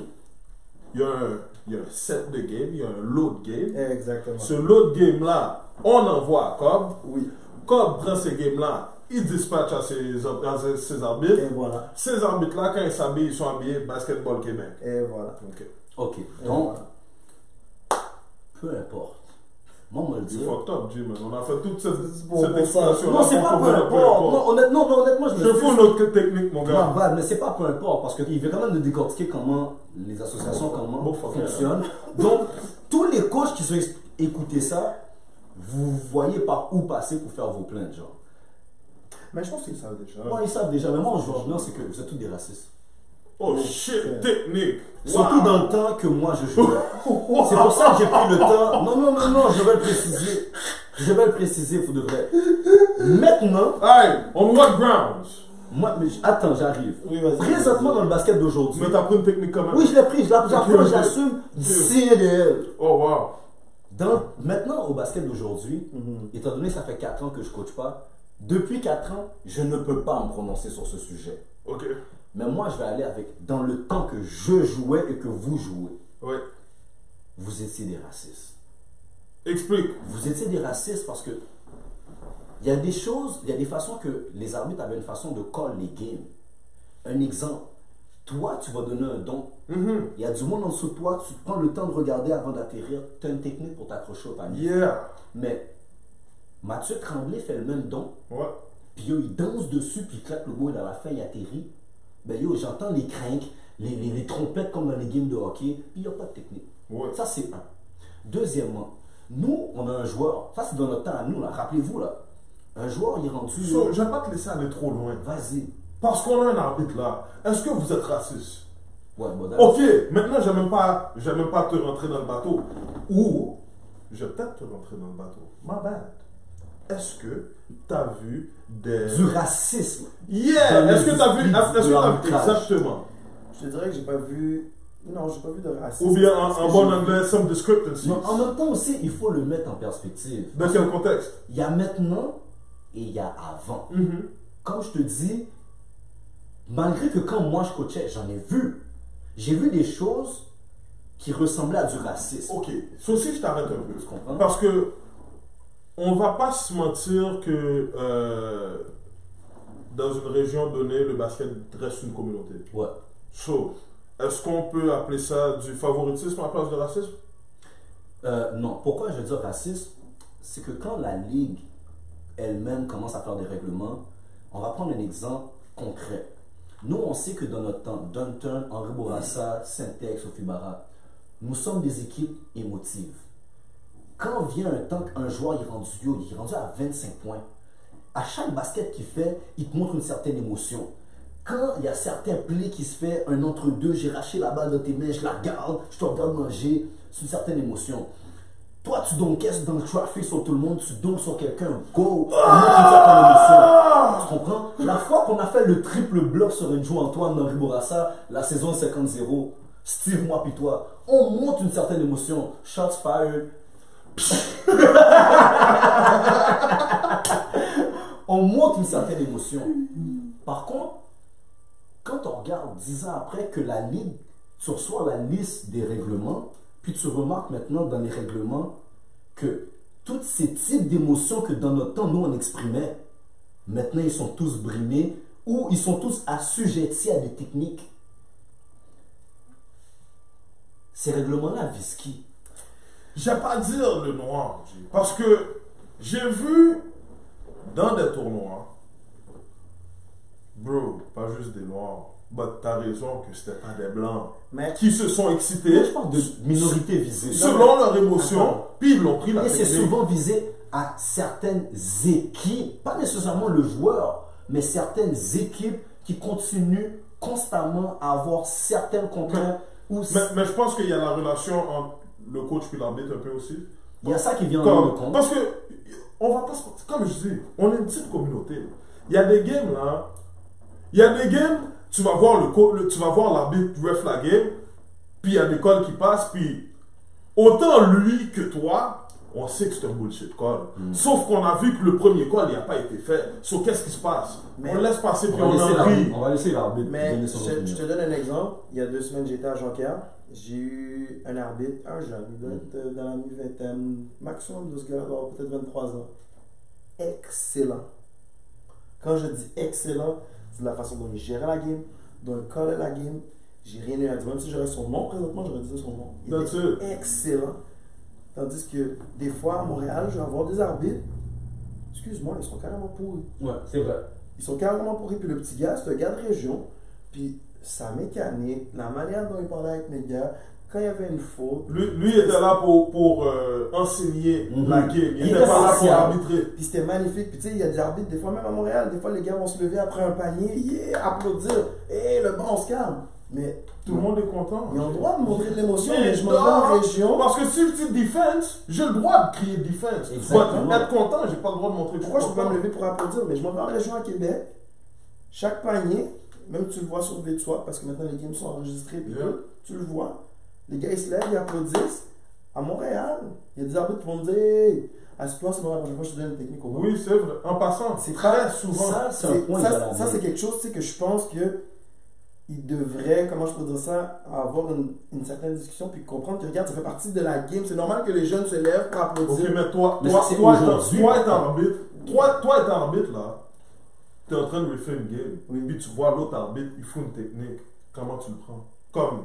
S2: il y a un- il y, a un set de game, il y a un lot de game.
S3: Exactement.
S2: Ce lot de game-là, on envoie à Cobb.
S3: Oui.
S2: Cobb prend ces games-là, il dispatche à ses, à ses- ses arbitres.
S3: Et voilà.
S2: Ces arbitres-là, quand ils s'habillent, ils sont habillés Basketball Québec.
S3: Et voilà.
S2: Ok.
S1: Ok.
S3: Et
S1: Donc,
S3: voilà.
S1: peu importe. Moi, on me le
S2: C'est
S1: dit.
S2: fucked up, Jim. man. On a fait toute cette, cette
S3: Pour- pour ça.
S2: expression-là.
S1: Non, c'est pas peu importe. Non, honnêtement, non, honnêtement, je me
S2: Je fous notre technique, mon
S1: Ma
S2: gars.
S1: balle, mais c'est pas peu importe, parce qu'il veut quand même nous décortiquer comment les associations comment
S2: Bon, fuck,
S1: fonctionnent. Donc, tous les coachs qui ont ex- écouté ça, vous voyez par où passer pour faire vos plaintes, genre.
S3: Mais je pense qu'ils le savent déjà.
S1: Moi, ils savent déjà, mais moi, je veux c'est que vous êtes tous des racistes.
S2: Oh
S3: Ouais.
S2: shit, technique.
S1: Surtout dans le temps que moi, je jouais. C'est pour ça que j'ai pris le temps. Non, non, non, non, je vais le préciser. Je vais le préciser pour de vrai. Maintenant,
S2: Hey, on what grounds?
S1: moi, mais j- attends, j'arrive.
S3: Oui, vas-y.
S1: Présentement, dans le basket d'aujourd'hui,
S2: Mais t'as pris une technique quand même.
S1: oui, je l'ai pris, je la- j'apprends, j'assume, c'est réel.
S2: Oh wow.
S1: Dans- maintenant, au basket d'aujourd'hui,
S2: Mhm.
S1: étant donné que ça fait 4 ans que je ne coach pas, depuis 4 ans, je ne peux pas me prononcer sur ce sujet.
S2: Ok.
S1: Mais moi, je vais aller avec dans le temps que je jouais et que vous jouez.
S2: Ouais.
S1: Vous étiez des racistes.
S2: Explique.
S1: Vous étiez des racistes parce que il y a des choses, il y a des façons que les arbitres avaient une façon de call les games. Un exemple, toi, tu vas donner un don.
S2: Mhm.
S1: Il y a du monde en dessous de toi, tu prends le temps de regarder avant d'atterrir. Tu as une technique pour t'accrocher au panier.
S2: Yeah.
S1: Mais Mathieu Tremblay fait le même don,
S2: Ouais.
S1: puis yo, il danse dessus, puis il claque le bout à la fin, il atterrit. Ben yo, j'entends les crinques, les, les- les trompettes comme dans les games de hockey, puis il n'y a pas de technique.
S2: Ouais.
S1: Ça, c'est un. Deuxièmement, nous, on a un joueur, ça c'est dans notre temps à nous, là, rappelez-vous là. Un joueur, il est rendu.
S2: So, je vais pas te laisser aller trop loin.
S1: Vas-y.
S2: Parce qu'on a un arbitre là. Est-ce que vous êtes raciste?
S1: Ouais, bon, d'accord.
S2: Ok, maintenant, je même pas, je même pas te rentrer dans le bateau. Ou, je vais peut-être te rentrer dans le bateau. Ma bad. Est-ce que t'as vu des...
S1: Du racisme.
S2: Yeah!
S1: Dans
S2: Est-ce
S1: le
S2: que t'as vu...
S1: discipline
S2: Est-ce est-ce
S1: de
S2: que t'as vu...
S1: l'arbitrage.
S2: Exactement.
S3: Je te dirais que j'ai pas vu. Non, j'ai pas vu de racisme.
S2: Ou bien, en,
S3: Parce
S2: en
S3: que
S2: bon
S3: j'ai-
S2: anglais, some discrepancies.
S1: Mais en même temps aussi, il faut le mettre en perspective.
S2: Dans quel contexte?
S1: Il y a maintenant et il y a avant.
S2: Mhm.
S1: comme je te dis, malgré que quand moi je coachais, j'en ai vu. J'ai vu des choses qui ressemblaient à du racisme.
S2: Ok. So, si je t'arrête un
S1: Tu
S2: peu.
S1: comprends?
S2: Parce que, on va pas se mentir que... euh, dans une région donnée, le basket reste une communauté.
S1: Ouais.
S2: So, est-ce qu'on peut appeler ça du favoritisme à la place de racisme
S1: Euh, non, pourquoi je dis racisme C'est que quand la Ligue elle-même commence à faire des règlements, on va prendre un exemple concret. Nous, on sait que dans notre temps, Dunton, Henri Bourassa, Syntex, Sophie Barra, nous sommes des équipes émotives. quand vient un temps qu'un joueur il est rendu yo, il est rendu à 25 points, à chaque basket qu'il fait, il te montre une certaine émotion. Quand il y a certains plays qui se fait, un entre-deux, j'ai raché la balle de tes mains, je la garde, je te regarde manger, c'est une certaine émotion. Toi, tu donkes dans le trafic sur tout le monde, tu donnes sur quelqu'un, go, montre une certaine émotion. Tu comprends La fois qu'on a fait le triple bloc sur une joue Antoine dans Riborassa, la saison 50-0, Steve, moi puis toi, on monte une certaine émotion. Shots fired. on monte une certaine émotion. Par contre, quand on regarde 10 ans après que la ligue, tu reçois la liste des règlements, puis tu remarques maintenant dans les règlements que tous ces types d'émotions que dans notre temps, nous, on exprimait, Maintenant, ils sont tous brimés ou ils sont tous assujettis à des techniques. Ces règlements-là, Visky.
S2: J'ai pas à dire le noir. Parce que j'ai vu dans des tournois, bro, pas juste des noirs, but t'as raison que c'était pas des blancs,
S3: Mais
S2: qui se sont excités
S1: Là, je parle de minorité visée.
S2: selon leur émotion,
S3: Attends.
S2: puis ils l'ont pris la
S1: Et c'est
S2: technique.
S1: souvent visé à certaines équipes, pas nécessairement le joueur, mais certaines équipes qui continuent constamment à avoir certaines contraintes ou
S2: Mais, mais je pense qu'il y a la relation entre le coach puis l'arbitre un peu aussi.
S1: il y a ça qui vient en ligne de
S2: Comme-
S1: compte.
S2: parce que, on va pas se mentir, comme je dis, on est une petite communauté. Il y a des games là, il y a des games, tu vas voir le, co- le- tu vas voir l'arbitre ref la game, puis il y a des calls qui passent, puis autant lui que toi, on sait que c'est un bullshit call. Sauf qu'on a vu que le premier call, il n'a pas été fait. Sauf qu'est-ce qui se passe
S3: Mais-
S2: On laisse passer,
S1: On
S2: puis
S1: va
S2: on,
S1: laisser
S2: en rit.
S1: l'arbitre- on va laisser l'arbitre
S3: Mais
S1: donner
S3: je,
S1: son
S3: te- je
S1: opinion.
S3: te donne un exemple. Il y a deux semaines, j'étais à Jonquière. J'ai eu un arbitre, un jeune, il doit être euh, dans la mi-vingtaine, maximum 12 gars, doit avoir peut-être 23 ans. Excellent. Quand je dis excellent, c'est de la façon dont il gérait la game, dont il collait la game. J'ai rien eu à dire. Même si j'aurais son nom présentement, j'aurais dit son nom. Il
S2: That's
S3: était excellent. Tandis que des fois à Montréal, je vais avoir des arbitres. Excuse-moi, ils sont carrément pourris.
S1: Ouais, c'est vrai.
S3: Ils sont carrément pourris. Puis le petit gars, c'est un gars de région. Puis sa mécanique, la manière dont il parlait avec mes gars, quand il y avait une faute.
S2: Lui, lui était là pour, pour euh, enseigner
S1: Mhm.
S2: la game. Il
S1: Il
S2: n'était
S1: était
S2: pas là pour
S1: social.
S2: arbitrer.
S3: Puis c'était magnifique. Puis tu sais, il y a des arbitres, des fois même à Montréal, des fois les gars vont se lever après un panier, yeah, applaudir, hé, le bon, on se calme. Mais
S2: Tout le monde est content.
S3: ils ont le droit de montrer de l'émotion,
S2: Mais
S3: mais je m'en vais en
S2: non.
S3: région.
S2: Parce que si je dis defense, j'ai le droit de crier defense.
S1: Exactement.
S2: But être content, j'ai pas le droit de montrer que
S3: Pourquoi je
S2: suis
S3: peux pas
S2: content.
S3: me lever pour applaudir Mais je m'en vais en région à Québec. Chaque panier, même tu le vois sur Vétois, parce que maintenant les games sont enregistrés, puis
S2: Yeah.
S3: tout, tu le vois. Les gars, ils se lèvent, ils applaudissent. À Montréal, il y a des arbitres qui vont me dire Hey, Assis-toi, c'est bon, la prochaine fois, je te donne une technique au moins.
S2: Oui, c'est vrai. En passant,
S3: C'est
S2: très souvent.
S1: Ça, c'est un point
S3: ça,
S1: de la
S3: ça,
S1: vie.
S3: c'est quelque chose tu sais, que je pense que il devrait, comment je peux dire ça, avoir une, une certaine discussion puis comprendre que regarde, ça fait partie de la game. C'est normal que les jeunes se lèvent pour
S2: Ok,
S3: applaudir.
S2: mais toi,
S1: Mais
S2: toi,
S1: ça, c'est
S2: toi,
S1: aujourd'hui.
S2: toi, t'es arbitre. Toi, toi, t'es arbitre là. T'es en train de refaire une game.
S3: Oui.
S2: Puis tu vois l'autre arbitre, il fout une technique. Comment tu le prends Comme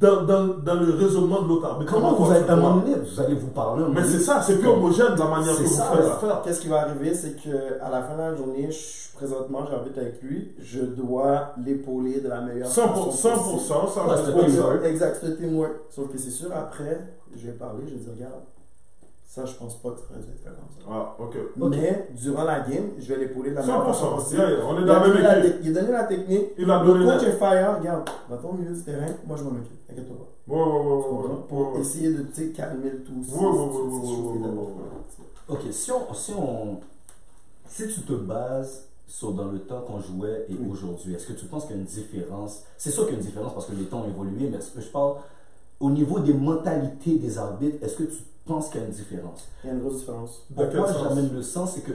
S2: dans, dans, dans le raisonnement de l'autre arbitre.
S1: Comment vous
S2: toi,
S1: allez,
S2: tu
S1: à un
S2: le vois?
S1: moment donné, vous allez vous parler un moment
S2: Mais c'est
S1: donné.
S2: ça, c'est plus homogène la manière
S1: C'est
S2: que vous
S1: ça,
S2: faites
S1: là.
S2: l'affaire.
S3: Qu'est-ce qui va arriver, c'est que à la fin de la journée, je suis présentement, j'arbitre avec lui, je dois l'épauler de la meilleure
S2: 100%,
S3: façon
S2: 100%,
S3: possible.
S2: 100%,
S1: Ouais, c'est
S3: Ouais,
S1: Oui,
S3: c'est-
S1: oui.
S3: Exact, c'est le teamwork. Sauf que c'est sûr, après, je vais parler, je vais dire, regarde, ça, je pense pas que ça aurait dû être fait comme ça.
S2: Ah, ok.
S1: Ok.
S3: Mais durant la game, je vais l'épauler de la meilleure façon
S2: 100%.
S3: possible.
S2: Yeah, yeah, on est
S3: Il
S2: dans
S3: a
S2: la
S3: donné
S2: même
S3: la
S2: équipe.
S3: tec- il a donné la technique.
S2: Il a
S3: Le
S2: donné la.
S3: coach est fire, regarde, va-t'en au milieu du terrain, moi je m'en occupe, inquiète-toi pas.
S2: Ouais, ouais, ouais,
S3: Tu
S2: ouais,
S3: comprends?
S2: ouais. ouais,
S3: Pour
S2: ouais.
S3: essayer de tu sais, calmer le tout.
S2: Ouais,
S3: si-
S2: ouais, ouais,
S3: si- si-
S2: ouais,
S3: si- si-
S2: ouais, ouais,
S3: si-
S2: ouais,
S1: Ok,
S2: ouais.
S1: si on, si on- si tu te bases sur dans le temps qu'on jouait et
S3: Oui.
S1: aujourd'hui, est-ce que tu penses qu'il y a une différence C'est sûr qu'il y a une différence parce que les temps ont évolué, mais est-ce que je parle au niveau des mentalités des arbitres Est-ce que tu penses qu'il y a une différence
S3: Il y a une grosse différence.
S2: Dans quel
S1: Pourquoi
S2: sens?
S1: j'amène le sens C'est que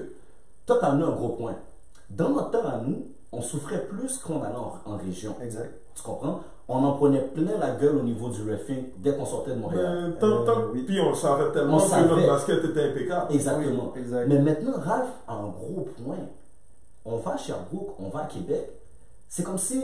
S1: toi, t'en as un gros point. Dans notre temps à nous, on souffrait plus qu'on allait en- en région.
S3: Exact.
S1: Tu comprends On en prenait plein la gueule au niveau du refing dès qu'on sortait de Montréal.
S2: Ben, tant, tant-
S3: Euh, oui.
S2: Puis on le savait tellement
S1: On
S2: que
S1: savait.
S2: notre basket était impeccable.
S1: Exactement.
S3: Oui, exact.
S1: Euh, Mais maintenant, Ralph a un gros point. On va à Sherbrooke, on va à Québec. C'est comme si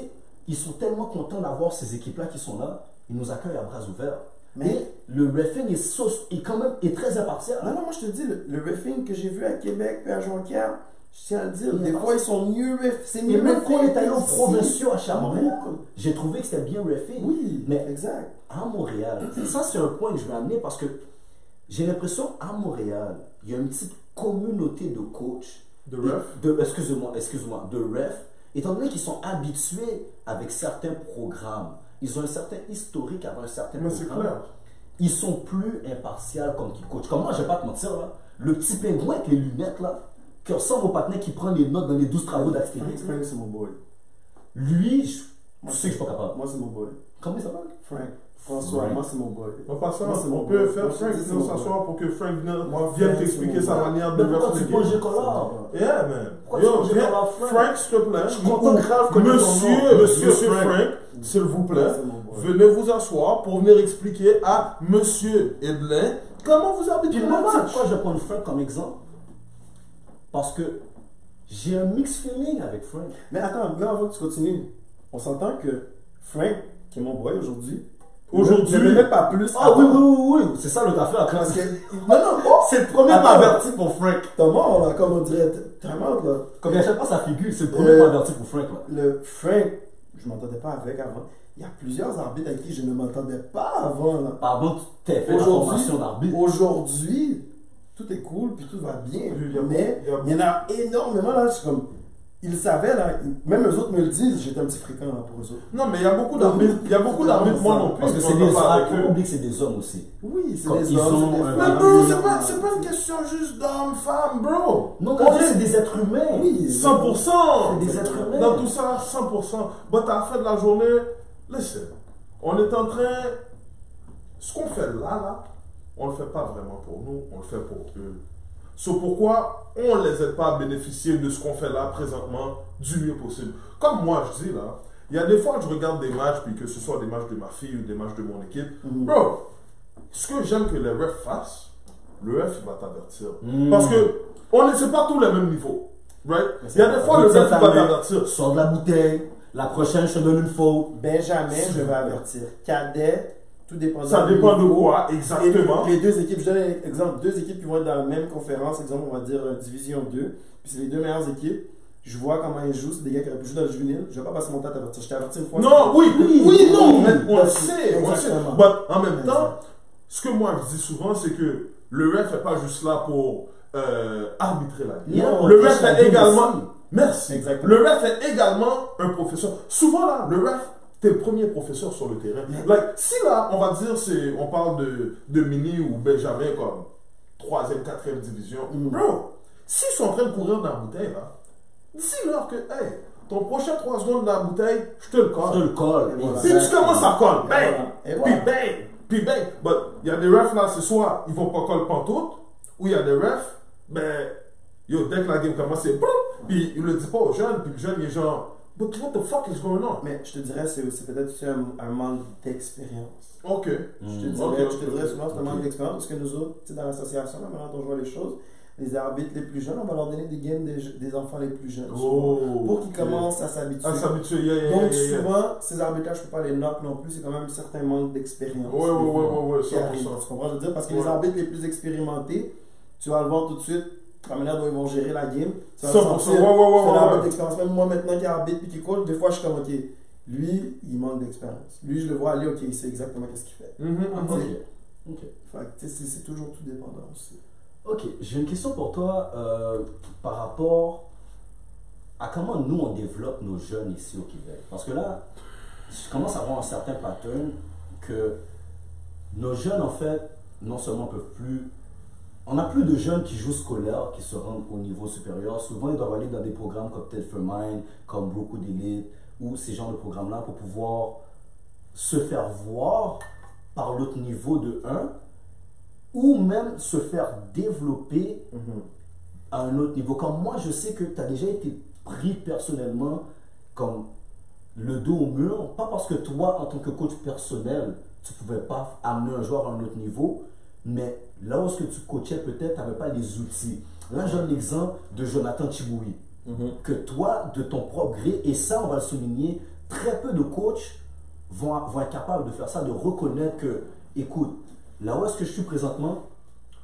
S1: ils sont tellement contents d'avoir ces équipes-là qui sont là. Ils nous accueillent à bras ouverts.
S3: Mais-
S1: Et le refing est, sauce- est quand même est très impartial. hein.
S3: Non, non, moi je te dis, le, le refing que j'ai vu à Québec puis à Jonquière, je tiens à le dire,
S1: Mais
S3: des
S1: parce-
S3: fois ils sont mieux ref. C'est
S1: Et
S3: mieux
S1: même quand on est allé aux
S3: au
S1: provinciaux à Sherbrooke, j'ai trouvé que c'était bien refing.
S3: Oui,
S1: Mais-
S3: exact.
S1: à Montréal. Ça, c'est un point que je vais amener parce que J'ai l'impression à Montréal, il y a une petite communauté de coachs
S2: De ref.
S1: de, excusez-moi, excusez-moi, de ref, étant donné qu'ils sont habitués avec certains programmes, ils ont un certain historique avant un certain
S2: Mais c'est
S1: programme.
S2: clair.
S1: Ils sont plus impartials comme qui coach. Comment je vais pas te mentir là, le petit pingouin avec les lunettes là, qui ressemble au patinet qui prend les notes dans les 12 travaux
S3: Frank,
S1: d'Astérix.
S3: Frank, c'est mon boy.
S1: Lui, je, tu sais que je suis pas capable.
S3: Moi, c'est mon boy.
S1: Comment il s'appelle
S3: Frank. François,
S1: Frank.
S3: moi, c'est mon boy.
S2: On va passer,
S3: Moi, c'est
S2: on
S3: mon
S2: peut
S3: boy.
S2: faire
S3: Moi,
S2: Frank
S3: c'est- c'est
S2: venir
S3: mon boy.
S2: s'asseoir pour que Frank vienne,
S3: Moi,
S2: vienne
S3: Frank,
S2: t'expliquer
S3: c'est
S2: sa
S3: mon
S2: manière de
S1: Mais pourquoi
S2: ref
S1: tu
S2: le
S1: prends
S2: game.
S1: Gécolard
S2: Yeah, man.
S1: Pourquoi
S2: Yo,
S1: tu veux
S2: viens-
S1: pas voir
S2: Frank,
S1: Frank?
S2: s'il te plaît.
S1: Je suis content que Ralph connaisse ton
S2: Monsieur,
S1: nom.
S2: monsieur,
S1: Monsieur
S2: Frank,
S1: Frank.
S2: s'il vous plaît,
S3: C'est mon boy.
S2: venez vous asseoir pour venir expliquer à monsieur Edlin comment vous arbitrez
S1: Puis
S2: le
S1: moi, tu sais
S2: match.
S1: pourquoi je vais prendre Frank comme exemple Parce que j'ai un mix feeling avec Frank.
S3: Mais attends, là, avant que tu continues, on s'entend que Frank, qui est mon boy aujourd'hui,
S2: Aujourd'hui.
S3: ne même pas plus.
S1: Ah oui, oui, oui, oui. C'est ça le café à
S3: Parce
S1: classe.
S3: que. Non, non, oh,
S1: C'est le premier
S3: Attends.
S1: averti pour Frank.
S3: t'as mort, là, comme on dirait. T'as mort, là.
S1: Comme il achète pas sa figure, c'est le premier
S3: Euh.
S1: averti pour Frank. Là.
S3: Le Frank, je m'entendais pas avec avant. Il y a plusieurs arbitres avec qui je ne m'entendais pas avant, là.
S1: Pardon, tu t'es fait la
S3: Aujourd'hui-
S1: formation d'arbitre.
S3: Aujourd'hui, tout est cool, puis tout va bien.
S2: Il y a-
S3: mais
S2: il y a-
S3: il y en a énormément, là. Je suis comme. Ils savaient, là. Même eux autres me le disent, j'étais un petit fréquent, là, pour eux autres.
S2: Non, mais il y a beaucoup d'arbitres. Il y a beaucoup d'arbitres, moi non plus.
S1: Parce que
S2: je
S1: c'est
S2: m'entends
S1: des
S2: pas
S1: hommes.
S2: avec
S1: Faut
S2: eux.
S1: pas oublier que c'est des hommes aussi.
S3: Oui, c'est
S1: Quand
S3: des
S1: ils
S3: hommes,
S1: ont
S3: c'est des
S1: un
S2: Mais
S3: femmes.
S2: bro, c'est pas, c'est pas une question juste d'homme, femme, bro.
S1: Non,
S2: On
S1: quand
S2: est
S1: Oh, c'est des êtres humains.
S3: Oui,
S2: 100%.
S1: C'est des êtres humains.
S2: Dans tout ça, 100%. Bah, t'as fait de la journée. Laissez. On est en train. Ce qu'on fait là, là, on le fait pas vraiment pour nous, on le fait pour eux. C'est pourquoi on ne les aide pas à bénéficier de ce qu'on fait là présentement du mieux possible. Comme moi, je dis là, il y a des fois que je regarde des matchs, puis que ce soit des matchs de ma fille ou des matchs de mon équipe.
S3: Mhm.
S2: Bro, ce que j'aime que les refs fassent, le ref, il va t'avertir.
S1: Mm.
S2: Parce que on ne sait pas tous les mêmes niveaux. Right?
S3: Mais
S2: Il y a
S3: c'est
S2: des fois, le
S1: Routine
S2: ref, il va
S1: fermée.
S2: t'avertir.
S1: Sors de la bouteille. La prochaine, je te donne une faute.
S3: Benjamin,
S1: S'il
S3: je
S1: vous
S3: vais
S1: plaît.
S3: avertir. Cadet, tout dépend
S2: Ça dépend de quoi exactement.
S3: Les deux équipes, je donne un exemple, deux équipes qui vont être dans la même conférence, exemple, on va dire euh, Division 2, puis c'est les deux meilleures équipes. Je vois comment ils jouent, c'est des gars qui auraient pu jouer dans le juvénile. Je vais pas passer mon temps à t'avertir. Je t'ai averti une fois.
S2: Non, oui, oui,
S1: Oui,
S2: non,
S1: oui,
S2: mais on le
S3: parce-
S2: sait, on le sait.
S3: exactement.
S2: But en même
S3: Exact.
S2: temps, ce que moi je dis souvent, c'est que le ref n'est pas juste là pour euh, arbitrer la
S1: Il y
S2: vie.
S1: a un
S2: Le
S1: coach
S2: ref
S1: à
S2: est
S1: deux
S2: également.
S1: aussi.
S2: Merci.
S3: Exactement.
S2: Le ref est également un professeur. Souvent là, le ref, t'es premier professeur sur le terrain. Like, si là, on va dire, c'est, on parle de, de Mini ou Benjamin comme troisième, quatrième division,
S3: Mm.
S2: bro, s'ils sont en train de courir dans la bouteille là, dis-leur que, hey, ton prochain 3 secondes dans la bouteille, je te le
S1: Je te
S2: colle.
S1: le colle.
S3: Et voilà.
S2: Puis tu commences à coller, bang,
S3: Et
S2: puis
S3: voilà.
S2: bang, puis bang. But il y a des refs là, ce soir, ils vont pas coller pantoute, ou il y a des refs, ben, yo, dès que la game commence, c'est boum, puis ils le disent pas aux jeunes, puis le jeune il est genre, but what the fuck is going on?
S3: Mais je te dirais, c'est c'est peut-être aussi un, un manque d'expérience.
S2: Ok.
S3: Je te
S1: Mmh.
S3: dirais,
S2: Hmm. Ok,
S3: je te
S2: ok,
S3: dirais
S2: ok,
S3: souvent, c'est un
S1: ok.
S3: manque d'expérience parce que nous autres, tu sais, dans l'association, la manière dont je vois les choses, les arbitres les plus jeunes, on va leur donner des games des, des enfants les plus jeunes.
S2: Oh!
S3: souvent, pour qu'ils
S2: ok.
S3: commencent à s'habituer.
S2: à s'habituer, yeah, yeah,
S3: Donc
S2: yeah, yeah.
S3: souvent, ces arbitrages, je peux pas les knock non plus, c'est quand même un certain manque d'expérience.
S2: Ouais, ouais,
S3: des
S2: ouais,
S3: fois,
S2: ouais, ouais,
S3: qui arrive.
S2: 100%.
S3: Tu comprends ce que je veux dire? Parce que
S2: Ouais.
S3: les arbitres les plus expérimentés, tu vas le voir tout de suite, la manière dont ils vont gérer la game. Tu vas le
S2: 100%,
S3: sentir.
S2: ouais, ouais, ouais,
S3: C'est
S2: ouais,
S3: l'arbitre
S2: ouais.
S3: d'expérience. Même moi maintenant qui arbitre puis qui coach, des fois je suis comme, ok, lui, il manque d'expérience. Lui, je le vois aller, ok, il sait exactement qu'est-ce qu'il fait.
S2: Mhm, mhm.
S1: Ok. Ok.
S3: Fait que, tu sais, c'est c'est toujours tout dépendant aussi.
S1: Ok, j'ai une question pour toi euh, par rapport à comment nous on développe nos jeunes ici au Québec. Parce que là, je commence à voir un certain pattern que nos jeunes en fait, non seulement peuvent plus. On n'a plus de jeunes qui jouent scolaire, qui se rendent au niveau supérieur. Souvent, ils doivent aller dans des programmes comme Ted for Mine, comme beaucoup d'élite, ou ces genres de programmes-là pour pouvoir se faire voir par l'autre niveau de 1 ou même se faire développer
S2: Mm-hmm.
S1: à un autre niveau. Comme moi, je sais que tu as déjà été pris personnellement comme le dos au mur, pas parce que toi, en tant que coach personnel, tu pouvais pas amener un joueur à un autre niveau, mais là où est-ce que tu coachais peut-être, tu n'avais pas les outils. Là, je donne l'exemple de Jonathan Chiboui, que toi, de ton propre gré, et ça, on va le souligner, très peu de coachs vont, vont être capables de faire ça, de reconnaître que, écoute, là où est-ce que je suis présentement,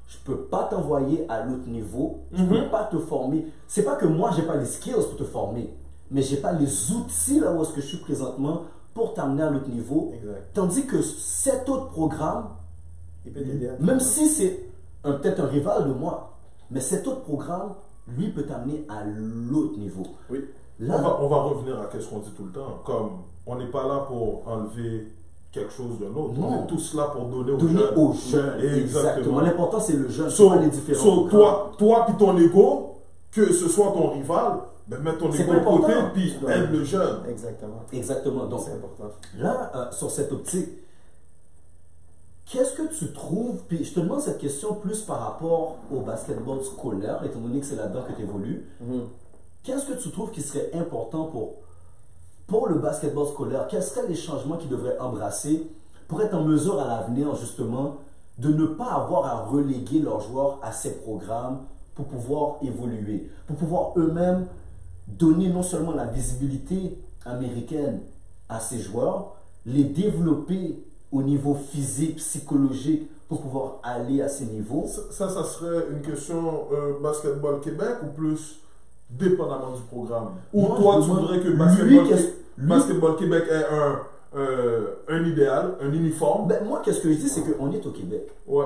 S1: je peux pas t'envoyer à l'autre niveau, je peux pas te former. C'est pas que moi j'ai pas les skills pour te former, mais j'ai pas les outils là où est-ce que je suis présentement pour t'amener à l'autre niveau.
S3: Exact.
S1: Tandis que cet autre programme,
S2: Mm-hmm.
S3: Il peut t'aider à-
S1: même si c'est un- peut-être un rival de moi, mais cet autre programme, lui, peut t'amener à l'autre niveau.
S3: Oui.
S2: On
S1: Là,
S2: va, on va revenir à ce qu'on dit tout le temps. Comme on n'est pas là pour enlever quelque chose d'un autre.
S1: Non.
S2: On est tous là pour donner aux
S1: donner
S2: jeunes.
S1: aux jeunes,
S2: Exactement.
S1: exactement. L'important, c'est le jeune, c'est
S2: So,
S1: pas les différents
S2: so,
S1: programmes.
S2: toi, toi puis ton ego, que ce soit ton rival, ben mets ton
S1: C'est
S2: ego
S1: pas
S2: de côté
S1: important.
S2: puis
S3: Ouais.
S2: aide le jeune.
S3: Exactement.
S1: Exactement. Donc,
S3: C'est important.
S1: Là, euh, sur cette optique, qu'est-ce que tu trouves, puis je te demande cette question plus par rapport au basketball scolaire, étant donné que c'est là-dedans que tu évolues,
S3: Mhm.
S1: qu'est-ce que tu trouves qui serait important pour, pour le basketball scolaire? Quels seraient les changements qu'il devrait embrasser pour être en mesure à l'avenir, justement, de ne pas avoir à reléguer leurs joueurs à ces programmes pour pouvoir évoluer, pour pouvoir eux-mêmes donner non seulement la visibilité américaine à ces joueurs, les développer au niveau physique, psychologique, pour pouvoir aller à ces niveaux.
S2: Ça, ça, ça serait une question euh, basketball Québec ou plus dépendamment du programme. Ou
S1: Moi,
S2: toi,
S1: je
S2: tu
S1: demande-
S2: voudrais que
S1: Lui,
S2: basketball, Qué-
S1: qu'est-ce- lui-
S2: Basketball Québec ait un, euh, un idéal, un uniforme.
S1: Ben, moi, qu'est-ce que je dis, c'est qu'on est au Québec.
S2: Ouais.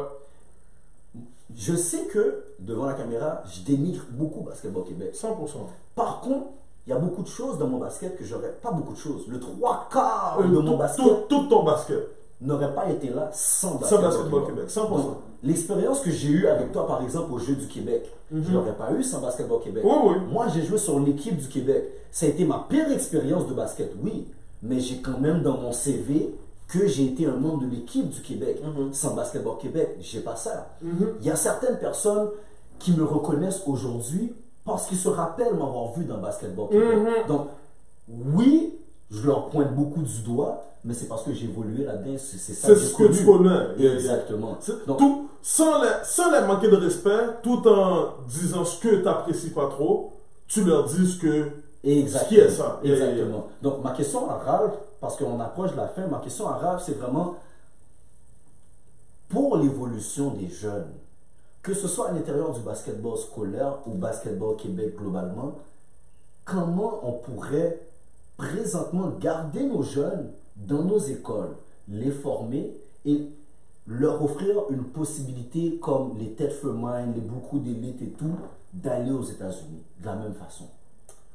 S1: Je sais que, devant la caméra, je dénigre beaucoup Basketball Québec.
S2: 100%.
S1: Par contre, il y a beaucoup de choses dans mon basket que j'aurais pas beaucoup de choses. Le trois quarts
S2: Euh,
S1: de
S2: tout-
S1: mon basket
S2: tout, tout ton basket.
S1: n'aurait pas été là sans
S2: Sans
S1: Basketball,
S2: Basketball
S1: Québec.
S2: Québec. 100%.
S1: Donc, L'expérience que j'ai eue avec toi, par exemple, au Jeu du Québec,
S2: Mhm.
S1: je l'aurais pas eu sans Basketball Québec.
S2: oui, oui.
S1: Moi, j'ai joué sur l'équipe du Québec. Ça a été ma pire expérience de basket, oui, mais j'ai quand même dans mon CV que j'ai été un membre de l'équipe du Québec.
S2: Mhm.
S1: Sans Basketball Québec, j'ai pas ça. Il y a certaines personnes qui me reconnaissent aujourd'hui parce qu'ils se rappellent m'avoir vu dans Basketball Québec.
S2: Mhm.
S1: Donc, oui, je leur pointe beaucoup du doigt, mais c'est parce que j'ai évolué là-dedans. C'est c'est ça
S2: C'est
S1: que j'ai
S2: ce que tu
S1: connu.
S2: connais.
S1: Exactement.
S2: C'est-
S1: Donc,
S2: tout, sans, les, sans les manquer de respect, tout en disant ce que tu n'apprécies pas trop, tu leur dis ce que.
S1: Exactement.
S2: Ce qui est ça. Et-
S1: Exactement. Donc, ma question à Ralph, parce qu'on approche de la fin, ma question à Ralph, c'est vraiment pour l'évolution des jeunes, que ce soit à l'intérieur du basketball scolaire ou basketball Québec globalement, comment on pourrait présentement garder nos jeunes dans nos écoles, les former et leur offrir une possibilité comme les têtes femmes, les beaucoup d'élites et tout, d'aller aux États-Unis de la même façon.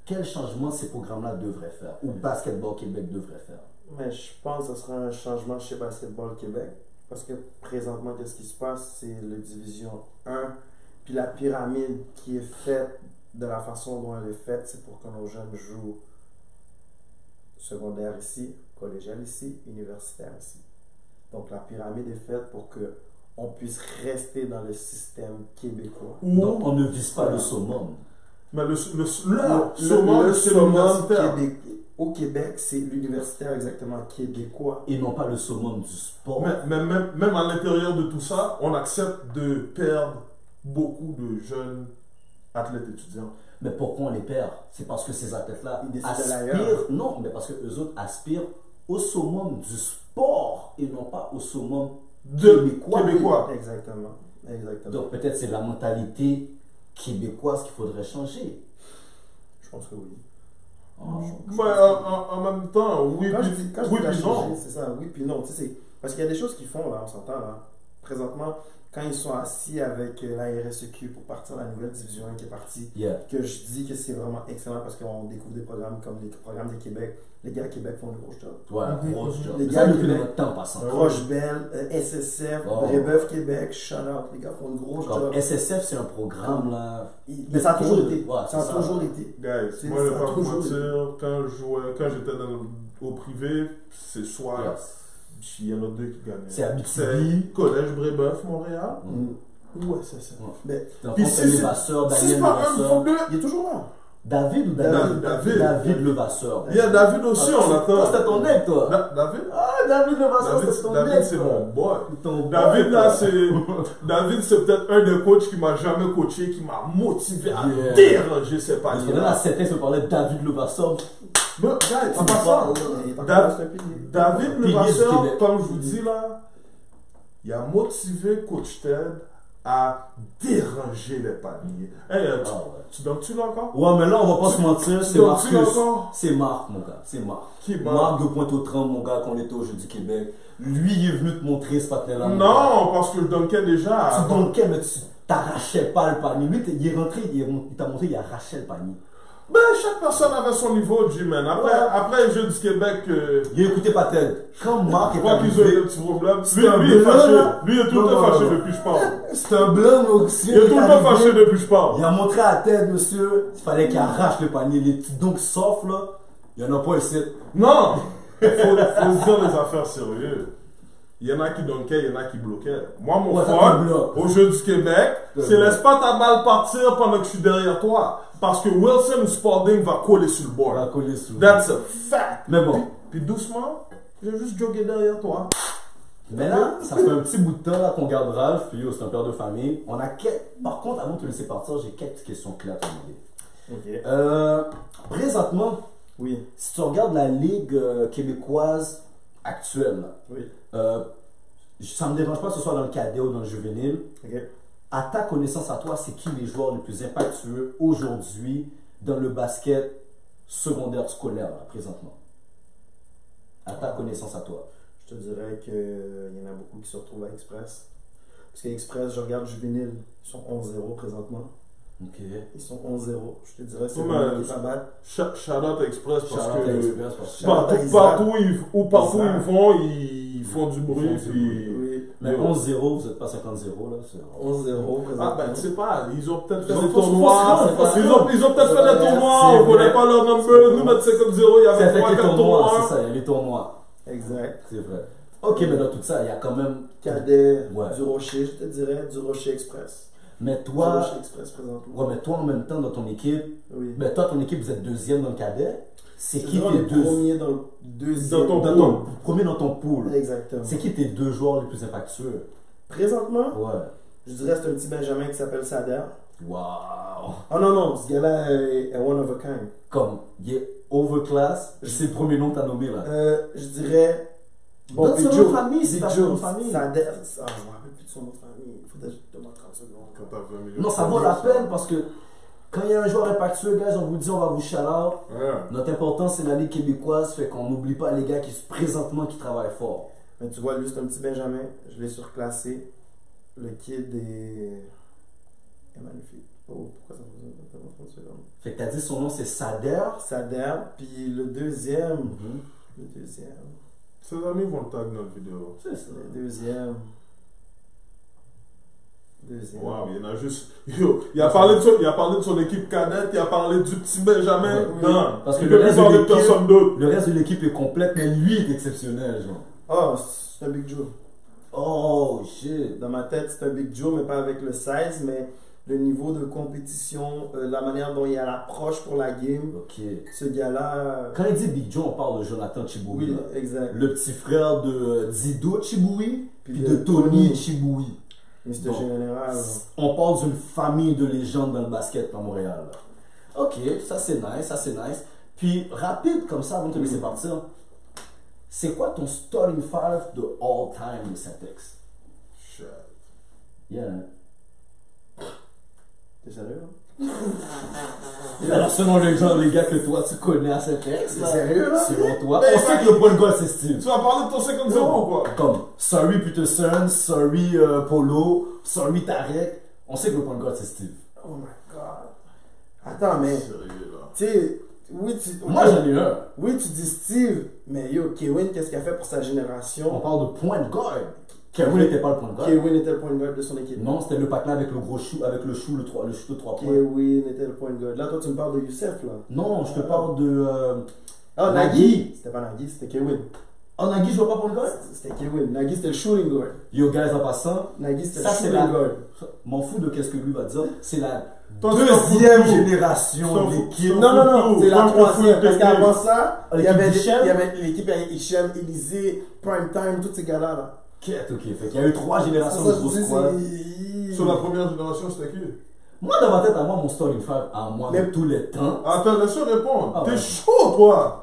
S1: Quel changement ces programmes-là devraient faire ou Basketball Québec devrait faire
S3: Mais je pense que ce sera un changement chez Basketball Québec. Parce que présentement, qu'est-ce qui se passe? C'est le Division 1. Puis la pyramide qui est faite de la façon dont elle est faite, c'est pour que nos jeunes jouent secondaire ici, collégial ici, universitaire ici. Donc la pyramide est faite pour que on puisse rester dans le système québécois.
S2: Ou,
S1: Donc, on ne vise pas le
S3: Voilà.
S1: summum.
S2: mais le, le, le,
S3: Le-
S2: summum,
S3: le
S2: c'est
S3: summum
S2: l'universitaire.
S3: Québec, au Québec, c'est l'universitaire exactement québécois.
S1: et non pas le summum du sport.
S2: Mais, mais même, même à l'intérieur de tout ça, on accepte de perdre beaucoup de jeunes athlètes étudiants.
S1: Mais pourquoi on les perd C'est parce que ces athlètes-là
S3: Ils décident
S1: aspirent,
S3: d'ailleurs.
S1: non, mais parce que eux autres aspirent au summum du sport et non pas au summum.
S2: De
S1: Québécois.
S2: Québécois.
S3: Exactement. Exactement.
S1: Donc peut-être c'est la mentalité québécoise qu'il faudrait changer.
S3: je pense que oui. Ah,
S1: Hein?
S2: Mais en, en- en même temps, oui,
S3: Quand je
S2: puis-
S3: dis, quand je
S2: oui
S3: dis la
S2: puis
S3: changer,
S2: non.
S3: c'est ça, oui puis non. Tu sais, c'est- parce qu'il y a des choses qu'ils font là, on s'entend là. Présentement, quand ils sont assis avec euh, la RSEQ pour partir à la nouvelle division 1 qui est partie,
S1: Yeah.
S3: que je dis que c'est vraiment excellent parce qu'on découvre des programmes comme les programmes de Québec. Les gars à Québec font le gros job.
S1: Ouais,
S2: Mhm.
S1: gros job.
S3: Les
S1: Mais
S3: gars
S1: ça
S3: du
S1: depuis
S3: Québec.
S1: notre temps passant.
S2: Ah Ouais.
S3: Rochebelle, euh, SSF,
S1: Oh.
S3: Brébeuf Québec, Chanel, les gars font le gros
S1: Comme
S3: job.
S1: SSF, c'est un programme là.
S3: Ils- Mais ça a toujours été.
S1: Ouais,
S3: ça a
S2: Ah,
S1: c'est ça.
S3: toujours été.
S2: Guys,
S3: C'est-
S2: moi, je vais
S3: ça
S2: pas vous
S3: toujours
S2: mentir, quand je jouais, quand j'étais dans- au privé, c'est soit
S1: Yeah.
S2: il y en a deux qui gagnaient.
S1: C'est Abitibi.
S2: C'est Collège Brébeuf, Montréal.
S1: Mhm.
S2: Ouais, c'est ça.
S1: Dans le
S2: Puis
S1: fond,
S2: si
S1: c'est
S2: c'est-
S1: Levasseur,
S2: Si c'est
S1: Daniel
S2: pas un,
S1: Levasseur.
S2: vous deux,
S3: Il est toujours là.
S1: David ou
S2: David,
S1: David
S2: David.
S1: David Levasseur.
S2: il y a David aussi, on
S1: Toi,
S2: l'attend.
S1: c'était ton ex, toi.
S2: Da- David,
S1: Ah, David Levasseur,
S2: David,
S1: c'est ton
S2: David,
S1: ex,
S2: c'est
S1: toi.
S2: mon boy.
S1: Ton
S2: David,
S1: boy,
S2: là,
S1: toi.
S2: c'est. David, c'est peut-être un des coachs qui m'a jamais coaché, qui m'a motivé à
S1: Yeah.
S2: déranger ses
S1: Parce que là,
S2: paniers-là.
S1: c'était, se parlait de David Levasseur.
S2: Mais, guys, en
S1: Tu
S2: passant,
S3: Il est encore
S2: Dav-
S3: dans ce pays.
S2: David
S1: Pilier du
S2: Levasseur,
S1: Québec.
S2: comme je vous dis là, il a motivé Coach Ted à déranger les paniers. Hey, euh, tu, tu donnes-tu là encore?
S1: Ouais, mais là, on va pas se mentir, c'est
S2: Donnes-tu là
S1: Marcus.
S2: encore?
S1: C'est Marc, mon gars. C'est Marc.
S2: Qui est mort?
S1: Marc de pointe au tremble mon gars, qu'on était au Jeu du Québec. Lui, il est venu te montrer ce patelin-là. mon gars.
S2: Non, parce que je donnais déjà.
S1: Tu donquais, mais tu t'arrachais pas le panier. Lui, t'es- il est rentré, il est mon- il t'a montré, il arrachait le panier.
S2: Ben, chaque personne avait son niveau, G-Man. Après,
S1: Ouais.
S2: après le jeu du Québec, euh,
S1: Il a écouté Patel. Quand Marc
S2: je
S1: est
S2: crois qu'ils ont eu
S1: arrivé,
S2: un petit problème.
S1: C'est
S2: Lui, lui,
S1: un
S2: il est
S1: blanc,
S2: fâché.
S1: là.
S2: Lui, il est tout le
S1: Non,
S2: temps
S1: non,
S2: fâché
S1: non.
S2: depuis que je parle.
S1: c'est un blanc, mais aussi.
S2: Il est tout le temps
S1: arrivé.
S2: fâché depuis que je parle.
S1: Il a montré à la tête, monsieur. Il fallait qu'il arrache le panier. Les petits donc sauf là. Il y en a pas ici.
S2: Non! Faut, faut se dire les affaires sérieuses. Il y en a qui donkaient, il y en a qui bloquaient. Moi, mon
S1: Ouais, ça te
S2: fun,
S1: bloque.
S2: au jeu du Québec,
S1: Te
S2: c'est
S1: bloque.
S2: laisse pas ta balle partir pendant que je suis derrière toi. Parce que Wilson Sporting va coller sur le
S1: On
S2: board.
S1: l'a collé sous.
S2: That's a fact.
S1: Mais bon.
S2: Puis, puis doucement, j'ai juste jogué derrière toi.
S1: Mais là, ça fait un petit bout de temps là, qu'on garde Ralph, puis yo, c'est un père de famille. On a quelques- Par contre, avant de te laisser partir, j'ai quelques petites questions claires à te demander.
S3: Ok.
S1: Euh, présentement,
S3: Oui.
S1: si tu regardes la ligue euh, québécoise actuelle, là,
S3: Oui.
S1: euh, ça me dérange pas que ce soit dans le cadet ou dans le juvénile.
S3: Ok.
S1: À ta connaissance à toi, c'est qui les joueurs les plus impactueux aujourd'hui dans le basket secondaire scolaire là, présentement À ta connaissance à toi.
S3: Je te dirais qu'il y en a beaucoup qui se retrouvent à Express. Parce qu'Express, je regarde Juvénile, ils sont 11-0 présentement.
S1: Ok.
S3: Ils sont 11-0. Je te dirais, c'est
S2: Ouais,
S3: vraiment
S2: mais-
S3: des abattre.
S2: Sh- Shout out Express parce que
S1: Parce que...
S3: Shout-out à
S2: partout,
S3: Isaac.
S2: partout où ils, où partout
S3: Isaac.
S2: ils vont, ils font du bruit.
S1: font du
S2: puis-
S3: Oui,
S1: Mais
S2: Yo.
S1: 11-0, vous n'êtes pas 50-0 là. c'est-
S3: 11-0 présentement.
S2: Ah ben tu sais pas, ils ont peut-être fait
S1: Ils ont
S2: des
S1: fait-
S2: tournois,
S1: faut se rendre,
S2: ils ont, ils ont peut-être
S1: faut se
S2: fait des
S1: rendre.
S2: tournois,
S1: C'est
S2: on connaît
S1: vrai.
S2: pas leur number, nous notre 50 0, il y
S1: C'est
S2: avait
S1: avec
S2: 3
S1: les
S2: 4
S1: tournois, c'est
S2: tournois.
S1: ça, il y a les tournois.
S3: Exact.
S1: C'est vrai. Ok, mais dans tout ça, il y a quand même.
S3: Cadet,
S1: Ouais.
S3: du Rocher, je te dirais, du Rocher Express.
S1: Mais
S3: Du
S1: toi,
S3: Rocher Express présentement.
S1: ouais, mais toi en même temps dans ton équipe,
S3: Oui.
S1: ben toi ton équipe vous êtes deuxième dans le cadet. C'est
S3: Je
S1: qui
S3: dirais
S1: tes
S3: le
S1: deux
S3: premier dans le deuxième.
S2: Dans ton
S1: dans ton- premier dans ton pool
S3: Exactement.
S1: C'est qui tes deux joueurs les plus impactueux
S3: Présentement,
S1: Ouais.
S3: je dirais c'est un petit Benjamin qui s'appelle Sader.
S1: Waouh.
S3: Oh non, non, ce gars-là euh, est, est one of a kind.
S1: Comme il est overclass, c'est le premier nom que t'as nommé là.
S3: Euh, je dirais.
S1: Donne
S3: Big
S1: son nom
S3: Joe.
S1: de famille, c'est
S3: Big
S1: pas
S3: Joe.
S1: son nom de famille.
S3: Sader. Ah, je me rappelle plus de son nom de famille. Il faudrait que je demande 30 secondes.
S1: Non, ça vaut la peine parce que quand il y a un joueur impactueux, guys, on vous dit on va vous chaleur. Notre importance, c'est la Ligue québécoise, fait qu'on n'oublie pas les gars qui présentement qui travaillent fort.
S3: Mais tu vois, lui, c'est un petit Benjamin. Je l'ai surclassé. Le kid est. est magnifique. Oh, pourquoi ça me faisait 30 secondes?
S1: Fait que t'as dit son nom, c'est Sader.
S3: Sader, puis le deuxième. Le deuxième.
S2: Ses amis vont le tag dans la vidéo.
S1: C'est ça.
S3: Le deuxième. Deuxième.
S2: Waouh, il y en a juste. Yo, il a parlé de son, il a parlé de son équipe cadette, il a parlé du petit Benjamin.
S1: Ouais.
S2: Non,
S1: Parce que
S2: il
S1: le
S2: peut plus
S1: reste de
S2: parler de
S1: l'équipe-
S2: personne d'autre.
S1: Le reste de l'équipe est complète, mais lui est exceptionnel, genre.
S3: Oh, c'est un Big Joe.
S1: Oh shit.
S3: Dans ma tête, c'est un Big Joe, mais pas avec le 16, mais le niveau de compétition, euh, la manière dont il a l'approche pour la game.
S1: Ok.
S3: Ce gars-là. euh,
S1: Quand il dit Big Joe, on parle de Jonathan Chiboui.
S3: Oui,
S1: là.
S3: exact.
S1: Le petit frère de euh, Dido Chiboui,
S3: Puis
S1: puis
S3: de
S1: de Tony
S3: Tony. Ah,
S1: Chiboui.
S3: Mais c'est un
S1: Bon.
S3: général. là.
S1: On parle d'une famille de légendes dans le basket à Montréal. là. Ok, ça c'est nice, ça c'est nice. Puis rapide comme ça avant de te laisser partir, c'est quoi ton starting five de all time de Celtics?
S2: Shit.
S1: Yeah.
S3: T'es sérieux? là?
S1: Alors selon les gens, les gars que toi tu connais à Celtics, là,
S3: sérieux, là?
S1: selon toi,
S2: Mais
S1: on sait
S2: ça-
S1: que le point de goal c'est Steve.
S2: Tu vas parler de ton 50 0 ou quoi?
S1: Comme sorry Peterson, sorry euh, Polo, sorry Tarek, on sait que le point de goal c'est Steve.
S3: Oh my god. Attends, mais. Tu
S2: Sérieux, là.
S3: sais, oui, tu.
S1: Moi j'en ai un.
S3: Oui, tu dis Steve, mais yo, Kevin, qu'est-ce qu'il a fait pour sa
S1: On
S3: génération
S1: parle de point de guard. Kevin n'était pas le point de guard.
S3: Kevin était le point guard de son équipe.
S1: Non, c'était le patelin avec le gros chou, avec le chou, le, trois- le chou de 3 points.
S3: Kevin était le point guard. Là, toi, tu me parles de Youssef, là.
S1: Non, je te parle de. Euh...
S3: Ah,
S1: Nagui.
S3: Nagui C'était pas Nagui, c'était Kevin.
S1: Oh, Nagui, je vois pas pour le goal
S3: C'était Kevin. Nagui, c'était le shooting guard.
S1: Yo, guys, en passant,
S3: Nagui, c'était le
S1: ça c'est
S3: shooting
S1: la.
S3: guard.
S1: M'en fous de qu'est-ce que lui va dire. C'est la
S2: Toi, tu t'en fous de
S1: deuxième
S2: tout.
S1: génération
S2: T'en fous-
S1: d'équipe.
S2: t'en
S3: Non, non, non,
S2: Coucou,
S3: c'est la
S2: Coucou,
S3: troisième. Parce
S2: Coucou.
S3: qu'avant ça, il y
S1: L'équipe
S3: avait
S1: d'Hichem.
S3: il y avait l'équipe avec Hichem, Élysée, Prime Time, tous ces gars-là. là.
S1: Quête, ok. Fait qu'il y a eu trois
S3: C'est
S1: générations
S3: pour
S1: de
S3: ça que
S1: gros
S3: je dis,
S1: squads.
S3: c'est-
S2: Sur la première génération, c'était qui?
S1: Moi, dans ma tête, à moi, mon story five, à moi, de
S3: Mais-
S1: tous les temps.
S2: Attends, laisse-le répondre.
S1: Ah,
S2: T'es
S1: ouais.
S2: chaud, toi!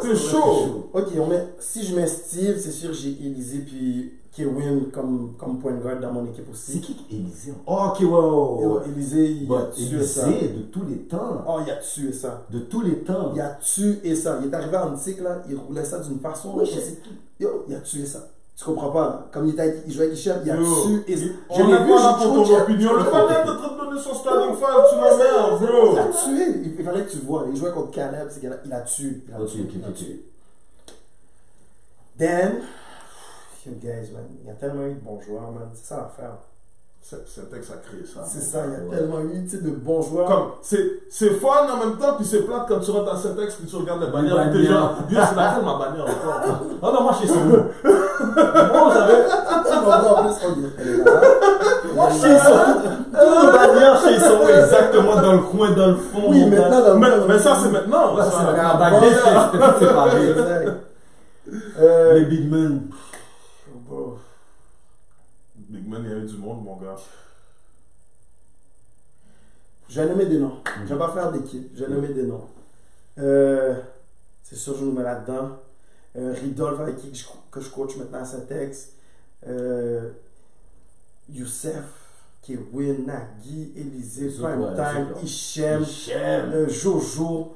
S2: C'est chaud.
S3: Ok, on met, si je mets Steve, c'est sûr que j'ai Élysée puis Kewin comme, comme point guard dans mon équipe
S1: C'est
S3: aussi.
S1: qui qui Élysée Oh,
S3: Ah,
S1: ok, ouais, ouais, ouais, ouais.
S3: Élysée, il a
S1: Bah,
S3: tué ça.
S1: Élysée, de tous les temps.
S3: Oh, il a tué ça.
S1: De tous les temps.
S3: Il a tué ça. Il est arrivé en antique, là, il roulait ça d'une façon. là,
S1: Oui, je
S3: on
S1: sais.
S3: dit, Yo, il a tué ça. Tu comprends pas, là. Comme il, était avec- il jouait avec Hichem, il a
S2: Yo,
S3: tué ça.
S2: On est pas là pour ton opinion. Le panel est en train de donner son starting five, tu m'emmerdes,
S3: Il
S2: bro.
S3: a tué. Il, il fallait que tu vois. Il jouait contre Caleb, c'est qu'il a- il a tué. Il a
S1: Ok,
S3: tué.
S1: ok,
S3: il a
S1: ok.
S3: tué. Then, you guys, man, il y a tellement eu de bons joueurs, man. C'est ça l'affaire.
S2: C'est c'est un texte à créer ça.
S3: C'est ça, il y a
S1: Ouais.
S3: tellement eu tu sais, de bons joueurs.
S2: Comme, c'est, c'est fun en même temps, puis c'est plate quand tu rentres dans cet texte, puis tu regardes les bannières,
S1: Les
S2: puis t'es genre,
S1: bannières.
S2: Dieu, c'est laquelle ma bannière encore?
S1: Non, Ah, non, moi, je suis sur nous. Moi, j'avais.
S3: Tu vas voir, en plus, oh, il est- elle est là.
S1: Moi, je suis sur Tout le bannière, je suis sur exactement dans le coin, dans le fond.
S3: Oui,
S1: mon gars.
S3: maintenant, dans
S2: Mais, mais ça, c'est maintenant.
S1: Là,
S2: ça.
S1: c'est
S3: Ah,
S1: la
S3: bah,
S1: bannière, c'est- c'est pareil.
S3: Exact. Euh, oh,
S1: Les big men.
S3: bon.
S2: Big Man, il y a eu du monde, mon gars.
S3: Je vais nommer des noms. Je vais pas faire d'équipe. Je vais nommer des noms. Euh, c'est sûr, je nous mets là-dedans. Euh, Ridolph, avec qui je- que je coach maintenant à Saint-Ex. Euh, Youssef, Kewin, Nagui, Élisée,
S1: Les autres, ouais,
S3: Primetime,
S1: les autres, là.
S3: Hichem,
S1: J'aime.
S3: euh, Jojo,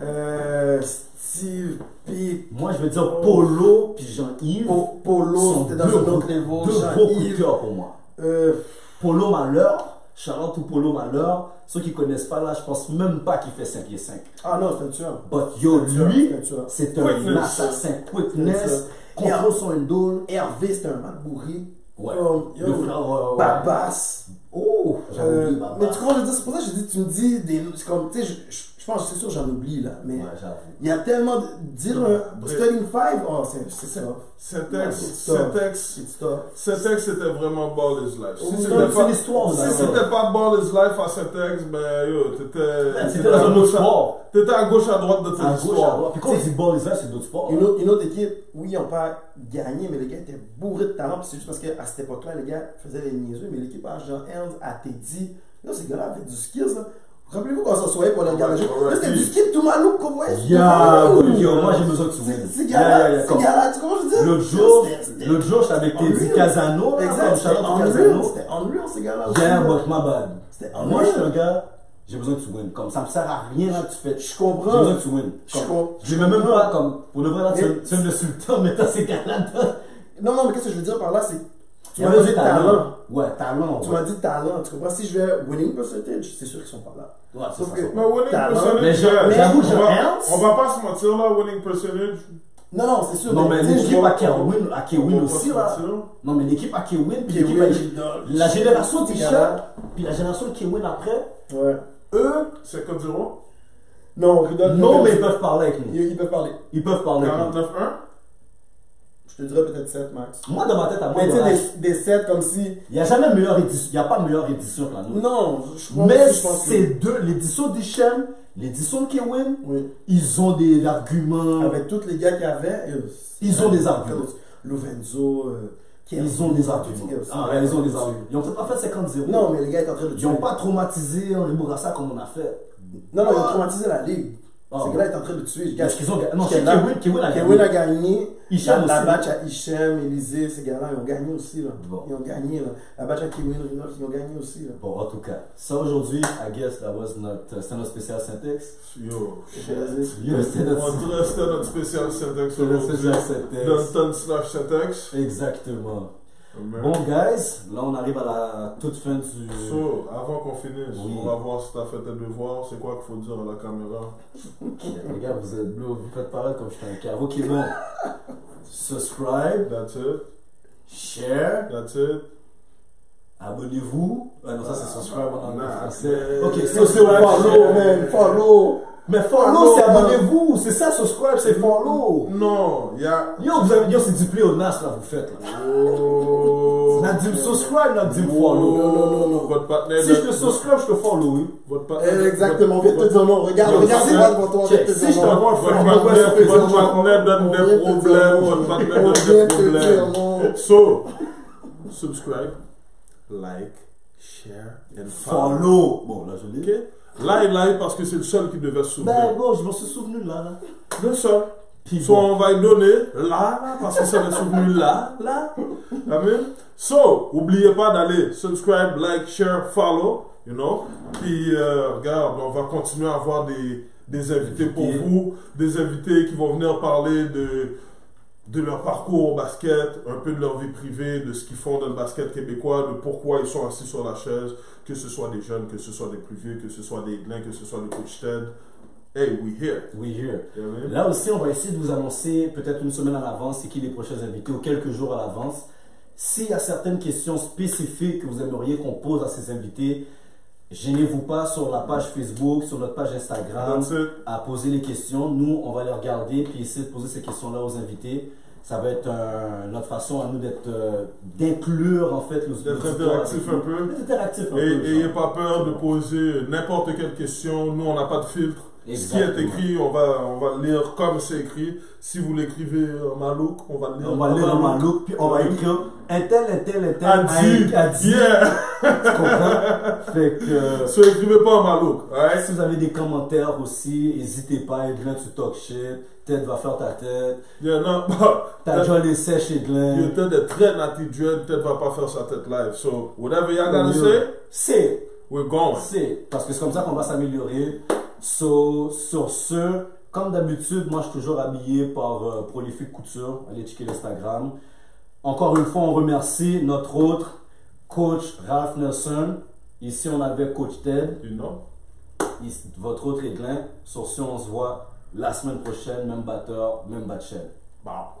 S3: euh, Steve, Pete,
S1: Moi, je vais dire Polo puis Jean-Yves.
S3: Po- Polo,
S1: sont
S3: c'était dans
S1: deux
S3: un autre
S1: gros-
S3: niveau.
S1: Deux gros coups de
S3: Jean-Yves,
S1: cœur pour moi.
S3: euh,
S1: Polo Malheur, Charlotte ou Polo Malheur, ceux qui connaissent pas là, je pense même pas qu'il fait 5 pieds 5.
S3: Ah non, c'est un tueur.
S1: But yo,
S3: C'est un tueur,
S1: lui,
S3: c'est un tueur.
S1: c'est un
S2: Quickness.
S1: assassin.
S3: C'est ça.
S1: Quickness, contrôle son handle.
S3: Hervé, c'est un mal bourré.
S1: Ouais.
S3: Comme,
S1: Le
S3: yo,
S1: frère, ouais, ouais.
S3: Babas.
S1: Oh, j'avais
S3: Euh,
S1: oublié Baba.
S3: mais tu comprends, je veux dire, c'est pour ça que je dis, tu me dis des. c'est comme, tu sais, je, je- je pense, c'est sûr, j'en oublie là, mais
S1: Ouais, j'avoue.
S3: il y a tellement de. Dire un
S2: Bref.
S3: starting five, oh, c'est c'est ça.
S2: Cet
S3: Ouais,
S2: texte,
S3: c'est ça.
S2: cet texte,
S3: C'est ça.
S2: cet texte, c'était vraiment Ball is Life. Si
S1: Oui,
S2: c'était
S1: c'est
S2: pas-
S1: l'histoire de
S2: si
S1: la-
S2: c'était pas Ball is Life à cet texte, ben, yo, t'étais,
S1: C'était Ah, dans un autre sport.
S2: T'étais à gauche, à droite de
S1: À
S2: ton
S1: gauche, à droite.
S2: histoire.
S1: Puis quand on dit ball, hein, c'est d'autres sports.
S3: Une autre, une autre équipe, oui, on pas gagné, mais les gars étaient bourrés de talent. puis C'est juste parce qu'à cette époque-là, les gars faisaient les niaiseux, mais l'équipe à Jean Ernst, à Teddy, là, ces gars-là avaient du skills. là. Rappelez-vous qu'on s'en soignait pour les gars. Là, c'était du skill tout malouk qu'on voyait. sur
S1: Yeah,
S3: le terrain.
S1: but yo, moi j'ai besoin que tu win.
S3: Ces
S1: Yeah, yeah, yeah,
S3: gars-là, ces
S1: comme-
S3: gars-là, tu comprends, je veux dire?
S1: L'autre jour,
S3: C'était- c'était-
S1: l'autre jour, j'étais avec Teddy
S3: Unreal.
S1: Casano, là,
S3: Exact,
S1: comme
S3: c'était
S1: Charlotte
S3: unreal,
S1: Casano.
S3: c'était unreal ces gars-là.
S1: Yeah, but my bad.
S3: C'était
S1: Moi, je suis
S3: unreal.
S1: un gars, j'ai besoin que tu win. Comme ça me sert à rien là que tu fais.
S3: Je
S1: J'ai
S3: comprends.
S1: besoin que tu win.
S3: Je
S1: Comme,
S3: com-
S1: je l'ai même
S3: comprends.
S1: pas comme. Pour le vrai là, tu
S3: Mais-
S1: tu me le sultan, mais t'as ces gars-là dedans.
S3: euh, Non, non, mais qu'est-ce que je veux dire par là, c'est... Tu
S1: Il y
S3: m'as
S1: avait
S3: dit
S1: du
S3: talent.
S1: talent. Ouais, talent.
S3: Tu
S1: ouais.
S3: m'as dit talent, tu comprends? Si je vais winning percentage, c'est sûr qu'ils sont pas là.
S1: Ouais, c'est
S3: Sauf
S1: ça,
S3: que-
S1: ça.
S2: Mais winning
S3: Talent.
S2: percentage,
S1: Mais je-
S2: yeah.
S1: mais j'avoue, je
S2: On va-
S1: pense.
S2: On va pas se mentir, là, winning percentage.
S3: Non, non, c'est sûr.
S1: Non, mais
S3: tu sais, je
S1: l'équipe
S3: vois-
S1: à Kewin, à Kewin
S2: On va
S1: aussi
S2: pas
S1: là.
S2: se mentir.
S1: Non, mais l'équipe à Kewin, puis
S3: Kewin,
S1: l'équipe à-
S3: Ridolph,
S1: La génération
S3: ces
S1: de
S3: gars-là.
S1: puis la génération de Kewin après,
S3: Ouais.
S1: eux,
S2: C'est quoi du rond?
S3: Non, Ridolph...
S1: non, mais ils peuvent parler avec nous.
S3: Ils ils peuvent parler.
S1: Ils peuvent parler avec nous.
S2: 49-1?
S3: Je te dirais peut-être 7, max.
S1: Moi, dans ma tête, à moi,
S3: Mais
S1: il
S3: tu
S1: y en a-
S3: sais, des- des 7 comme si...
S1: il n'y a jamais meilleure édition. Il n'y a pas meilleure édition que la nôtre.
S3: Non, je pense
S1: Mais
S3: je pense que-
S1: ces deux, l'édition d'Hichem, l'édition de Kewin,
S3: Oui.
S1: ils ont des arguments.
S3: Avec tous les gars qu'il y avait... euh,
S1: Ils ont des arguments.
S3: Lovenzo... euh,
S1: Ils ont des arguments.
S3: Kevin, euh,
S1: Ah, ouais, ils ont des arguments. Ils n'ont peut-être pas fait 50-0.
S3: Non, mais les gars étaient en train de
S1: Ils
S3: tuer.
S1: n'ont pas traumatisé Henri Bourassa comme on a fait.
S3: Non, non, ils ont traumatisé la ligue.
S1: Ah.
S3: Ces gars-là étaient en train de tuer.
S1: Parce qu'ils ont gagné. Non,
S3: J'étais
S1: c'est
S3: là.
S1: Kewin- Kewin a gagné.
S3: Kewin a gagné.
S1: Hicham
S3: la, la
S1: aussi.
S3: batch à Hichem, Élysée, ces gars-là, ils ont gagné aussi. Là.
S1: Bon.
S3: Ils ont gagné. Là. La batch à Kewin, Rinolf, ils ont gagné aussi. Là.
S1: Bon, en tout cas, ça aujourd'hui, I guess that was euh, notre, c'était notre spécial syntaxe.
S2: Yo.
S3: Je veux dire,
S1: Yo, c'était
S2: On
S1: notre,
S2: dirait que c'était notre spécial syntaxe
S1: c'était notre
S2: aujourd'hui.
S1: spécial syntaxe.
S2: Dunton slash syntaxe.
S1: Exactement.
S2: Mais-
S1: Bon, guys, là, on arrive à la toute fin du.
S2: So, avant qu'on finisse,
S1: Oui.
S2: on va voir si t'as fait tes devoirs, c'est quoi qu'il faut dire à la caméra.
S1: Les gars, vous êtes bleus, vous faites paraître comme je suis un caveau. Ok, bon. Subscribe,
S2: That's it,
S1: share,
S2: that's it.
S1: abonnez-vous. Ah non, ça c'est subscribe en anglais
S2: Ah,
S1: français.
S2: man.
S1: Ok, so, so,
S3: Follow,
S1: follow,
S3: man, follow.
S1: Mais follow, c'est
S3: Follow, man.
S1: abonnez-vous. C'est ça, subscribe, c'est follow.
S2: Non, y'a.
S1: Yo, vous avez, yo, c'est du pléonasme, là, vous faites, là.
S2: Oh.
S1: N'a dit me subscribe, n'a dit me
S2: Oh,
S3: non.
S1: follow.
S2: Votre partenaire.
S1: Si je te subscribe, je te follow, oui.
S2: Votre
S3: Eh,
S2: partenaire.
S3: Exactement, on vient
S2: votre-
S3: de te dire non. Regarde,
S1: Yo,
S3: regardez
S1: check,
S3: moi devant toi, on vient de te
S1: check. Si je
S3: dire non.
S1: t'envoie un
S2: Votre
S1: follow,
S3: Pourquoi
S2: partenaire,
S3: c'est
S2: votre
S3: faisant?
S2: partenaire
S3: On
S2: donne
S3: vient
S2: des
S3: de te dire
S2: problèmes.
S3: non.
S2: Votre partenaire
S3: On vient
S2: donne
S3: de
S2: des
S3: te dire
S2: problèmes.
S3: non.
S2: So, subscribe, like, share, and follow.
S1: Follow. Bon, là, je l'ai.
S2: Ok? Là, il est parce que c'est le seul qui devait s'ouvrir.
S1: bon, je m'en suis souvenu, là. là.
S2: Le seul.
S1: Puis
S2: So,
S1: bon.
S2: on va y donner là, là, parce que ça va souvenu là, là. Amen. So, oubliez pas d'aller subscribe, like, share, follow, you know. Puis, euh, regarde, on va continuer à avoir des, des invités pour
S1: Invités.
S2: vous, des invités qui vont venir parler de, de leur parcours au basket, un peu de leur vie privée, de ce qu'ils font dans le basket québécois, de pourquoi ils sont assis sur la chaise, que ce soit des jeunes, que ce soit des plus vieux, que ce soit des glins, que ce soit des coach Ted. Hey, we here.
S1: We here.
S2: Amen.
S1: Là aussi, on va essayer de vous annoncer peut-être une semaine à l'avance c'est qui les prochains invités ou quelques jours à l'avance. S'il y a certaines questions spécifiques que vous aimeriez qu'on pose à ces invités, gênez-vous pas sur la page Facebook, sur notre page Instagram,
S2: That's it.
S1: à poser les questions. Nous, on va les regarder puis essayer de poser ces questions-là aux invités. Ça va être euh, notre façon à nous d'être, euh, d'inclure en fait le-
S2: D'être
S1: le-
S2: interactif un peu.
S1: D'être interactif un
S2: Et
S1: peu,
S2: et ayez
S1: genre.
S2: pas peur de poser n'importe quelle question. Nous, on n'a pas de filtre. Ce qui est
S1: Exactement.
S2: écrit, on va, on va le lire comme c'est écrit. Si vous l'écrivez en malouk, on va le lire Ah,
S1: On va aller dans ma loupe, puis on va écrire un tel, un tel, un tel,
S2: A dit,
S1: a dit,
S2: yeah!
S1: tu comprends? Fait que, euh,
S2: So, écrivez pas en malouk, alright?
S1: si vous avez des commentaires aussi, n'hésitez pas, Edlin, tu talk shit, tête va faire ta tête,
S2: Yeah, non, bah,
S1: ta joie est sèche,
S2: you
S1: Edlin.
S2: tend to très natty dread, peut-être va pas faire sa tête live. So, whatever y'all gotta
S1: Yeah.
S2: say,
S1: C'est,
S2: we're going.
S1: c'est, parce que c'est comme ça qu'on va s'améliorer. So, sur ce, comme d'habitude, moi je suis toujours habillé par euh, Prolifique Couture, allez checker l'Instagram. Encore une fois, on remercie notre autre coach Ralph Nelson. Ici, on avait coach Ted.
S2: You know?
S1: Ici, votre autre Aiglin. Sur ce, on se voit la semaine prochaine, même batteur, même bat de chaîne.
S2: Bah.